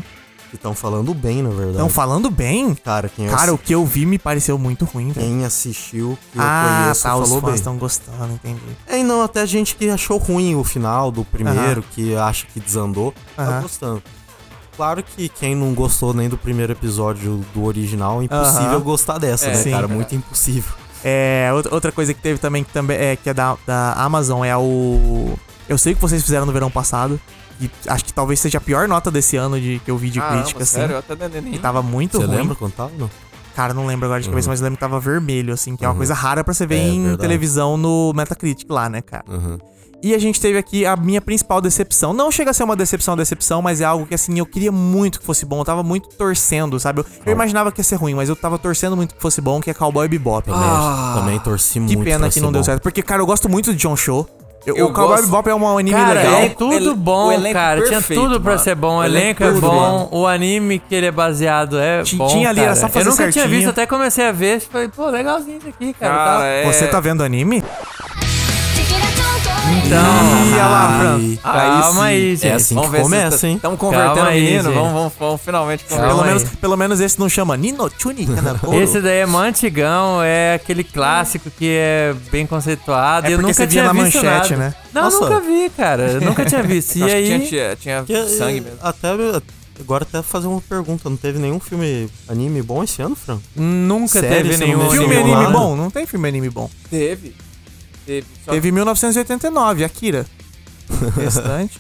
Speaker 4: Estão falando bem, na verdade.
Speaker 2: Estão falando bem.
Speaker 4: Cara, quem,
Speaker 2: Cara, o
Speaker 4: assi-
Speaker 2: que eu vi me pareceu muito ruim, velho.
Speaker 4: quem assistiu, que Hum, eu
Speaker 2: Ah,
Speaker 4: conheço,
Speaker 2: tá, os
Speaker 4: falou
Speaker 2: fãs
Speaker 4: bem.
Speaker 2: estão gostando, entendi.
Speaker 4: É, e não, até gente que achou ruim o final do primeiro,
Speaker 2: Aham.
Speaker 4: que acha que desandou, tá
Speaker 2: Aham.
Speaker 4: gostando. Claro que quem não gostou nem do primeiro episódio do original, é impossível
Speaker 2: Aham.
Speaker 4: gostar dessa,
Speaker 2: É,
Speaker 4: né,
Speaker 2: sim.
Speaker 4: cara? Muito impossível.
Speaker 2: É, outra- outra coisa que teve também, que, também é, que é da, da Amazon, é o. Eu sei o que vocês fizeram no verão passado. E acho que talvez seja a pior nota desse ano de, que eu vi de
Speaker 5: Caramba,
Speaker 2: crítica, assim.
Speaker 5: sério, eu até nem- nem-
Speaker 2: que tava muito
Speaker 4: Você
Speaker 2: ruim.
Speaker 4: lembra quando tava? Não?
Speaker 2: Cara, não lembro agora de cabeça,
Speaker 4: Uhum.
Speaker 2: mas eu lembro que tava vermelho, assim, que é uma
Speaker 4: Uhum.
Speaker 2: coisa rara pra você ver
Speaker 4: É,
Speaker 2: em
Speaker 4: verdade.
Speaker 2: televisão no Metacritic lá, né, cara?
Speaker 4: Uhum.
Speaker 2: E a gente teve aqui a minha principal decepção. Não chega a ser uma decepção, decepção, mas é algo que, assim, eu queria muito que fosse bom. Eu tava muito torcendo, sabe? Eu, eu imaginava que ia ser ruim, mas eu tava torcendo muito que fosse bom, que é Cowboy Bebop.
Speaker 4: Também, também torci
Speaker 2: Que
Speaker 4: Ah, muito.
Speaker 2: pena
Speaker 4: pra
Speaker 2: que
Speaker 4: ser
Speaker 2: não deu
Speaker 4: bom.
Speaker 2: certo. Porque, cara, eu gosto muito de John Show. Eu-
Speaker 5: Eu
Speaker 2: o Cowboy
Speaker 5: gosto.
Speaker 2: Bebop é um anime
Speaker 11: Cara,
Speaker 2: legal.
Speaker 11: é tudo bom,
Speaker 5: o elenco
Speaker 11: cara. tinha
Speaker 5: perfeito,
Speaker 11: tudo pra
Speaker 5: mano.
Speaker 11: ser bom. O
Speaker 5: O
Speaker 11: elenco,
Speaker 5: elenco
Speaker 11: é
Speaker 5: tudo
Speaker 11: bom. O anime que ele é baseado é
Speaker 2: Ti-
Speaker 11: bom.
Speaker 2: tinha ali, era
Speaker 11: cara.
Speaker 2: só fazer
Speaker 11: Eu nunca tinha
Speaker 2: certinho.
Speaker 11: visto, até comecei a ver. Falei, pô, legalzinho isso aqui, cara.
Speaker 5: Cara,
Speaker 11: Tá-
Speaker 5: é-
Speaker 2: Você tá vendo anime?
Speaker 11: Então,
Speaker 2: Ih, olha lá, Fran.
Speaker 4: Aí,
Speaker 11: calma aí, gente.
Speaker 4: É assim que começa, hein?
Speaker 5: Estamos convertendo
Speaker 11: Calma
Speaker 5: o
Speaker 11: aí,
Speaker 5: menino.
Speaker 11: gente.
Speaker 5: vamos, vamos, vamos finalmente converter.
Speaker 11: Calma
Speaker 2: Pelo
Speaker 11: aí.
Speaker 2: menos, pelo menos esse não chama Nino Chuni Kanaboro.
Speaker 11: Esse daí é mantigão, é aquele clássico que é bem conceituado.
Speaker 2: É
Speaker 11: eu
Speaker 2: porque
Speaker 11: nunca
Speaker 2: você via
Speaker 11: tinha
Speaker 2: na
Speaker 11: visto
Speaker 2: manchete,
Speaker 11: nada.
Speaker 2: né?
Speaker 11: Não,
Speaker 4: Nossa.
Speaker 11: nunca vi, cara. Eu nunca tinha visto.
Speaker 5: Acho
Speaker 11: E aí.
Speaker 5: que tinha, tinha,
Speaker 4: Que,
Speaker 5: tinha
Speaker 4: eh,
Speaker 5: sangue mesmo.
Speaker 4: Até, agora até fazer uma pergunta. Não teve nenhum filme anime bom esse ano, Fran?
Speaker 11: Nunca
Speaker 4: Série,
Speaker 11: teve
Speaker 4: você não
Speaker 11: nenhum.
Speaker 4: viu?
Speaker 2: Filme
Speaker 4: Sim,
Speaker 2: um anime
Speaker 4: lá.
Speaker 2: bom? Não tem filme anime bom.
Speaker 5: Teve. Teve. Só
Speaker 2: Teve 1989, Akira. Restante.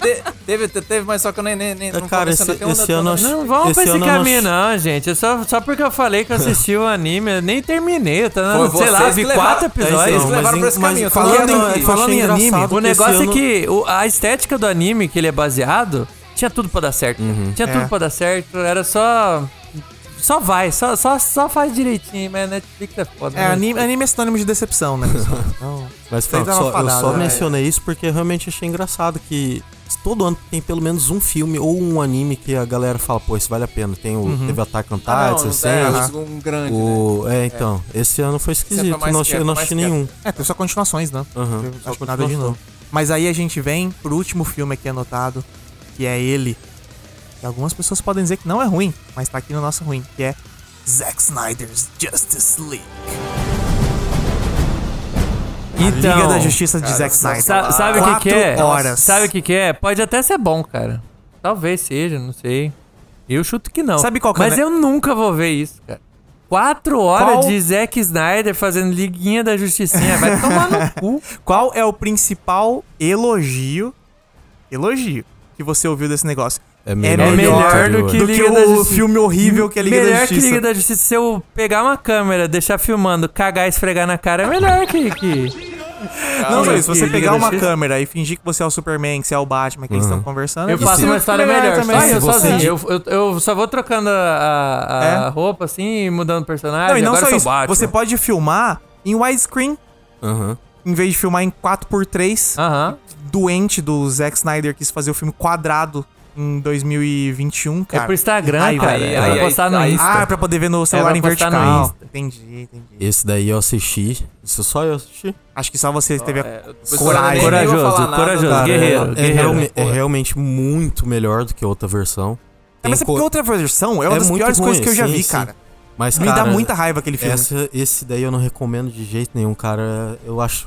Speaker 5: Te- teve, te- teve, mas só que eu nem. nem, nem
Speaker 4: É, cara,
Speaker 5: tô pensando
Speaker 4: esse-
Speaker 5: até onde
Speaker 4: esse
Speaker 5: eu tô,
Speaker 4: ano
Speaker 5: não.
Speaker 4: acho-
Speaker 11: Não vamos pra
Speaker 4: Esse
Speaker 11: esse
Speaker 4: ano eu não
Speaker 11: caminho,
Speaker 4: assisti.
Speaker 11: não, gente. Eu só, só porque eu falei que eu assisti o anime, eu nem terminei. Eu tô,
Speaker 5: Foi
Speaker 11: sei lá,
Speaker 5: vocês
Speaker 11: vi
Speaker 5: que levaram-
Speaker 11: quatro
Speaker 5: Vocês
Speaker 11: episódios.
Speaker 5: que
Speaker 4: Não,
Speaker 5: levaram
Speaker 4: mas
Speaker 5: pra esse
Speaker 4: em- mas
Speaker 5: caminho. eu tô
Speaker 2: falando
Speaker 5: ligado,
Speaker 2: em-
Speaker 5: eu achei
Speaker 2: falando em
Speaker 5: engraçado.
Speaker 2: anime,
Speaker 11: O
Speaker 4: Porque esse
Speaker 11: negócio é
Speaker 4: ano-
Speaker 11: que o- a estética do anime que ele é baseado tinha tudo pra dar certo. Tinha
Speaker 2: É.
Speaker 11: tudo pra dar certo. Era só Só vai, só, só, só faz direitinho, mas Netflix é foda.
Speaker 2: É,
Speaker 11: né?
Speaker 2: anime, anime é sinônimo de decepção, né? pessoal? Então,
Speaker 4: Mas
Speaker 2: vocês
Speaker 4: Fran,
Speaker 2: dão uma
Speaker 4: só- eu
Speaker 2: fadada,
Speaker 4: só
Speaker 2: né?
Speaker 4: mencionei isso porque eu realmente achei engraçado que todo ano tem pelo menos um filme ou um anime que a galera fala, pô, isso vale a pena. Tem o,
Speaker 5: Uhum.
Speaker 4: Teve Attack on Titan,
Speaker 5: Ah, não, não
Speaker 4: Assassin,
Speaker 5: tem,
Speaker 4: né?
Speaker 5: mas um grande,
Speaker 4: o, É, então. Esse ano foi
Speaker 5: Esse
Speaker 4: esquisito.
Speaker 5: ano foi mais
Speaker 4: não achei- eu
Speaker 5: quieto,
Speaker 4: não
Speaker 5: mais
Speaker 4: achei
Speaker 5: quieto.
Speaker 4: nenhum.
Speaker 2: É, teve só continuações, né?
Speaker 4: Aham.
Speaker 2: Teve
Speaker 4: Só
Speaker 2: acho que nada de
Speaker 4: continuação.
Speaker 2: novo. Mas aí a gente vem pro último filme aqui anotado, que é ele. Que algumas pessoas podem dizer que não é ruim, mas tá aqui no nosso ruim, que é Zack Snyder's Justice League.
Speaker 11: Então,
Speaker 2: Liga da Justiça de Zack Snyder.
Speaker 11: sa- sabe o que, que é?
Speaker 2: Quatro horas.
Speaker 11: Sabe o que, que é? Pode até ser bom, cara. Talvez seja, não sei. Eu chuto que não.
Speaker 2: Sabe qual que é,
Speaker 11: Mas
Speaker 2: né?
Speaker 11: eu nunca vou ver isso, cara. Quatro horas
Speaker 2: Qual-
Speaker 11: de Zack Snyder fazendo liguinha da justicinha. Vai tomar no cu.
Speaker 2: Qual é o principal elogio? Elogio que você ouviu desse negócio?
Speaker 4: É melhor do que o anterior.
Speaker 2: do que,
Speaker 11: Liga da
Speaker 2: o
Speaker 11: Justi-
Speaker 2: filme horrível que é Liga
Speaker 11: melhor
Speaker 2: da Justiça.
Speaker 11: que Liga da Justiça. Se eu pegar uma câmera, deixar filmando, cagar e esfregar na cara, é melhor que... que...
Speaker 2: Não,
Speaker 11: que-
Speaker 2: Luiz, se você
Speaker 11: que Liga
Speaker 2: pegar
Speaker 11: da
Speaker 2: uma
Speaker 11: Justiça.
Speaker 2: câmera e fingir que você é o Superman, que você é o Batman, que eles
Speaker 11: Uhum.
Speaker 2: estão conversando.
Speaker 11: Eu
Speaker 2: isso
Speaker 11: faço
Speaker 2: é
Speaker 11: uma história melhor.
Speaker 2: também.
Speaker 11: só eu, sozinho. Eu, eu- eu só vou trocando a, a- a
Speaker 2: É.
Speaker 11: roupa, assim, e mudando o personagem.
Speaker 2: Não, e não
Speaker 11: Agora
Speaker 2: só
Speaker 11: eu
Speaker 2: isso.
Speaker 11: sou Batman.
Speaker 2: Você pode filmar em widescreen,
Speaker 4: Aham.
Speaker 2: em vez de filmar em 4x3. Doente do Zack Snyder quis fazer o filme quadrado em
Speaker 4: É
Speaker 2: 2021, cara.
Speaker 11: É pro Instagram,
Speaker 2: Aí,
Speaker 11: cara.
Speaker 2: aí,
Speaker 11: É
Speaker 2: aí,
Speaker 11: pra
Speaker 2: aí,
Speaker 11: postar no
Speaker 2: aí.
Speaker 11: Insta.
Speaker 2: Ah, é pra poder ver no
Speaker 11: É
Speaker 2: celular
Speaker 11: pra
Speaker 2: em
Speaker 11: postar no
Speaker 2: vertical.
Speaker 11: Insta.
Speaker 2: Entendi, entendi.
Speaker 4: Esse daí eu assisti. Isso só eu assisti.
Speaker 2: Acho que só você teve a
Speaker 11: coragem. Corajoso, corajoso, guerreiro,
Speaker 4: é,
Speaker 11: guerreiro.
Speaker 4: realme- é realmente muito melhor do que a outra versão.
Speaker 2: É, mas é
Speaker 4: Tem
Speaker 2: porque
Speaker 4: co-
Speaker 2: a outra versão é uma das
Speaker 4: muito
Speaker 2: piores coisas que eu já
Speaker 4: sim,
Speaker 2: vi,
Speaker 4: sim.
Speaker 2: cara.
Speaker 4: Mas,
Speaker 2: Me dá
Speaker 4: cara, é assim
Speaker 2: muita raiva aquele filme.
Speaker 4: essa- esse daí eu não recomendo de jeito nenhum, cara. Eu acho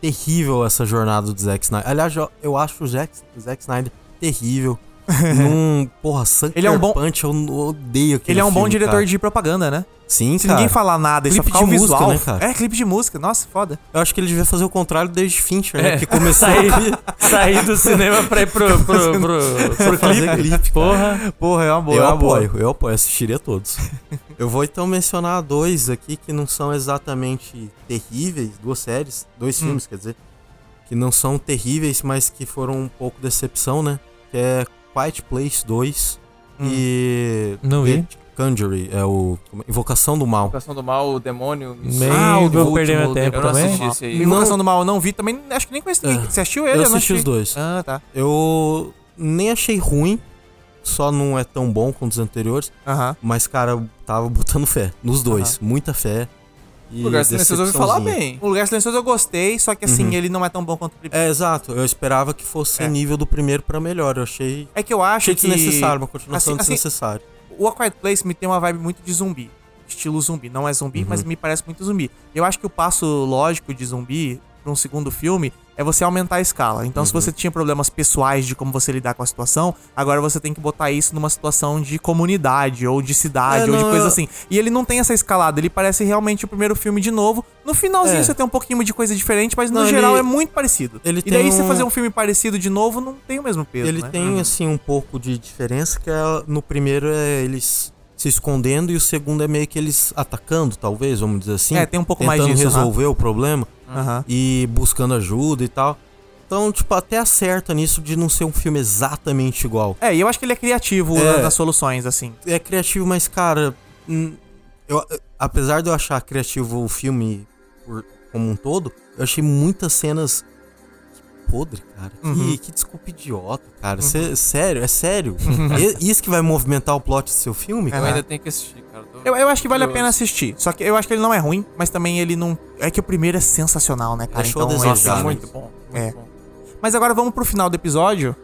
Speaker 4: terrível essa jornada do Zack Snyder. Aliás, eu, eu acho o Zack, o Zack Snyder terrível. Num, porra, sangue
Speaker 2: Ele é um bom-
Speaker 4: carpante, eu n- odeio aquele
Speaker 2: Ele é um bom
Speaker 4: filme,
Speaker 2: diretor
Speaker 4: cara.
Speaker 2: de propaganda, né?
Speaker 4: Sim,
Speaker 2: Se
Speaker 4: cara.
Speaker 2: ninguém falar nada e só
Speaker 4: Clipe
Speaker 2: ficar
Speaker 4: de
Speaker 2: o
Speaker 4: música,
Speaker 2: visual...
Speaker 4: né, cara?
Speaker 2: É, clipe de música. Nossa, foda.
Speaker 4: Eu acho que ele devia fazer o contrário desde Fincher, né?
Speaker 2: É.
Speaker 4: Que começou
Speaker 2: Sair-
Speaker 4: a...
Speaker 11: sair do cinema pra ir pro- pro- pro- pro
Speaker 4: fazer
Speaker 11: clipe.
Speaker 4: clipe, cara.
Speaker 11: Porra.
Speaker 2: Porra, é uma boa,
Speaker 4: Eu
Speaker 2: é uma boa.
Speaker 4: apoio, eu apoio, assistiria todos. eu vou então mencionar dois aqui que não são exatamente terríveis, duas séries, dois
Speaker 2: Hum.
Speaker 4: filmes, quer dizer, que não são terríveis, mas que foram um pouco decepção, né? Que é Quiet Place 2 e
Speaker 11: Não
Speaker 4: The
Speaker 11: vi.
Speaker 4: Conjury, é o como é? Invocação do Mal.
Speaker 5: Invocação do Mal, o Demônio...
Speaker 4: Ah, o
Speaker 5: último,
Speaker 4: vou perder meu tempo
Speaker 5: Eu não
Speaker 4: também.
Speaker 5: assisti esse aí.
Speaker 2: Invocação do Mal eu não vi também, acho que nem conheci ninguém.
Speaker 4: É.
Speaker 2: Você assistiu ele?
Speaker 4: Eu
Speaker 2: Eu não
Speaker 4: assisti os dois.
Speaker 2: Ah, tá.
Speaker 4: Eu nem achei ruim, só não é tão bom quanto os anteriores. Mas, cara, eu tava botando fé nos dois. Muita fé. E
Speaker 2: Lugar Silencioso eu ouvi falar
Speaker 4: decepçãozinha.
Speaker 2: bem. O Lugar Silencioso eu gostei, só que assim,
Speaker 4: Hum. Uhum.
Speaker 2: ele não é tão bom quanto o primeiro.
Speaker 4: É, exato. Eu esperava que fosse nível do primeiro pra melhor. Eu achei.
Speaker 2: É que eu acho
Speaker 4: achei
Speaker 2: que...
Speaker 4: desnecessário, uma continuação
Speaker 2: assim,
Speaker 4: desnecessária.
Speaker 2: o A Quiet Place me tem uma vibe muito de zumbi. Estilo zumbi. Não é zumbi,
Speaker 4: Uhum.
Speaker 2: mas me parece muito zumbi. Eu acho que o passo lógico de zumbi pra um segundo filme é você aumentar a escala. Então, se
Speaker 11: Uhum.
Speaker 2: você tinha problemas pessoais de como você lidar com a situação, agora você tem que botar isso numa situação de comunidade, ou de cidade,
Speaker 4: É,
Speaker 2: ou de
Speaker 4: não,
Speaker 2: coisa
Speaker 4: eu-
Speaker 2: assim. E ele não tem essa escalada, ele parece realmente o primeiro filme de novo. No finalzinho
Speaker 4: É.
Speaker 2: você tem um pouquinho de coisa diferente, mas no
Speaker 4: Não, ele-
Speaker 2: geral é muito parecido.
Speaker 4: ele
Speaker 2: e
Speaker 4: tem
Speaker 2: daí, você
Speaker 4: um-
Speaker 2: fazer um filme parecido de novo, não tem o mesmo peso.
Speaker 4: Ele
Speaker 2: né?
Speaker 4: tem, assim, um pouco de diferença, que é, no primeiro é eles se escondendo e o segundo é meio que eles atacando, talvez, vamos dizer assim.
Speaker 2: É, tem um pouco mais
Speaker 4: tentando
Speaker 2: disso, aham.
Speaker 4: resolver o problema
Speaker 2: Aham.
Speaker 4: e buscando ajuda e tal. Então, tipo, até acerta nisso de não ser um filme exatamente igual.
Speaker 2: É, e eu acho que ele é criativo
Speaker 4: É.
Speaker 2: na- nas soluções, assim.
Speaker 4: é criativo, mas, cara, hum, eu, apesar de eu achar criativo o filme por- como um todo, eu achei muitas cenas que podre, cara. Que-
Speaker 11: Uhum.
Speaker 4: Que, desculpa idiota, cara. Cê- sério, é sério. E- isso que vai movimentar o plot do seu filme,
Speaker 5: Eu
Speaker 4: cara.
Speaker 5: ainda tenho que assistir, cara. Tô-
Speaker 2: Eu, eu acho que vale a
Speaker 5: Eu-
Speaker 2: pena assistir. Só que eu acho que ele não é ruim, mas também ele não. É que o primeiro é sensacional, né, cara?
Speaker 4: Deixou a
Speaker 2: então,
Speaker 4: desejar,
Speaker 2: nossa,
Speaker 4: né?
Speaker 2: muito bom. é. Mas agora vamos pro final do episódio.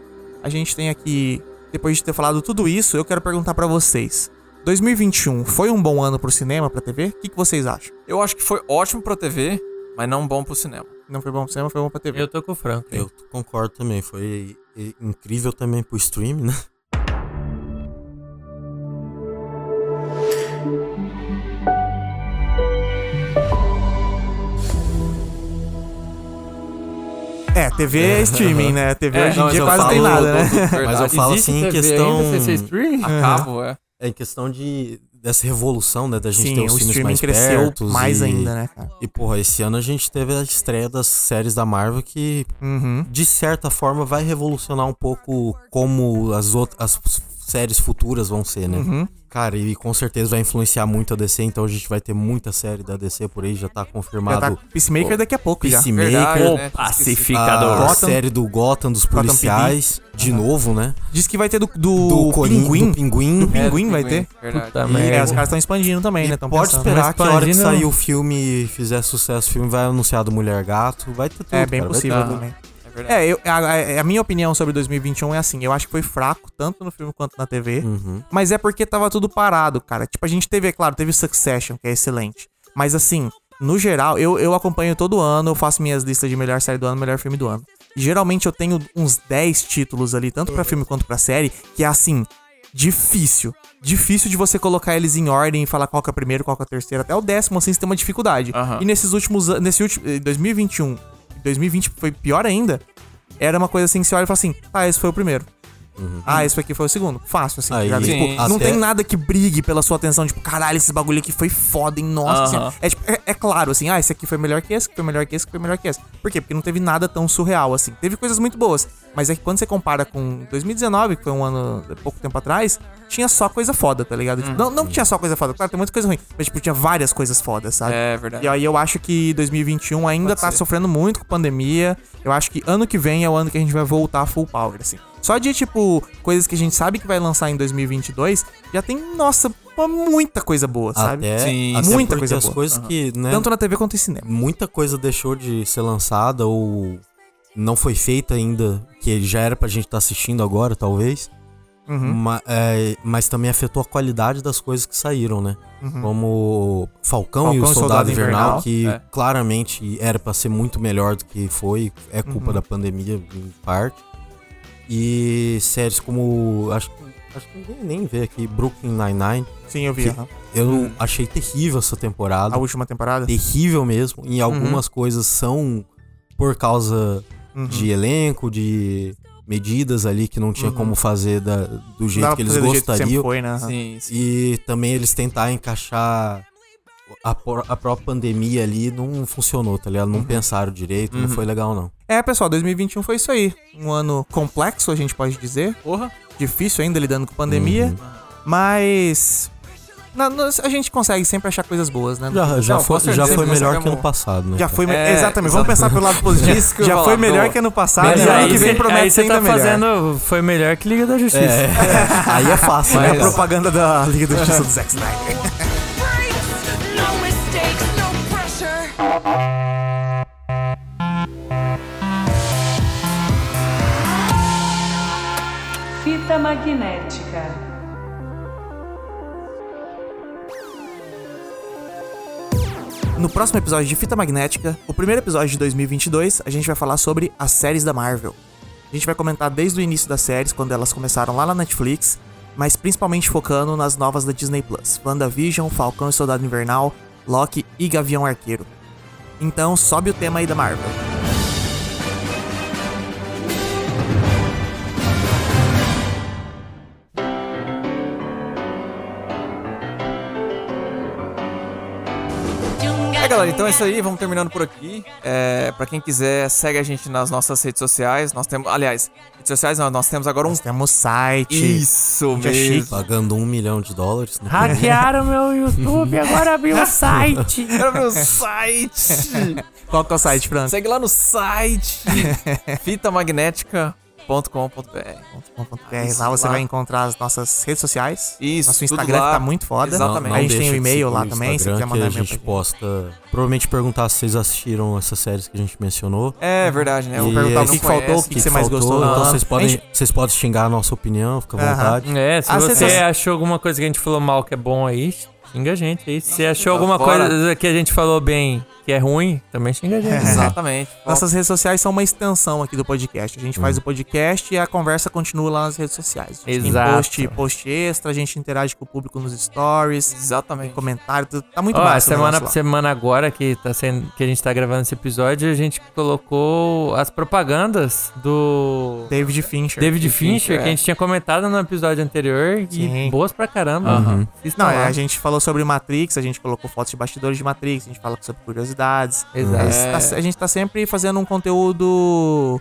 Speaker 2: A gente tem aqui. Depois de ter falado tudo isso, eu quero perguntar pra vocês. 2021 foi um bom ano pro cinema, pra TV? O que, que vocês acham?
Speaker 5: Eu acho que foi ótimo pra TV, mas não bom pro cinema.
Speaker 2: Não foi bom pro cinema, foi bom pra TV.
Speaker 11: Eu tô com o Franco.
Speaker 4: Eu concordo também. Foi i- incrível também pro stream, né?
Speaker 2: É, TV é streaming, né? TV hoje em
Speaker 4: mas
Speaker 2: dia
Speaker 4: eu
Speaker 2: quase não tem
Speaker 4: falo-
Speaker 2: nada, né?
Speaker 4: Mas eu falo assim em questão.
Speaker 2: Ah,
Speaker 5: A cabo, é.
Speaker 4: É em questão de dessa revolução, né, da gente
Speaker 2: Sim,
Speaker 4: ter os
Speaker 2: o
Speaker 4: filmes
Speaker 2: streaming
Speaker 4: mais
Speaker 2: cresceu
Speaker 4: pertos
Speaker 2: mais
Speaker 4: e-
Speaker 2: ainda, né, cara?
Speaker 4: E porra, esse ano a gente teve a estreia das séries da Marvel que
Speaker 2: Uhum.
Speaker 4: de certa forma vai revolucionar um pouco como as outras as séries futuras vão ser, né?
Speaker 2: Uhum.
Speaker 4: Cara, e com certeza vai influenciar muito a DC, então a gente vai ter muita série da DC por aí, já tá confirmado.
Speaker 2: Já tá Peacemaker daqui a pouco já.
Speaker 4: Peacemaker,
Speaker 2: Verdade, né? Ah.
Speaker 4: o
Speaker 2: Pacificador.
Speaker 4: A
Speaker 2: Gotham.
Speaker 4: série do Gotham, dos
Speaker 2: Gotham
Speaker 4: policiais, de novo, né?
Speaker 2: Diz que vai ter do, do,
Speaker 4: Do Corin-
Speaker 2: pinguim.
Speaker 4: do pinguim.
Speaker 2: Do
Speaker 4: É, do
Speaker 2: pinguim vai
Speaker 4: pinguim,
Speaker 2: ter.
Speaker 4: verdade. Puta
Speaker 2: e,
Speaker 4: merda.
Speaker 2: é, os caras estão expandindo também, né? Tão
Speaker 4: Pode
Speaker 2: pensando.
Speaker 4: esperar
Speaker 2: Mas
Speaker 4: que a hora que
Speaker 2: expandindo-
Speaker 4: sair o filme e fizer sucesso, o filme vai anunciar do Mulher Gato, vai ter tudo.
Speaker 2: É bem
Speaker 4: cara, vai
Speaker 2: possível
Speaker 4: ter tudo.
Speaker 2: também.
Speaker 5: É
Speaker 2: verdade. É, eu- a, a- a minha opinião sobre 2021 é assim, eu acho que foi fraco, tanto no filme quanto na TV.
Speaker 4: Uhum.
Speaker 2: Mas é porque tava tudo parado, cara. Tipo, a gente teve, é claro, teve Succession, que é excelente. Mas assim, no geral, eu, eu acompanho todo ano, eu faço minhas listas de melhor série do ano, melhor filme do ano. E, Geralmente eu tenho uns 10 títulos ali, tanto pra filme quanto pra série, que é assim, difícil. Difícil de você colocar eles em ordem e falar qual que é o primeiro, qual que é o terceiro, até o décimo, assim, você tem uma dificuldade. E nesses últimos anos, nesse último, eh, 2021, 2020 foi pior ainda, era uma coisa assim que você olha e fala assim, ah, esse foi o primeiro. Ah, esse aqui foi o segundo. Fácil, assim. tá
Speaker 4: Uhum. Aí,
Speaker 2: ligado?
Speaker 4: sim.
Speaker 2: Tipo, não
Speaker 4: Até-
Speaker 2: tem nada que brigue pela sua atenção, tipo, caralho, esse bagulho aqui foi foda, hein? Nossa
Speaker 11: Aham.
Speaker 2: senhora. é, tipo, é- é claro, assim, ah, esse aqui foi melhor que esse, que foi melhor que esse, que foi melhor que esse. Por quê? Porque não teve nada tão surreal, assim. Teve coisas muito boas, mas é que quando você compara com 2019, que foi um ano, pouco tempo atrás, tinha só coisa foda, tá ligado?
Speaker 4: Uhum.
Speaker 2: Tipo, não, não que tinha só coisa foda, claro, tem muita coisa ruim, mas, tipo, tinha várias coisas fodas, sabe?
Speaker 5: É verdade.
Speaker 2: E aí eu acho que 2021 ainda tá sofrendo muito com pandemia. Eu acho que ano que vem é o ano que a gente vai voltar full power, assim. Só de, tipo, coisas que a gente sabe que vai lançar em 2022, já tem, nossa, pô, muita coisa boa, sabe?
Speaker 4: Até, até
Speaker 2: muita
Speaker 4: porque
Speaker 2: coisa
Speaker 4: as
Speaker 2: boa.
Speaker 4: coisas
Speaker 2: Aham.
Speaker 4: que, né,
Speaker 2: Tanto na TV quanto em cinema.
Speaker 4: Muita coisa deixou de ser lançada ou não foi feita ainda, que já era pra gente estar assistindo agora, talvez.
Speaker 2: Uhum.
Speaker 4: Ma- é, mas também afetou a qualidade das coisas que saíram, né?
Speaker 2: Uhum.
Speaker 4: Como Falcão,
Speaker 2: Falcão
Speaker 4: e o Soldado, Invernal,
Speaker 2: Invernal,
Speaker 4: que
Speaker 2: é.
Speaker 4: claramente era pra ser muito melhor do que foi. É culpa
Speaker 2: Uhum.
Speaker 4: da pandemia, em parte. E séries como. Acho, acho que ninguém nem vê aqui, Brooklyn Nine-Nine.
Speaker 2: Sim, eu vi,
Speaker 4: que
Speaker 2: aham.
Speaker 4: Eu achei terrível essa temporada.
Speaker 2: A última temporada?
Speaker 4: Terrível mesmo. E algumas coisas são por causa
Speaker 2: Uhum.
Speaker 4: de elenco, de medidas ali que não tinha
Speaker 2: Uhum.
Speaker 4: como fazer da, do jeito
Speaker 2: dava
Speaker 4: que
Speaker 2: pra
Speaker 4: eles
Speaker 2: fazer do jeito que sempre
Speaker 4: gostariam.
Speaker 2: foi, né?
Speaker 5: Sim,
Speaker 4: E também eles tentar encaixar a, por- a própria pandemia ali não funcionou, tá ligado? Não pensaram direito, não
Speaker 2: Uhum.
Speaker 4: foi legal não.
Speaker 2: É, pessoal, 2021 foi isso aí. Um ano complexo, a gente pode dizer.
Speaker 5: Porra.
Speaker 2: Difícil ainda lidando com pandemia. Mas. na- na- a gente consegue sempre achar coisas boas, né?
Speaker 4: Já- já
Speaker 2: Não,
Speaker 4: foi-
Speaker 2: com certeza,
Speaker 4: já foi
Speaker 2: você
Speaker 4: melhor
Speaker 2: pega
Speaker 4: que ano
Speaker 2: um-
Speaker 4: passado, né,
Speaker 2: Já
Speaker 4: cara?
Speaker 2: foi me-
Speaker 4: É,
Speaker 2: Exatamente,
Speaker 4: exato.
Speaker 2: vamos pensar pelo lado
Speaker 11: Isso que
Speaker 2: positivo.
Speaker 11: eu
Speaker 2: já
Speaker 11: ia
Speaker 2: foi
Speaker 11: falar,
Speaker 2: melhor
Speaker 11: pô.
Speaker 2: que ano passado,
Speaker 11: Mas
Speaker 2: e ano
Speaker 11: aí
Speaker 2: que
Speaker 11: cê-
Speaker 2: vem
Speaker 11: aí
Speaker 2: promete
Speaker 11: você
Speaker 2: ser né?
Speaker 11: tá
Speaker 2: ainda melhor.
Speaker 11: fazendo. Foi melhor que Liga da Justiça.
Speaker 2: É. Aí é fácil, né?
Speaker 11: Mas-
Speaker 2: É propaganda da Liga da Justiça do Zack Snyder.
Speaker 13: No mistakes, no pressure.
Speaker 1: Fita magnética.
Speaker 2: No próximo episódio de Fita Magnética, o primeiro episódio de 2022, a gente vai falar sobre as séries da Marvel. A gente vai comentar desde o início das séries, quando elas começaram lá na Netflix, mas principalmente focando nas novas da Disney Plus: WandaVision, Falcão e Soldado Invernal, Loki e Gavião Arqueiro. Então, sobe o tema aí da Marvel.
Speaker 5: É, galera, então é isso aí. Vamos terminando por aqui. É, pra quem quiser, segue a gente nas nossas redes sociais. Nós temos, aliás, redes sociais não, nós temos agora um... Nós
Speaker 2: temos site.
Speaker 5: Isso
Speaker 4: Já
Speaker 5: mesmo.
Speaker 4: Pagando um milhão de dólares. Né?
Speaker 11: Hackearam meu YouTube, agora abriu o site.
Speaker 5: Era meu site.
Speaker 2: Qual que é o site, Fran?
Speaker 5: Segue lá no site fitamagnética.com.br.
Speaker 2: É, lá você vai encontrar as nossas redes sociais.
Speaker 5: Isso,
Speaker 2: Nosso
Speaker 5: tudo
Speaker 2: Instagram
Speaker 5: lá.
Speaker 2: que tá muito foda.
Speaker 5: Exatamente.
Speaker 2: A gente
Speaker 4: deixa
Speaker 2: tem o
Speaker 4: de
Speaker 2: e-mail
Speaker 4: seguir
Speaker 2: lá
Speaker 4: o
Speaker 2: também, se
Speaker 4: Instagram,
Speaker 2: quiser
Speaker 4: que
Speaker 2: mandar
Speaker 4: A
Speaker 2: e-mail.
Speaker 4: gente posta. Provavelmente perguntar se vocês assistiram essas séries que a gente mencionou.
Speaker 5: É verdade, né?
Speaker 4: E
Speaker 5: Vou perguntar o
Speaker 4: aí,
Speaker 5: que
Speaker 4: se
Speaker 5: que faltou,
Speaker 4: conhece,
Speaker 5: o que que você mais
Speaker 4: faltou,
Speaker 5: gostou.
Speaker 4: Então
Speaker 5: Ah,
Speaker 4: vocês
Speaker 5: a
Speaker 4: podem,
Speaker 5: gente-
Speaker 4: vocês podem xingar a nossa opinião, fica à vontade.
Speaker 11: É, se
Speaker 2: Ah,
Speaker 4: As
Speaker 11: você
Speaker 4: sensações-
Speaker 2: tá-
Speaker 11: achou alguma coisa que a gente falou mal que é bom aí, xinga a gente aí. Se achou
Speaker 5: tá
Speaker 11: alguma
Speaker 5: fora.
Speaker 11: coisa que a gente falou bem que é ruim, também xinga a gente.
Speaker 2: É.
Speaker 5: Exatamente.
Speaker 2: Nossas redes sociais são uma extensão aqui do podcast. A gente
Speaker 5: Hum.
Speaker 2: faz o podcast e a conversa continua lá nas redes sociais. A gente
Speaker 11: Exato.
Speaker 2: tem post, post extra, a gente interage com o público nos stories.
Speaker 5: Exatamente.
Speaker 2: Comentário, tudo. tá muito
Speaker 11: Ó,
Speaker 2: massa. o
Speaker 11: semana
Speaker 2: negócio lá.
Speaker 11: semana agora que tá sendo que a gente tá gravando esse episódio, a gente colocou as propagandas do
Speaker 2: David Fincher.
Speaker 11: David Fincher,
Speaker 2: Fincher,
Speaker 11: que
Speaker 2: é.
Speaker 11: a gente tinha comentado no episódio anterior e
Speaker 2: Sim.
Speaker 11: boas pra caramba.
Speaker 4: Uhum.
Speaker 2: Aham.
Speaker 11: Assistam
Speaker 4: tá
Speaker 2: Não,
Speaker 11: lá.
Speaker 2: é, a gente falou sobre Matrix, a gente colocou fotos de bastidores de Matrix, a gente fala sobre curiosidades.
Speaker 11: Exato.
Speaker 2: Mas tá- a gente tá sempre fazendo um conteúdo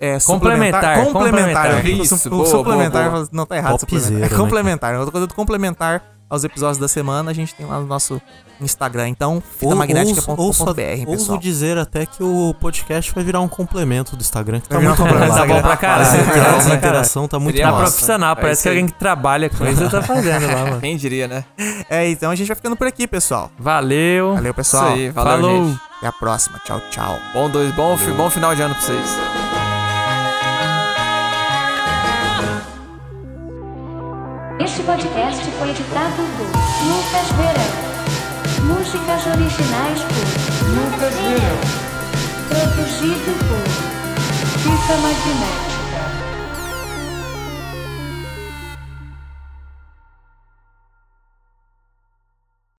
Speaker 2: É,
Speaker 11: Complementar,
Speaker 2: Complementar.
Speaker 11: complementar.
Speaker 2: eu digo
Speaker 11: Isso,
Speaker 2: su-
Speaker 11: boa,
Speaker 2: suplementar.
Speaker 11: boa, boa.
Speaker 2: Não, tá errado.
Speaker 11: Topzera,
Speaker 2: suplementar.
Speaker 11: né,
Speaker 2: É complementar. Outra coisa do complementar aos episódios da semana, a gente tem lá no nosso Instagram. Então,
Speaker 4: Ou- ouço- ouço-
Speaker 2: fitamagnética.com.br,
Speaker 4: Ouso
Speaker 2: pessoal.
Speaker 4: dizer até que o podcast vai virar um complemento do Instagram. Que tá
Speaker 2: Vai virar um
Speaker 4: muito
Speaker 2: complemento.
Speaker 4: legal.
Speaker 2: Tá bom pra caralho. É Tá
Speaker 3: É,
Speaker 4: Essa
Speaker 2: bom pra
Speaker 4: Essa
Speaker 2: caralho.
Speaker 4: interação tá muito
Speaker 2: Seria
Speaker 4: massa.
Speaker 11: profissional, parece que alguém que trabalha com isso tá fazendo lá, mano.
Speaker 5: Quem diria, né?
Speaker 2: É, então a gente vai ficando por aqui, pessoal.
Speaker 11: Valeu.
Speaker 2: Valeu, pessoal.
Speaker 5: Isso aí, valeu,
Speaker 2: Falou.
Speaker 5: gente.
Speaker 2: Até a próxima. Tchau, tchau.
Speaker 5: Bom, dois, bom, fi- bom final de ano pra vocês.
Speaker 14: Este podcast foi editado por Lucas Verão. Músicas originais por Lucas Verão. Produzido por
Speaker 1: Fita magnética.